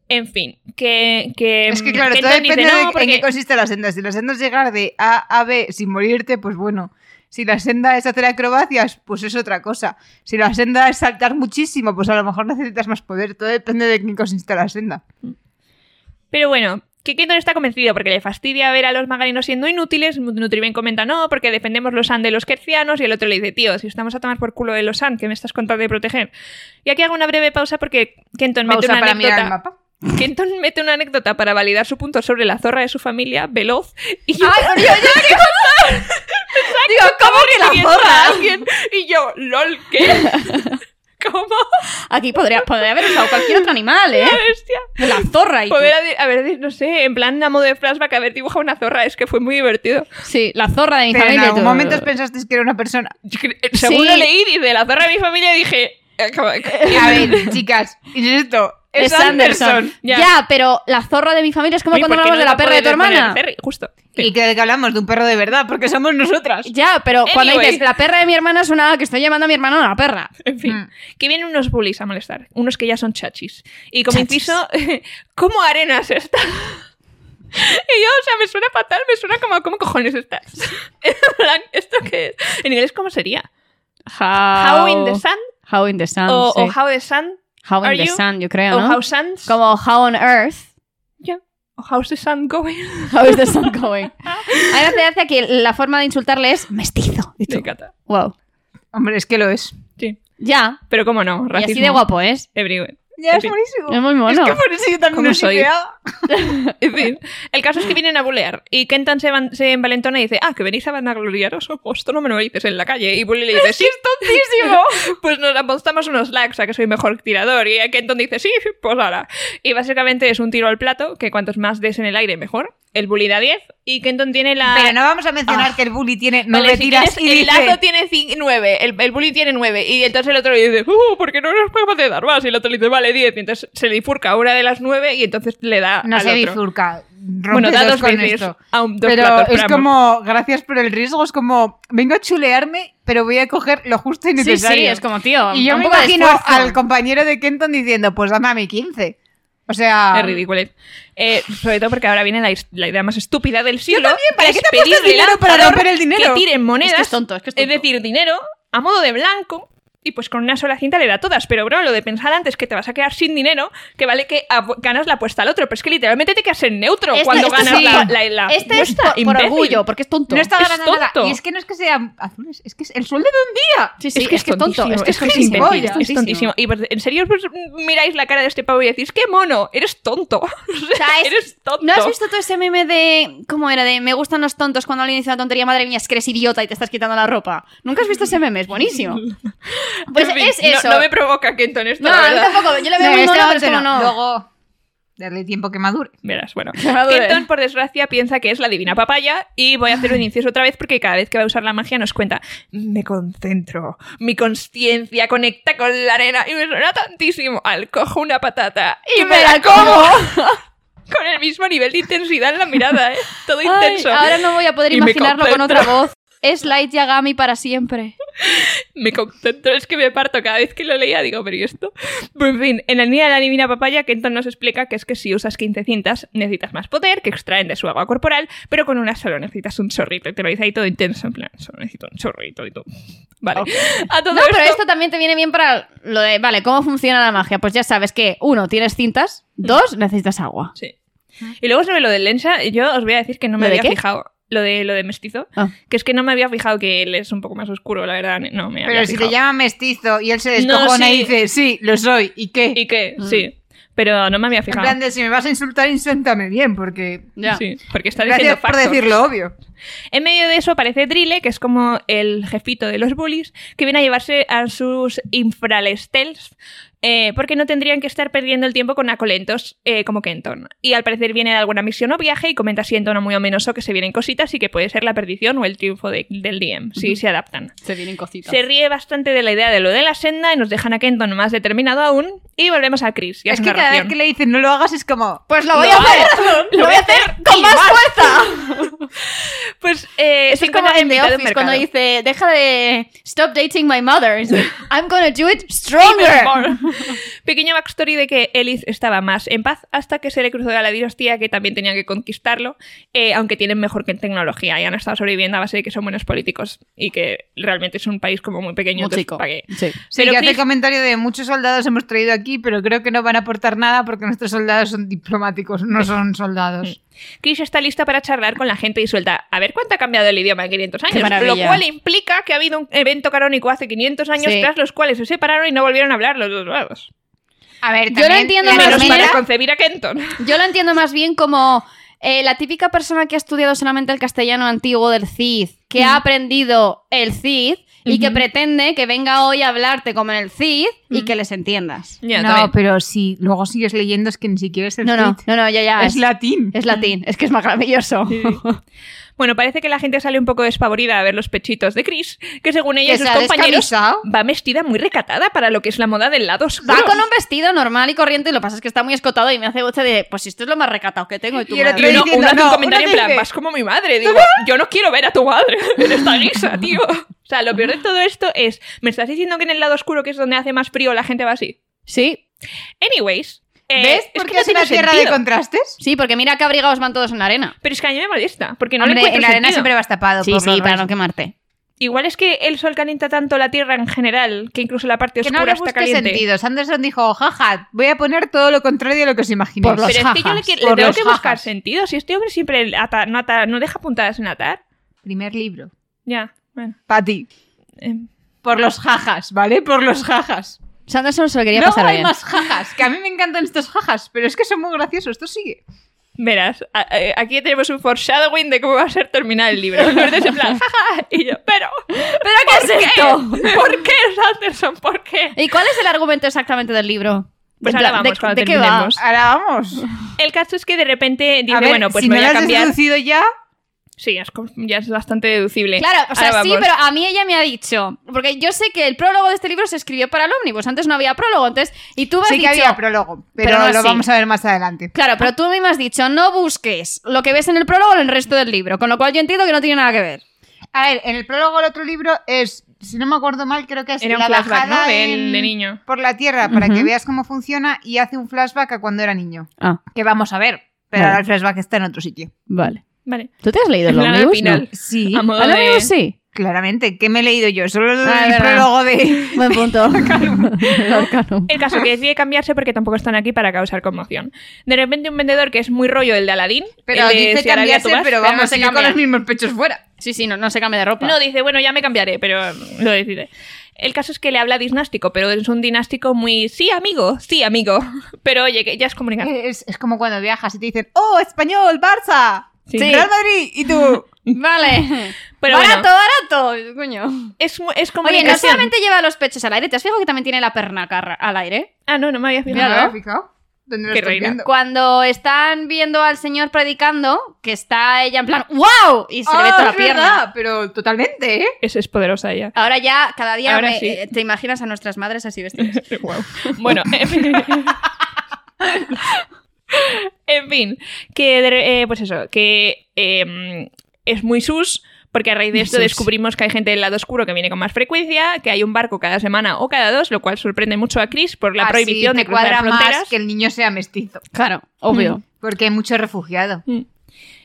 Speaker 1: En fin, que. que mm,
Speaker 2: Es que claro,
Speaker 1: em, que
Speaker 2: todo
Speaker 1: Anton dice,
Speaker 2: depende de
Speaker 1: "No, porque
Speaker 2: en qué consiste la senda. Si la senda es llegar de A a B sin morirte, pues bueno. Si la senda es hacer acrobacias, pues es otra cosa. Si la senda es saltar muchísimo, pues a lo mejor necesitas más poder. Todo depende de en qué consiste la senda.
Speaker 1: Pero bueno, que Kenton está convencido porque le fastidia ver a los magarinos siendo inútiles. Nutriben comenta no, porque defendemos los San de los quercianos. Y el otro le dice, tío, si estamos a tomar por culo de los San, que me estás contando de proteger. Y aquí hago una breve pausa porque Kenton mete
Speaker 2: Pausa
Speaker 1: una
Speaker 2: para mirar el
Speaker 1: anécdota.
Speaker 2: mapa.
Speaker 1: Kenton mete una anécdota para validar su punto sobre la zorra de su familia, veloz. Y yo,
Speaker 3: ¡Ay, por Dios, yo qué Digo, ¿cómo que la
Speaker 1: persiguiendo a
Speaker 3: borra?
Speaker 1: alguien. Y yo, lol, ¿qué? ¿Cómo?
Speaker 3: Aquí podría, podría haber usado cualquier otro animal, ¿eh?
Speaker 1: La bestia.
Speaker 3: La zorra. Y
Speaker 1: Poder adi- haber, di- no sé, en plan a modo de flashback, haber dibujado una zorra, es que fue muy divertido.
Speaker 3: Sí, la zorra de mi
Speaker 2: Pero en
Speaker 3: familia. y
Speaker 2: algún
Speaker 3: todo.
Speaker 2: momento pensasteis que era una persona.
Speaker 1: Yo cre- eh, Según
Speaker 3: Sí.
Speaker 1: lo leí, dice la zorra de mi familia, dije. eh, como-
Speaker 2: A ver, chicas, insisto, es, Anderson.
Speaker 1: Ya.
Speaker 3: Ya. pero la zorra de mi familia es como
Speaker 1: Uy,
Speaker 3: cuando
Speaker 1: ¿por qué
Speaker 3: hablamos
Speaker 1: no
Speaker 3: de la perra de tu
Speaker 1: puedes poner
Speaker 3: hermana.
Speaker 1: Terry? Justo. Sí.
Speaker 2: Y que del que hablamos de un perro de verdad, porque somos nosotras.
Speaker 3: Ya, pero cuando
Speaker 1: Anyway.
Speaker 3: dices la perra de mi hermana suena a que estoy llamando a mi hermana una perra.
Speaker 1: En fin,
Speaker 2: Mm.
Speaker 1: que vienen unos bullies a molestar, unos que ya son chachis. Y como
Speaker 3: Chachis.
Speaker 1: inciso, ¿cómo arenas está? Y yo, o sea, me suena fatal, me suena como, ¿cómo cojones estás? En plan, ¿Esto qué es? En inglés, ¿cómo sería?
Speaker 3: How,
Speaker 1: How in the sun
Speaker 3: How in the sun.
Speaker 1: o,
Speaker 3: sí.
Speaker 1: o how the sun
Speaker 3: How in
Speaker 1: are
Speaker 3: the
Speaker 1: you?
Speaker 3: sun, yo creo,
Speaker 1: o
Speaker 3: ¿no?
Speaker 1: how suns
Speaker 3: Como how on earth.
Speaker 1: Yeah. Oh, How's the sun going?
Speaker 3: How is the sun going? A mí me hace gracia que la forma de insultarle es mestizo. Y tú,
Speaker 1: Me encanta.
Speaker 3: wow.
Speaker 2: Hombre, es que lo es.
Speaker 1: Sí.
Speaker 3: Ya.
Speaker 1: Pero cómo no,
Speaker 3: Y
Speaker 1: racismo.
Speaker 3: así de guapo es.
Speaker 1: Everywhere.
Speaker 2: Ya
Speaker 1: En
Speaker 2: es
Speaker 1: fin.
Speaker 2: buenísimo.
Speaker 3: Es muy mono.
Speaker 2: Es que por eso yo también
Speaker 1: ¿Cómo
Speaker 2: no soy
Speaker 1: soy?
Speaker 2: fea.
Speaker 1: En fin, el caso es que vienen a bulear y Kenton se, van- se envalentona y dice, ah, que venís a vanagloriaros, ojo, esto no me lo dices en la calle. Y Bully le dice, sí, es tontísimo. pues nos apostamos unos lags a que soy mejor tirador. Y Kenton dice, sí, pues ahora. Y básicamente es un tiro al plato, que cuantos más des en el aire, mejor. El Bully da 10 y Kenton tiene la...
Speaker 2: Pero no vamos a mencionar que el bully tiene nueve
Speaker 1: Ah. Vale, si
Speaker 2: tiras
Speaker 1: quieres,
Speaker 2: y
Speaker 1: el
Speaker 2: dice,
Speaker 1: lazo tiene 9, el, el bully tiene 9 y entonces el otro le dice, uh, ¿por qué no eres capaz de dar más? Y el otro le dice, vale, 10 y entonces se le bifurca una de las 9 y entonces le da
Speaker 2: no
Speaker 1: al
Speaker 2: se
Speaker 1: otro.
Speaker 2: bifurca, rompe
Speaker 1: Bueno, da
Speaker 2: dos
Speaker 1: dos
Speaker 2: con
Speaker 1: veces
Speaker 2: esto.
Speaker 1: a un- dos
Speaker 2: Pero
Speaker 1: platos,
Speaker 2: es
Speaker 1: pero vamos.
Speaker 2: como, gracias por el riesgo, es como, vengo a chulearme, pero voy a coger lo justo y
Speaker 3: sí,
Speaker 2: necesario.
Speaker 3: sí, es como tío.
Speaker 2: y yo
Speaker 3: un
Speaker 2: me
Speaker 3: poco de
Speaker 2: imagino
Speaker 3: esfuerzo.
Speaker 2: al compañero de Kenton diciendo, pues dame a mi 15. O sea...
Speaker 1: Es ridículo. Eh, sobre todo porque ahora viene la, is- la idea más estúpida del siglo.
Speaker 2: también, ¿para
Speaker 1: que
Speaker 2: qué
Speaker 1: es
Speaker 2: te apuestas
Speaker 1: pedirle
Speaker 2: dinero
Speaker 1: al
Speaker 2: para
Speaker 1: lanzador
Speaker 2: romper el dinero?
Speaker 1: Que tiren monedas.
Speaker 3: Es que es tonto, es que es tonto.
Speaker 1: decir, dinero a modo de blanco Y pues con una sola cinta le da todas. Pero, bro, lo de pensar antes que te vas a quedar sin dinero, que vale que apu- ganas la apuesta al otro. Pero es que literalmente te quedas en neutro
Speaker 3: Este-
Speaker 1: cuando
Speaker 3: este
Speaker 1: ganas
Speaker 3: sí.
Speaker 1: la, la- la
Speaker 3: Este es
Speaker 1: apuesta,
Speaker 3: por, por
Speaker 1: imbécil.
Speaker 3: orgullo, porque es tonto.
Speaker 2: No está
Speaker 1: Es
Speaker 2: ganando nada.
Speaker 1: tonto.
Speaker 2: Y es que no es que sean azules, es que es el sueldo de un día.
Speaker 3: Sí, sí,
Speaker 1: es que es, tonto, es que es
Speaker 2: tontísimo,
Speaker 1: tontísimo,
Speaker 2: es
Speaker 1: es tontísimo. Y pues, en serio pues, miráis la cara de este pavo y decís, qué mono, eres tonto. O
Speaker 3: sea, es-
Speaker 1: eres tonto.
Speaker 3: ¿No has visto todo ese meme de. ¿Cómo era? De me gustan los tontos cuando alguien dice una tontería, madre mía, es que eres idiota y te estás quitando la ropa. ¿Nunca has visto ese meme? Es buenísimo. Pues
Speaker 1: En fin,
Speaker 3: es
Speaker 1: no-
Speaker 3: eso.
Speaker 1: No, me provoca Kenton esto,
Speaker 3: No,
Speaker 1: la
Speaker 3: a mí
Speaker 1: verdad.
Speaker 3: tampoco. Yo le veo
Speaker 2: No,
Speaker 3: muy
Speaker 2: este
Speaker 3: mono, pero
Speaker 2: momento
Speaker 3: es como
Speaker 2: no.
Speaker 3: no.
Speaker 2: Luego, darle tiempo que madure.
Speaker 1: Verás, bueno.
Speaker 3: Madure.
Speaker 1: Kenton, por desgracia, piensa que es la divina papaya y voy a hacer un inciso otra vez porque cada vez que va a usar la magia nos cuenta me concentro, mi conciencia conecta con la arena y me suena tantísimo al cojo una patata y me la como con el mismo nivel de intensidad en la mirada, ¿eh? Todo
Speaker 3: Ay,
Speaker 1: intenso.
Speaker 3: ahora no voy a poder
Speaker 1: Y me
Speaker 3: imaginarlo con
Speaker 1: concentro.
Speaker 3: otra voz. Es Light Yagami para siempre.
Speaker 1: me concentro, es que me parto cada vez que lo leía, digo, pero ¿y esto? Pero, en fin, en la línea de la divina papaya, Kenton nos explica que es que si usas 15 cintas necesitas más poder, que extraen de su agua corporal, pero con una solo necesitas un chorrito, y te lo dice ahí todo intenso, en plan, solo necesito un chorrito y todo. Vale. A todo
Speaker 3: No, pero
Speaker 1: esto,
Speaker 3: esto también te viene bien para lo de, vale, ¿cómo funciona la magia? Pues ya sabes que, uno, tienes cintas,
Speaker 1: Mm.
Speaker 3: dos, necesitas agua.
Speaker 1: Sí. Y luego sobre lo del Lensa, yo os voy a decir que no me
Speaker 3: ¿Lo de
Speaker 1: había
Speaker 3: qué?
Speaker 1: fijado. Lo de, lo de mestizo,
Speaker 3: Ah.
Speaker 1: que es que no me había fijado que él es un poco más oscuro, la verdad. No, me había
Speaker 2: Pero si
Speaker 1: fijado.
Speaker 2: te llama mestizo y él se
Speaker 1: No,
Speaker 2: descojona
Speaker 1: sí.
Speaker 2: y dice, sí, lo soy, ¿y qué?
Speaker 1: Y que,
Speaker 3: Mm.
Speaker 1: sí. Pero no me había
Speaker 2: en
Speaker 1: fijado.
Speaker 2: plan de, si me vas a insultar, insúltame bien, porque...
Speaker 3: Ya.
Speaker 1: Sí, porque está diciendo
Speaker 2: Gracias por
Speaker 1: factos.
Speaker 2: decir lo obvio.
Speaker 1: En medio de eso aparece Drille, que es como el jefito de los bullies, que viene a llevarse a sus infralestels, eh, porque no tendrían que estar perdiendo el tiempo con acolentos eh, como Kenton. Y al parecer viene de alguna misión o viaje y comenta así en tono muy ominoso que se vienen cositas y que puede ser la perdición o el triunfo de- del DM, si se adaptan.
Speaker 3: Se vienen cositas.
Speaker 1: Se ríe bastante de la idea de lo de la senda y nos dejan a Kenton más determinado aún. Y volvemos a Chris. y a
Speaker 2: es
Speaker 1: su
Speaker 2: que cada vez
Speaker 1: narración.
Speaker 2: que le dicen no lo hagas es como...
Speaker 3: Pues lo voy a hacer.
Speaker 1: Lo voy a hacer
Speaker 3: ¡Con más fuerza!
Speaker 1: Pues eh,
Speaker 3: Es
Speaker 1: se
Speaker 3: como
Speaker 1: encuentran
Speaker 3: en The
Speaker 1: mitad de un
Speaker 3: Office cuando
Speaker 1: mercado.
Speaker 3: dice, deja de stop dating my mother. I'm gonna do it stronger.
Speaker 1: Even more. Pequeño backstory de que Ellis estaba más en paz hasta que se le cruzó a la dinastía que también tenía que conquistarlo, eh, aunque tienen mejor que tecnología y han estado sobreviviendo a base de que son buenos políticos y que realmente es un país como muy pequeño.
Speaker 3: Muy
Speaker 1: entonces,
Speaker 3: chico.
Speaker 1: ¿pa' qué?
Speaker 3: Sí.
Speaker 2: Sí,
Speaker 1: Pero
Speaker 2: que hace
Speaker 1: Cliff-
Speaker 2: el comentario de muchos soldados hemos traído aquí, pero creo que no van a aportar nada porque nuestros soldados son diplomáticos, no son soldados.
Speaker 1: Chris está lista para charlar con la gente y suelta a ver cuánto ha cambiado el idioma en 500
Speaker 3: Qué
Speaker 1: años,
Speaker 3: maravilla.
Speaker 1: lo cual implica que ha habido un evento canónico hace 500 años
Speaker 3: Sí.
Speaker 1: tras los cuales se separaron y no volvieron a hablar los dos lados.
Speaker 2: A ver,
Speaker 3: Yo lo
Speaker 2: también
Speaker 3: entiendo
Speaker 2: la
Speaker 3: más
Speaker 1: Menos
Speaker 3: bien-
Speaker 2: tormenta-
Speaker 1: para concebir a Kenton.
Speaker 3: Yo lo entiendo más bien como eh, la típica persona que ha estudiado solamente el castellano antiguo del Cid, que ha aprendido el Cid y que
Speaker 1: Ujú.
Speaker 3: pretende que venga hoy a hablarte como en el Cid y que les entiendas.
Speaker 1: Ya,
Speaker 2: No,
Speaker 1: también.
Speaker 2: pero si luego sigues leyendo es que ni siquiera es el
Speaker 3: No, no,
Speaker 2: Cid,
Speaker 3: no, no, ya, ya.
Speaker 2: es latín.
Speaker 3: es latín, es que es maravilloso.
Speaker 1: Bueno, parece que la gente sale un poco despavorida a ver los pechitos de Chris, que según ella y
Speaker 2: Que
Speaker 1: sus
Speaker 2: se ha
Speaker 1: compañeros
Speaker 2: descamisado.
Speaker 1: va vestida muy recatada para lo que es la moda del lado oscuro.
Speaker 3: Va con un vestido normal y corriente, lo que pasa es que está muy escotado y me hace boche de, pues esto es lo más recatado que tengo y tú
Speaker 2: Y el
Speaker 1: Y
Speaker 3: madre".
Speaker 1: uno,
Speaker 2: diciendo,
Speaker 1: uno hace un
Speaker 2: no,
Speaker 1: comentario
Speaker 2: uno
Speaker 1: en plan,
Speaker 2: dice-
Speaker 1: vas como mi madre. Digo, yo no quiero ver a tu madre en esta guisa, tío. O sea, lo peor de todo esto es, me estás diciendo que en el lado oscuro, que es donde hace más frío, la gente va así.
Speaker 3: Sí,
Speaker 1: Anyways, eh,
Speaker 2: ¿Ves?
Speaker 1: es
Speaker 2: Porque
Speaker 1: que no
Speaker 2: es una
Speaker 1: tiene
Speaker 2: tierra de
Speaker 1: sentido.
Speaker 2: contrastes.
Speaker 3: sí, porque mira que abrigados van todos en la arena.
Speaker 1: Pero es que a mí me molesta, porque no le
Speaker 2: Hombre,
Speaker 1: encuentro
Speaker 2: en la arena
Speaker 1: sentido.
Speaker 2: siempre vas tapado.
Speaker 3: Sí,
Speaker 2: por
Speaker 3: sí,
Speaker 2: los
Speaker 3: para
Speaker 2: restos.
Speaker 3: no quemarte.
Speaker 1: Igual es que el sol calienta tanto la tierra en general, que incluso la parte
Speaker 2: que
Speaker 1: oscura
Speaker 2: no le
Speaker 1: está
Speaker 2: busque
Speaker 1: caliente.
Speaker 2: sentido. Anderson dijo, jaja, voy a poner todo lo contrario de lo que os imaginéis.
Speaker 3: Por los
Speaker 1: Pero es que yo le,
Speaker 3: jajas,
Speaker 1: que- le
Speaker 2: por
Speaker 1: tengo
Speaker 2: los
Speaker 1: que buscar
Speaker 2: jajas.
Speaker 1: sentido. Si este hombre siempre ata- no, ata- no deja puntadas en atar.
Speaker 2: Primer libro.
Speaker 1: Ya, bueno.
Speaker 2: Pati.
Speaker 1: eh,
Speaker 2: Por los jajas, ¿vale? Por los jajas.
Speaker 3: Sanderson se lo quería
Speaker 2: Luego
Speaker 3: pasar
Speaker 2: hay
Speaker 3: bien.
Speaker 2: más jajas, que a mí me encantan estos jajas, pero es que son muy graciosos. Esto sigue.
Speaker 1: verás, a- eh, aquí tenemos un foreshadowing de cómo va a ser terminar el libro. Lourdes en plan, jaja, y yo, pero,
Speaker 3: ¿Pero qué es esto?
Speaker 1: ¿por qué Sanderson? ¿Por qué?
Speaker 3: ¿Y cuál es el argumento exactamente del libro?
Speaker 1: Pues
Speaker 3: En
Speaker 1: ahora
Speaker 3: plan,
Speaker 1: vamos cuando
Speaker 3: qué va?
Speaker 1: terminemos.
Speaker 2: Ahora vamos.
Speaker 1: El caso es que de repente dice,
Speaker 2: a ver,
Speaker 1: bueno, pues
Speaker 2: si
Speaker 1: me
Speaker 2: no
Speaker 1: voy
Speaker 2: lo
Speaker 1: a
Speaker 2: has
Speaker 1: cambiar.
Speaker 2: deducido ya,
Speaker 1: Sí, es como- ya es bastante deducible.
Speaker 3: Claro, o sea,
Speaker 1: Ahora
Speaker 3: sí,
Speaker 1: vamos.
Speaker 3: pero a mí ella me ha dicho, porque yo sé que el prólogo de este libro se escribió para el ómnibus, antes no había prólogo, entonces, y tú me has
Speaker 2: sí que
Speaker 3: dicho...
Speaker 2: había prólogo, pero,
Speaker 3: pero no
Speaker 2: lo
Speaker 3: así.
Speaker 2: vamos a ver más adelante.
Speaker 3: Claro, pero tú a mí me has dicho, no busques lo que ves en el prólogo en el resto del libro, con lo cual yo entiendo que no tiene nada que ver.
Speaker 2: A ver, en el prólogo del otro libro es, si no me acuerdo mal, creo que es
Speaker 1: Era un
Speaker 2: la
Speaker 1: flashback,
Speaker 2: bajada
Speaker 1: ¿no? De,
Speaker 2: en-
Speaker 1: de niño.
Speaker 2: por la tierra para que
Speaker 3: Ujú.
Speaker 2: veas cómo funciona y hace un flashback a cuando era niño.
Speaker 3: Ah,
Speaker 2: Que vamos a ver, pero
Speaker 3: Vale.
Speaker 2: ahora el flashback está en otro sitio.
Speaker 3: vale.
Speaker 1: Vale.
Speaker 3: ¿Tú te has leído
Speaker 1: En plan, al final.
Speaker 2: Sí.
Speaker 1: A modo de...
Speaker 3: sí.
Speaker 2: Claramente, ¿qué me he leído yo? Solo el
Speaker 3: Ah, es verdad.
Speaker 2: prólogo de...
Speaker 3: Buen punto. El Arcanum.
Speaker 1: El caso que decide cambiarse porque tampoco están aquí para causar conmoción. De repente un vendedor que es muy rollo el de Aladín,
Speaker 2: Pero
Speaker 1: el de
Speaker 2: dice
Speaker 1: Si Arabia
Speaker 2: cambiarse,
Speaker 1: tú vas,
Speaker 2: pero
Speaker 3: pero no
Speaker 2: vamos,
Speaker 3: se
Speaker 2: sigue con
Speaker 3: cambia.
Speaker 2: los mismos pechos fuera.
Speaker 3: Sí, sí, no, no se cambia de ropa.
Speaker 1: No, dice, bueno, ya me cambiaré, pero mm, lo decide. El caso es que le habla dinástico, pero es un dinástico muy, sí, amigo, sí, amigo. Pero oye, que ya es comunicación.
Speaker 2: Es, es como cuando viajas y te dicen, ¡Oh, español, Barça!
Speaker 1: Sí.
Speaker 2: Real Madrid, y tú...
Speaker 3: Vale.
Speaker 1: Pero
Speaker 3: barato, barato. Coño.
Speaker 1: Es, mu- es
Speaker 3: Oye, no
Speaker 1: comunicación.
Speaker 3: solamente lleva los pechos al aire, ¿te has fijado que también tiene la pernaca ra- al aire?
Speaker 1: Ah, no, no me había
Speaker 2: Mira,
Speaker 1: fijado.
Speaker 2: ¿no
Speaker 3: Claro.
Speaker 2: me había fijado? ¿Dónde lo
Speaker 1: Qué
Speaker 2: estoy
Speaker 1: reina.
Speaker 2: viendo?
Speaker 3: Cuando están viendo al señor predicando, que está ella en plan ¡Wow! Y se le ve
Speaker 2: Ah,
Speaker 3: toda la
Speaker 2: es
Speaker 3: pierna.
Speaker 2: verdad, pero totalmente, ¿eh?
Speaker 1: Esa es poderosa ella.
Speaker 3: Ahora ya, cada día
Speaker 1: Ahora
Speaker 3: me-
Speaker 1: sí.
Speaker 3: eh, te imaginas a nuestras madres así vestidas.
Speaker 1: Guau. Bueno, en fin. En fin, que de- eh, pues eso, que eh, es muy sus, porque a raíz de esto
Speaker 3: Sus.
Speaker 1: descubrimos que hay gente del lado oscuro que viene con más frecuencia, que hay un barco cada semana o cada dos, lo cual sorprende mucho a Chris por la
Speaker 2: Así
Speaker 1: prohibición de
Speaker 2: te
Speaker 1: cruzar
Speaker 2: cuadra
Speaker 1: fronteras.
Speaker 2: más que el niño sea mestizo.
Speaker 3: Claro, Mm.
Speaker 1: obvio.
Speaker 2: Porque hay mucho refugiado.
Speaker 1: Mm.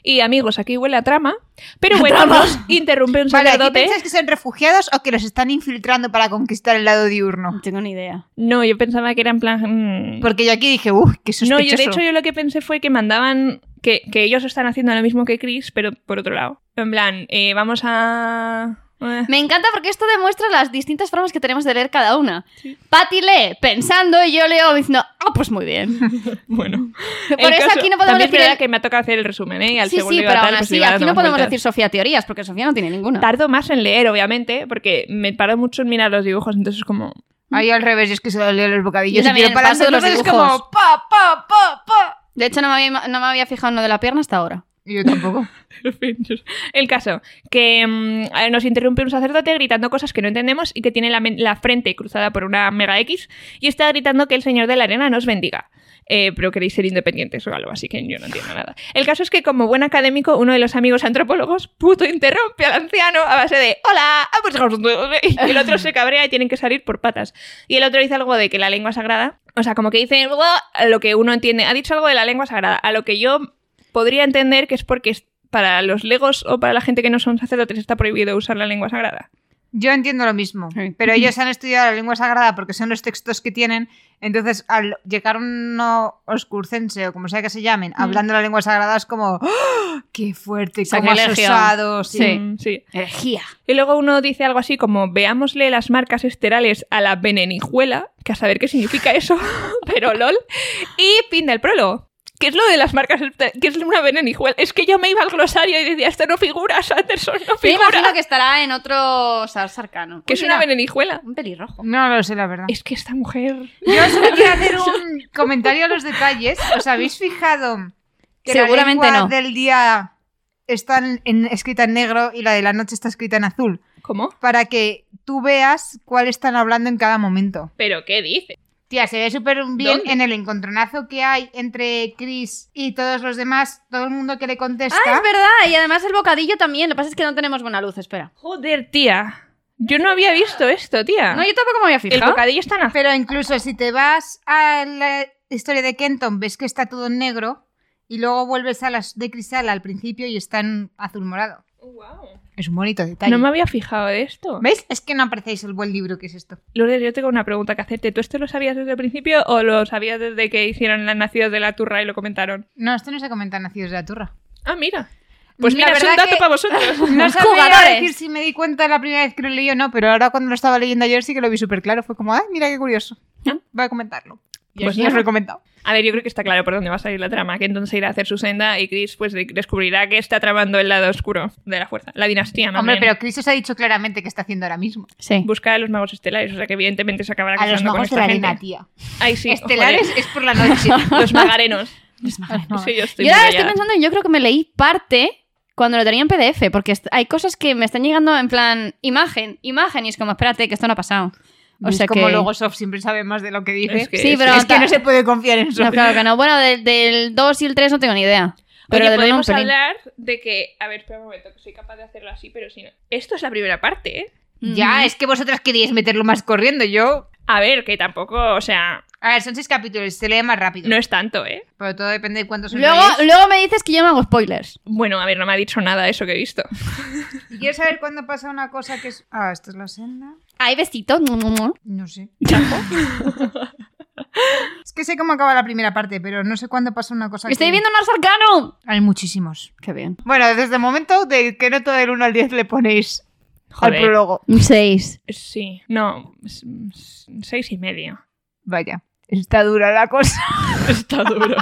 Speaker 1: Y amigos, aquí huele a trama, pero bueno,
Speaker 3: trama.
Speaker 1: nos interrumpe un
Speaker 2: Vale, ¿aquí
Speaker 1: sacerdote.
Speaker 2: piensas que son refugiados o que los están infiltrando para conquistar el lado diurno?
Speaker 3: No tengo ni idea.
Speaker 1: No, yo pensaba que era en plan... mm,
Speaker 2: Porque yo aquí dije, uff, qué
Speaker 1: No,
Speaker 2: sospechoso.
Speaker 1: yo de hecho yo lo que pensé fue que mandaban que, que ellos están haciendo lo mismo que Chris, pero por otro lado. En plan, eh, vamos a eh,
Speaker 3: Me encanta porque esto demuestra las distintas formas que tenemos de leer cada una. Patty lee pensando y yo leo diciendo, ah, pues muy bien.
Speaker 1: bueno.
Speaker 3: Por
Speaker 1: El
Speaker 3: eso
Speaker 1: caso-
Speaker 3: aquí no
Speaker 1: también
Speaker 3: podemos decir...
Speaker 1: es verdad
Speaker 3: el-
Speaker 1: que me ha tocado hacer el resumen, ¿eh? Y al
Speaker 3: Sí,
Speaker 1: segundo
Speaker 3: sí,
Speaker 1: iba
Speaker 3: pero
Speaker 1: tal,
Speaker 3: aún
Speaker 1: pues
Speaker 3: así,
Speaker 1: le iba
Speaker 3: aquí
Speaker 1: dando
Speaker 3: no
Speaker 1: más
Speaker 3: podemos
Speaker 1: vueltas.
Speaker 3: decir Sofía teorías, porque Sofía no tiene ninguna.
Speaker 1: Tardo más en leer, obviamente, porque me tardo mucho en mirar los dibujos, entonces es como
Speaker 2: Ahí al revés, yo es que solo leo los
Speaker 3: Yo
Speaker 2: bocadillos.
Speaker 3: también,
Speaker 2: y tiro para
Speaker 3: paso
Speaker 2: adelante,
Speaker 3: de los
Speaker 2: entonces es como pa, pa, pa, pa.
Speaker 3: De hecho, no me, había, no me había fijado en lo de la pierna hasta ahora.
Speaker 2: Y yo tampoco.
Speaker 1: En fin, Dios. El caso, que mm, eh, nos interrumpe un sacerdote gritando cosas que no entendemos y que tiene la, men- la frente cruzada por una mega X y está gritando que el Señor de la Arena nos bendiga. Eh, pero queréis ser independientes o algo, así que yo no entiendo nada. El caso es que como buen académico, uno de los amigos antropólogos puto interrumpe al anciano a base de ¡Hola! ah, pues, Y el otro se cabrea y tienen que salir por patas. Y el otro dice algo de que la lengua sagrada, o sea, como que dice "Buah", a lo que uno entiende. Ha dicho algo de la lengua sagrada, a lo que yo podría entender que es porque es- para los legos o para la gente que no son sacerdotes está prohibido usar la lengua sagrada.
Speaker 2: Yo entiendo lo mismo,
Speaker 3: Sí.
Speaker 2: pero ellos han estudiado la lengua sagrada porque son los textos que tienen. Entonces, al llegar uno oscurcense o como sea que se llamen, hablando la lengua sagrada es como ¡Ah! ¡Qué fuerte! ¡Cómo has
Speaker 3: Sacrilegio.
Speaker 2: osado! Sí.
Speaker 3: Sí.
Speaker 1: Mm, sí.
Speaker 3: Herejía.
Speaker 1: Y luego uno dice algo así como veámosle las marcas esterales a la venenijuela, que a saber qué significa eso, pero lol. Y pinta el prólogo. ¿Qué es lo de las marcas? ester- ¿Qué es una venenijuela? Es que yo me iba al glosario y decía, esto no figura, Sanderson, no
Speaker 3: Me
Speaker 1: figura.
Speaker 3: imagino que estará en otro sar sarcano.
Speaker 1: ¿Qué es una venenijuela?
Speaker 3: Un pelirrojo.
Speaker 2: No lo sé, la verdad.
Speaker 1: Es que esta mujer...
Speaker 2: Yo solo quiero hacer un comentario a los detalles. ¿Os habéis fijado que
Speaker 3: Seguramente
Speaker 2: la lengua
Speaker 3: no.
Speaker 2: del día está en- en- escrita en negro y la de la noche está escrita en azul?
Speaker 1: ¿Cómo?
Speaker 2: Para que tú veas cuál están hablando en cada momento.
Speaker 1: ¿Pero qué dice?
Speaker 2: Tía, se ve súper bien
Speaker 1: ¿Dónde?
Speaker 2: en el encontronazo que hay entre Chris y todos los demás, todo el mundo que le contesta.
Speaker 3: Ah, es verdad. Y además el bocadillo también. Lo que pasa es que no tenemos buena luz, espera.
Speaker 1: Joder, tía. Yo no había visto esto, tía.
Speaker 3: No, yo tampoco me había
Speaker 1: el
Speaker 3: fijado.
Speaker 1: bocadillo está en azul.
Speaker 2: Pero incluso si te vas a la historia de Kenton, ves que está todo en negro y luego vuelves a las de Crisal al principio y está en azul morado.
Speaker 1: Oh,
Speaker 2: Es un bonito detalle.
Speaker 1: No me había fijado de esto.
Speaker 2: ¿Veis? Es que no apreciáis el buen libro que es esto.
Speaker 1: Lourdes, yo tengo una pregunta que hacerte. ¿Tú esto lo sabías desde el principio o lo sabías desde que hicieron las nacidas de la turra y lo comentaron?
Speaker 2: No, esto no se comenta en Nacidos de la Turra.
Speaker 1: Ah, mira. Pues
Speaker 2: La
Speaker 1: mira, es un
Speaker 2: verdad
Speaker 1: dato
Speaker 2: que-
Speaker 1: para vosotros.
Speaker 2: No
Speaker 3: Los
Speaker 2: sabía
Speaker 3: jugadores.
Speaker 2: decir si me di cuenta la primera vez que lo leí o no, pero ahora cuando lo estaba leyendo ayer sí que lo vi súper claro. Fue como, ah, mira qué curioso. Voy a comentarlo. Y
Speaker 1: Pues
Speaker 2: así os
Speaker 1: nada.
Speaker 2: lo he comentado.
Speaker 1: A ver, yo creo que está claro por dónde va a salir la trama, que entonces irá a hacer su senda y Chris pues de- descubrirá que está tramando el lado oscuro de la fuerza, la dinastía, más
Speaker 2: Hombre,
Speaker 1: bien.
Speaker 2: pero Chris os ha dicho claramente qué está haciendo ahora mismo.
Speaker 3: Sí.
Speaker 1: Busca a los magos estelares, o sea que evidentemente se acabará
Speaker 2: A los
Speaker 1: casando con
Speaker 2: magos de
Speaker 1: esta
Speaker 2: la
Speaker 1: gente.
Speaker 2: arena, tía.
Speaker 1: Ay, sí.
Speaker 2: Estelares es por la noche.
Speaker 1: joder, los magarenos. Sí, yo estoy
Speaker 3: Yo ahora
Speaker 1: muy
Speaker 3: estoy
Speaker 1: rayada.
Speaker 3: pensando y yo creo que me leí parte cuando lo tenía en PDF, porque est- hay cosas que me están llegando en plan imagen, imagen, y es como, espérate, que esto no ha pasado. O
Speaker 2: Es
Speaker 3: sea
Speaker 2: como
Speaker 3: que...
Speaker 2: Logosoft siempre sabe más de lo que dice.
Speaker 1: Es que-
Speaker 3: Sí, pero...
Speaker 2: Es que
Speaker 3: ta-
Speaker 2: no se puede confiar en su...
Speaker 3: No, claro que no. Bueno, del- del 2 y el 3 no tengo ni idea. Pero
Speaker 1: Oye,
Speaker 3: del uno un
Speaker 1: podemos
Speaker 3: pelín.
Speaker 1: hablar de que... A ver, espera un momento, que soy capaz de hacerlo así, pero si no... Esto es la primera parte, ¿eh?
Speaker 3: Ujú.
Speaker 2: Ya, es que vosotras queríais meterlo más corriendo. Yo
Speaker 1: A ver, que tampoco, o sea,
Speaker 2: A ver, son seis capítulos, se lee más rápido.
Speaker 1: No es tanto, ¿eh?
Speaker 2: Pero todo depende de cuántos son
Speaker 3: Luego,
Speaker 2: leéis.
Speaker 3: luego me dices que yo no hago spoilers.
Speaker 1: Bueno, a ver, no me ha dicho nada eso que he visto.
Speaker 2: Y quiero saber cuándo pasa una cosa que es... Ah, esta es la senda.
Speaker 3: Hay besito.
Speaker 2: No sé. es que sé cómo acaba la primera parte, pero no sé cuándo pasa una cosa
Speaker 3: Estoy
Speaker 2: que-
Speaker 3: viendo un arcano.
Speaker 2: Hay muchísimos.
Speaker 3: Qué bien.
Speaker 2: Bueno, desde el momento de que no todo del 1 al 10 le ponéis al
Speaker 1: Joder.
Speaker 2: prólogo.
Speaker 3: Un 6.
Speaker 1: Sí, no, s- s- seis y medio.
Speaker 2: Vaya, está dura la cosa.
Speaker 1: Está duro.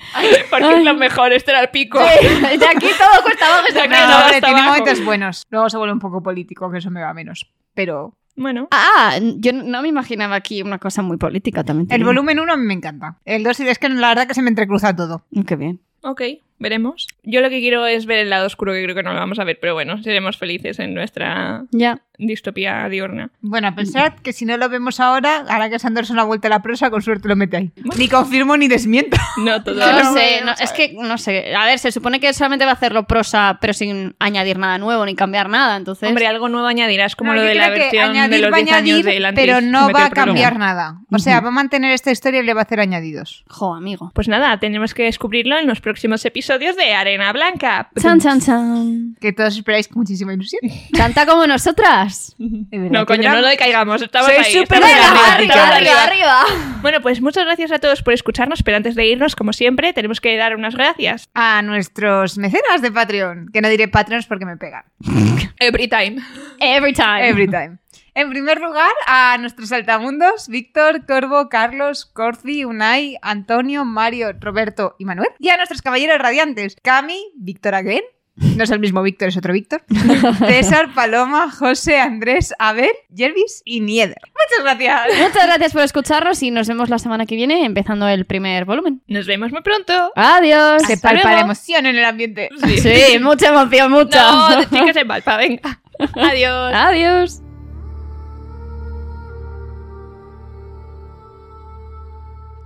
Speaker 1: Porque es lo mejor, este era el pico.
Speaker 3: de aquí todo cuesta abajo.
Speaker 1: De
Speaker 3: este
Speaker 1: aquí
Speaker 3: programa.
Speaker 1: no.
Speaker 2: hombre,
Speaker 1: hasta
Speaker 2: tiene
Speaker 1: abajo.
Speaker 2: momentos buenos. Luego se vuelve un poco político, que eso me va menos. Pero
Speaker 1: Bueno,
Speaker 3: Ah, yo no me imaginaba aquí una cosa muy política también.
Speaker 2: el volumen 1 a mí me encanta. El 2 y es que la verdad que se me entrecruza todo.
Speaker 3: Mm, Qué bien.
Speaker 1: ok, veremos. Yo lo que quiero es ver el lado oscuro, que creo que no lo vamos a ver, pero bueno, seremos felices en nuestra
Speaker 3: Ya.
Speaker 1: distopía diurna.
Speaker 2: Bueno, pensad que si no lo vemos ahora, ahora que Sanderson ha vuelto a la prosa, con suerte lo mete ahí. Ni confirmo ni desmiento.
Speaker 1: No, todo.
Speaker 3: No,
Speaker 2: no,
Speaker 3: sé,
Speaker 2: no,
Speaker 3: no-
Speaker 2: no
Speaker 3: es que no sé. A ver, se supone que solamente va a hacerlo prosa, pero sin añadir nada nuevo ni cambiar nada, entonces.
Speaker 1: Hombre, algo nuevo añadirás, como
Speaker 2: No,
Speaker 1: lo
Speaker 2: yo
Speaker 1: de
Speaker 2: creo
Speaker 1: la
Speaker 2: que
Speaker 1: versión de
Speaker 2: añadir
Speaker 1: los
Speaker 2: va
Speaker 1: 10 años
Speaker 2: añadir,
Speaker 1: de Atlantis.
Speaker 2: Pero no
Speaker 1: que
Speaker 2: va
Speaker 1: metió
Speaker 2: a
Speaker 1: el prólogo.
Speaker 2: cambiar nada. O sea, va a mantener esta historia y le va a hacer añadidos.
Speaker 3: Jo, amigo.
Speaker 1: Pues nada, tenemos que descubrirlo en los próximos episodios de Arena Blanca.
Speaker 3: Chan, chan, chan.
Speaker 2: Que todos esperáis con muchísima ilusión.
Speaker 3: Tanta como nosotras.
Speaker 2: De verdad
Speaker 1: No,
Speaker 2: que
Speaker 1: coño,
Speaker 2: drama.
Speaker 1: no lo decaigamos. Estamos
Speaker 2: Soy
Speaker 1: ahí.
Speaker 2: súper
Speaker 1: estamos arriba,
Speaker 2: dramática. Arriba,
Speaker 1: estamos
Speaker 2: arriba,
Speaker 1: Bueno, pues muchas gracias a todos por escucharnos, pero antes de irnos, como siempre, tenemos que dar unas gracias.
Speaker 2: a nuestros mecenas de Patreon, que no diré Patreons porque me pegan.
Speaker 1: Every time.
Speaker 3: Every time.
Speaker 2: Every time. En primer lugar, a nuestros altamundos, Víctor, Corvo, Carlos, Corfi, Unai, Antonio, Mario, Roberto y Manuel. Y a nuestros caballeros radiantes, Cami, Víctor again. No es el mismo Víctor, es otro Víctor. César, Paloma, José, Andrés, Abel, Jervis y Nieder. Muchas gracias.
Speaker 3: Muchas gracias por escucharnos y nos vemos la semana que viene empezando el primer volumen.
Speaker 1: Nos vemos muy pronto.
Speaker 3: Adiós.
Speaker 2: Se
Speaker 3: Hasta
Speaker 2: palpa la
Speaker 3: luego.
Speaker 2: emoción en el ambiente.
Speaker 3: Sí, mucha emoción, mucha.
Speaker 1: No, de chicas en Valpa, venga. Adiós.
Speaker 3: Adiós.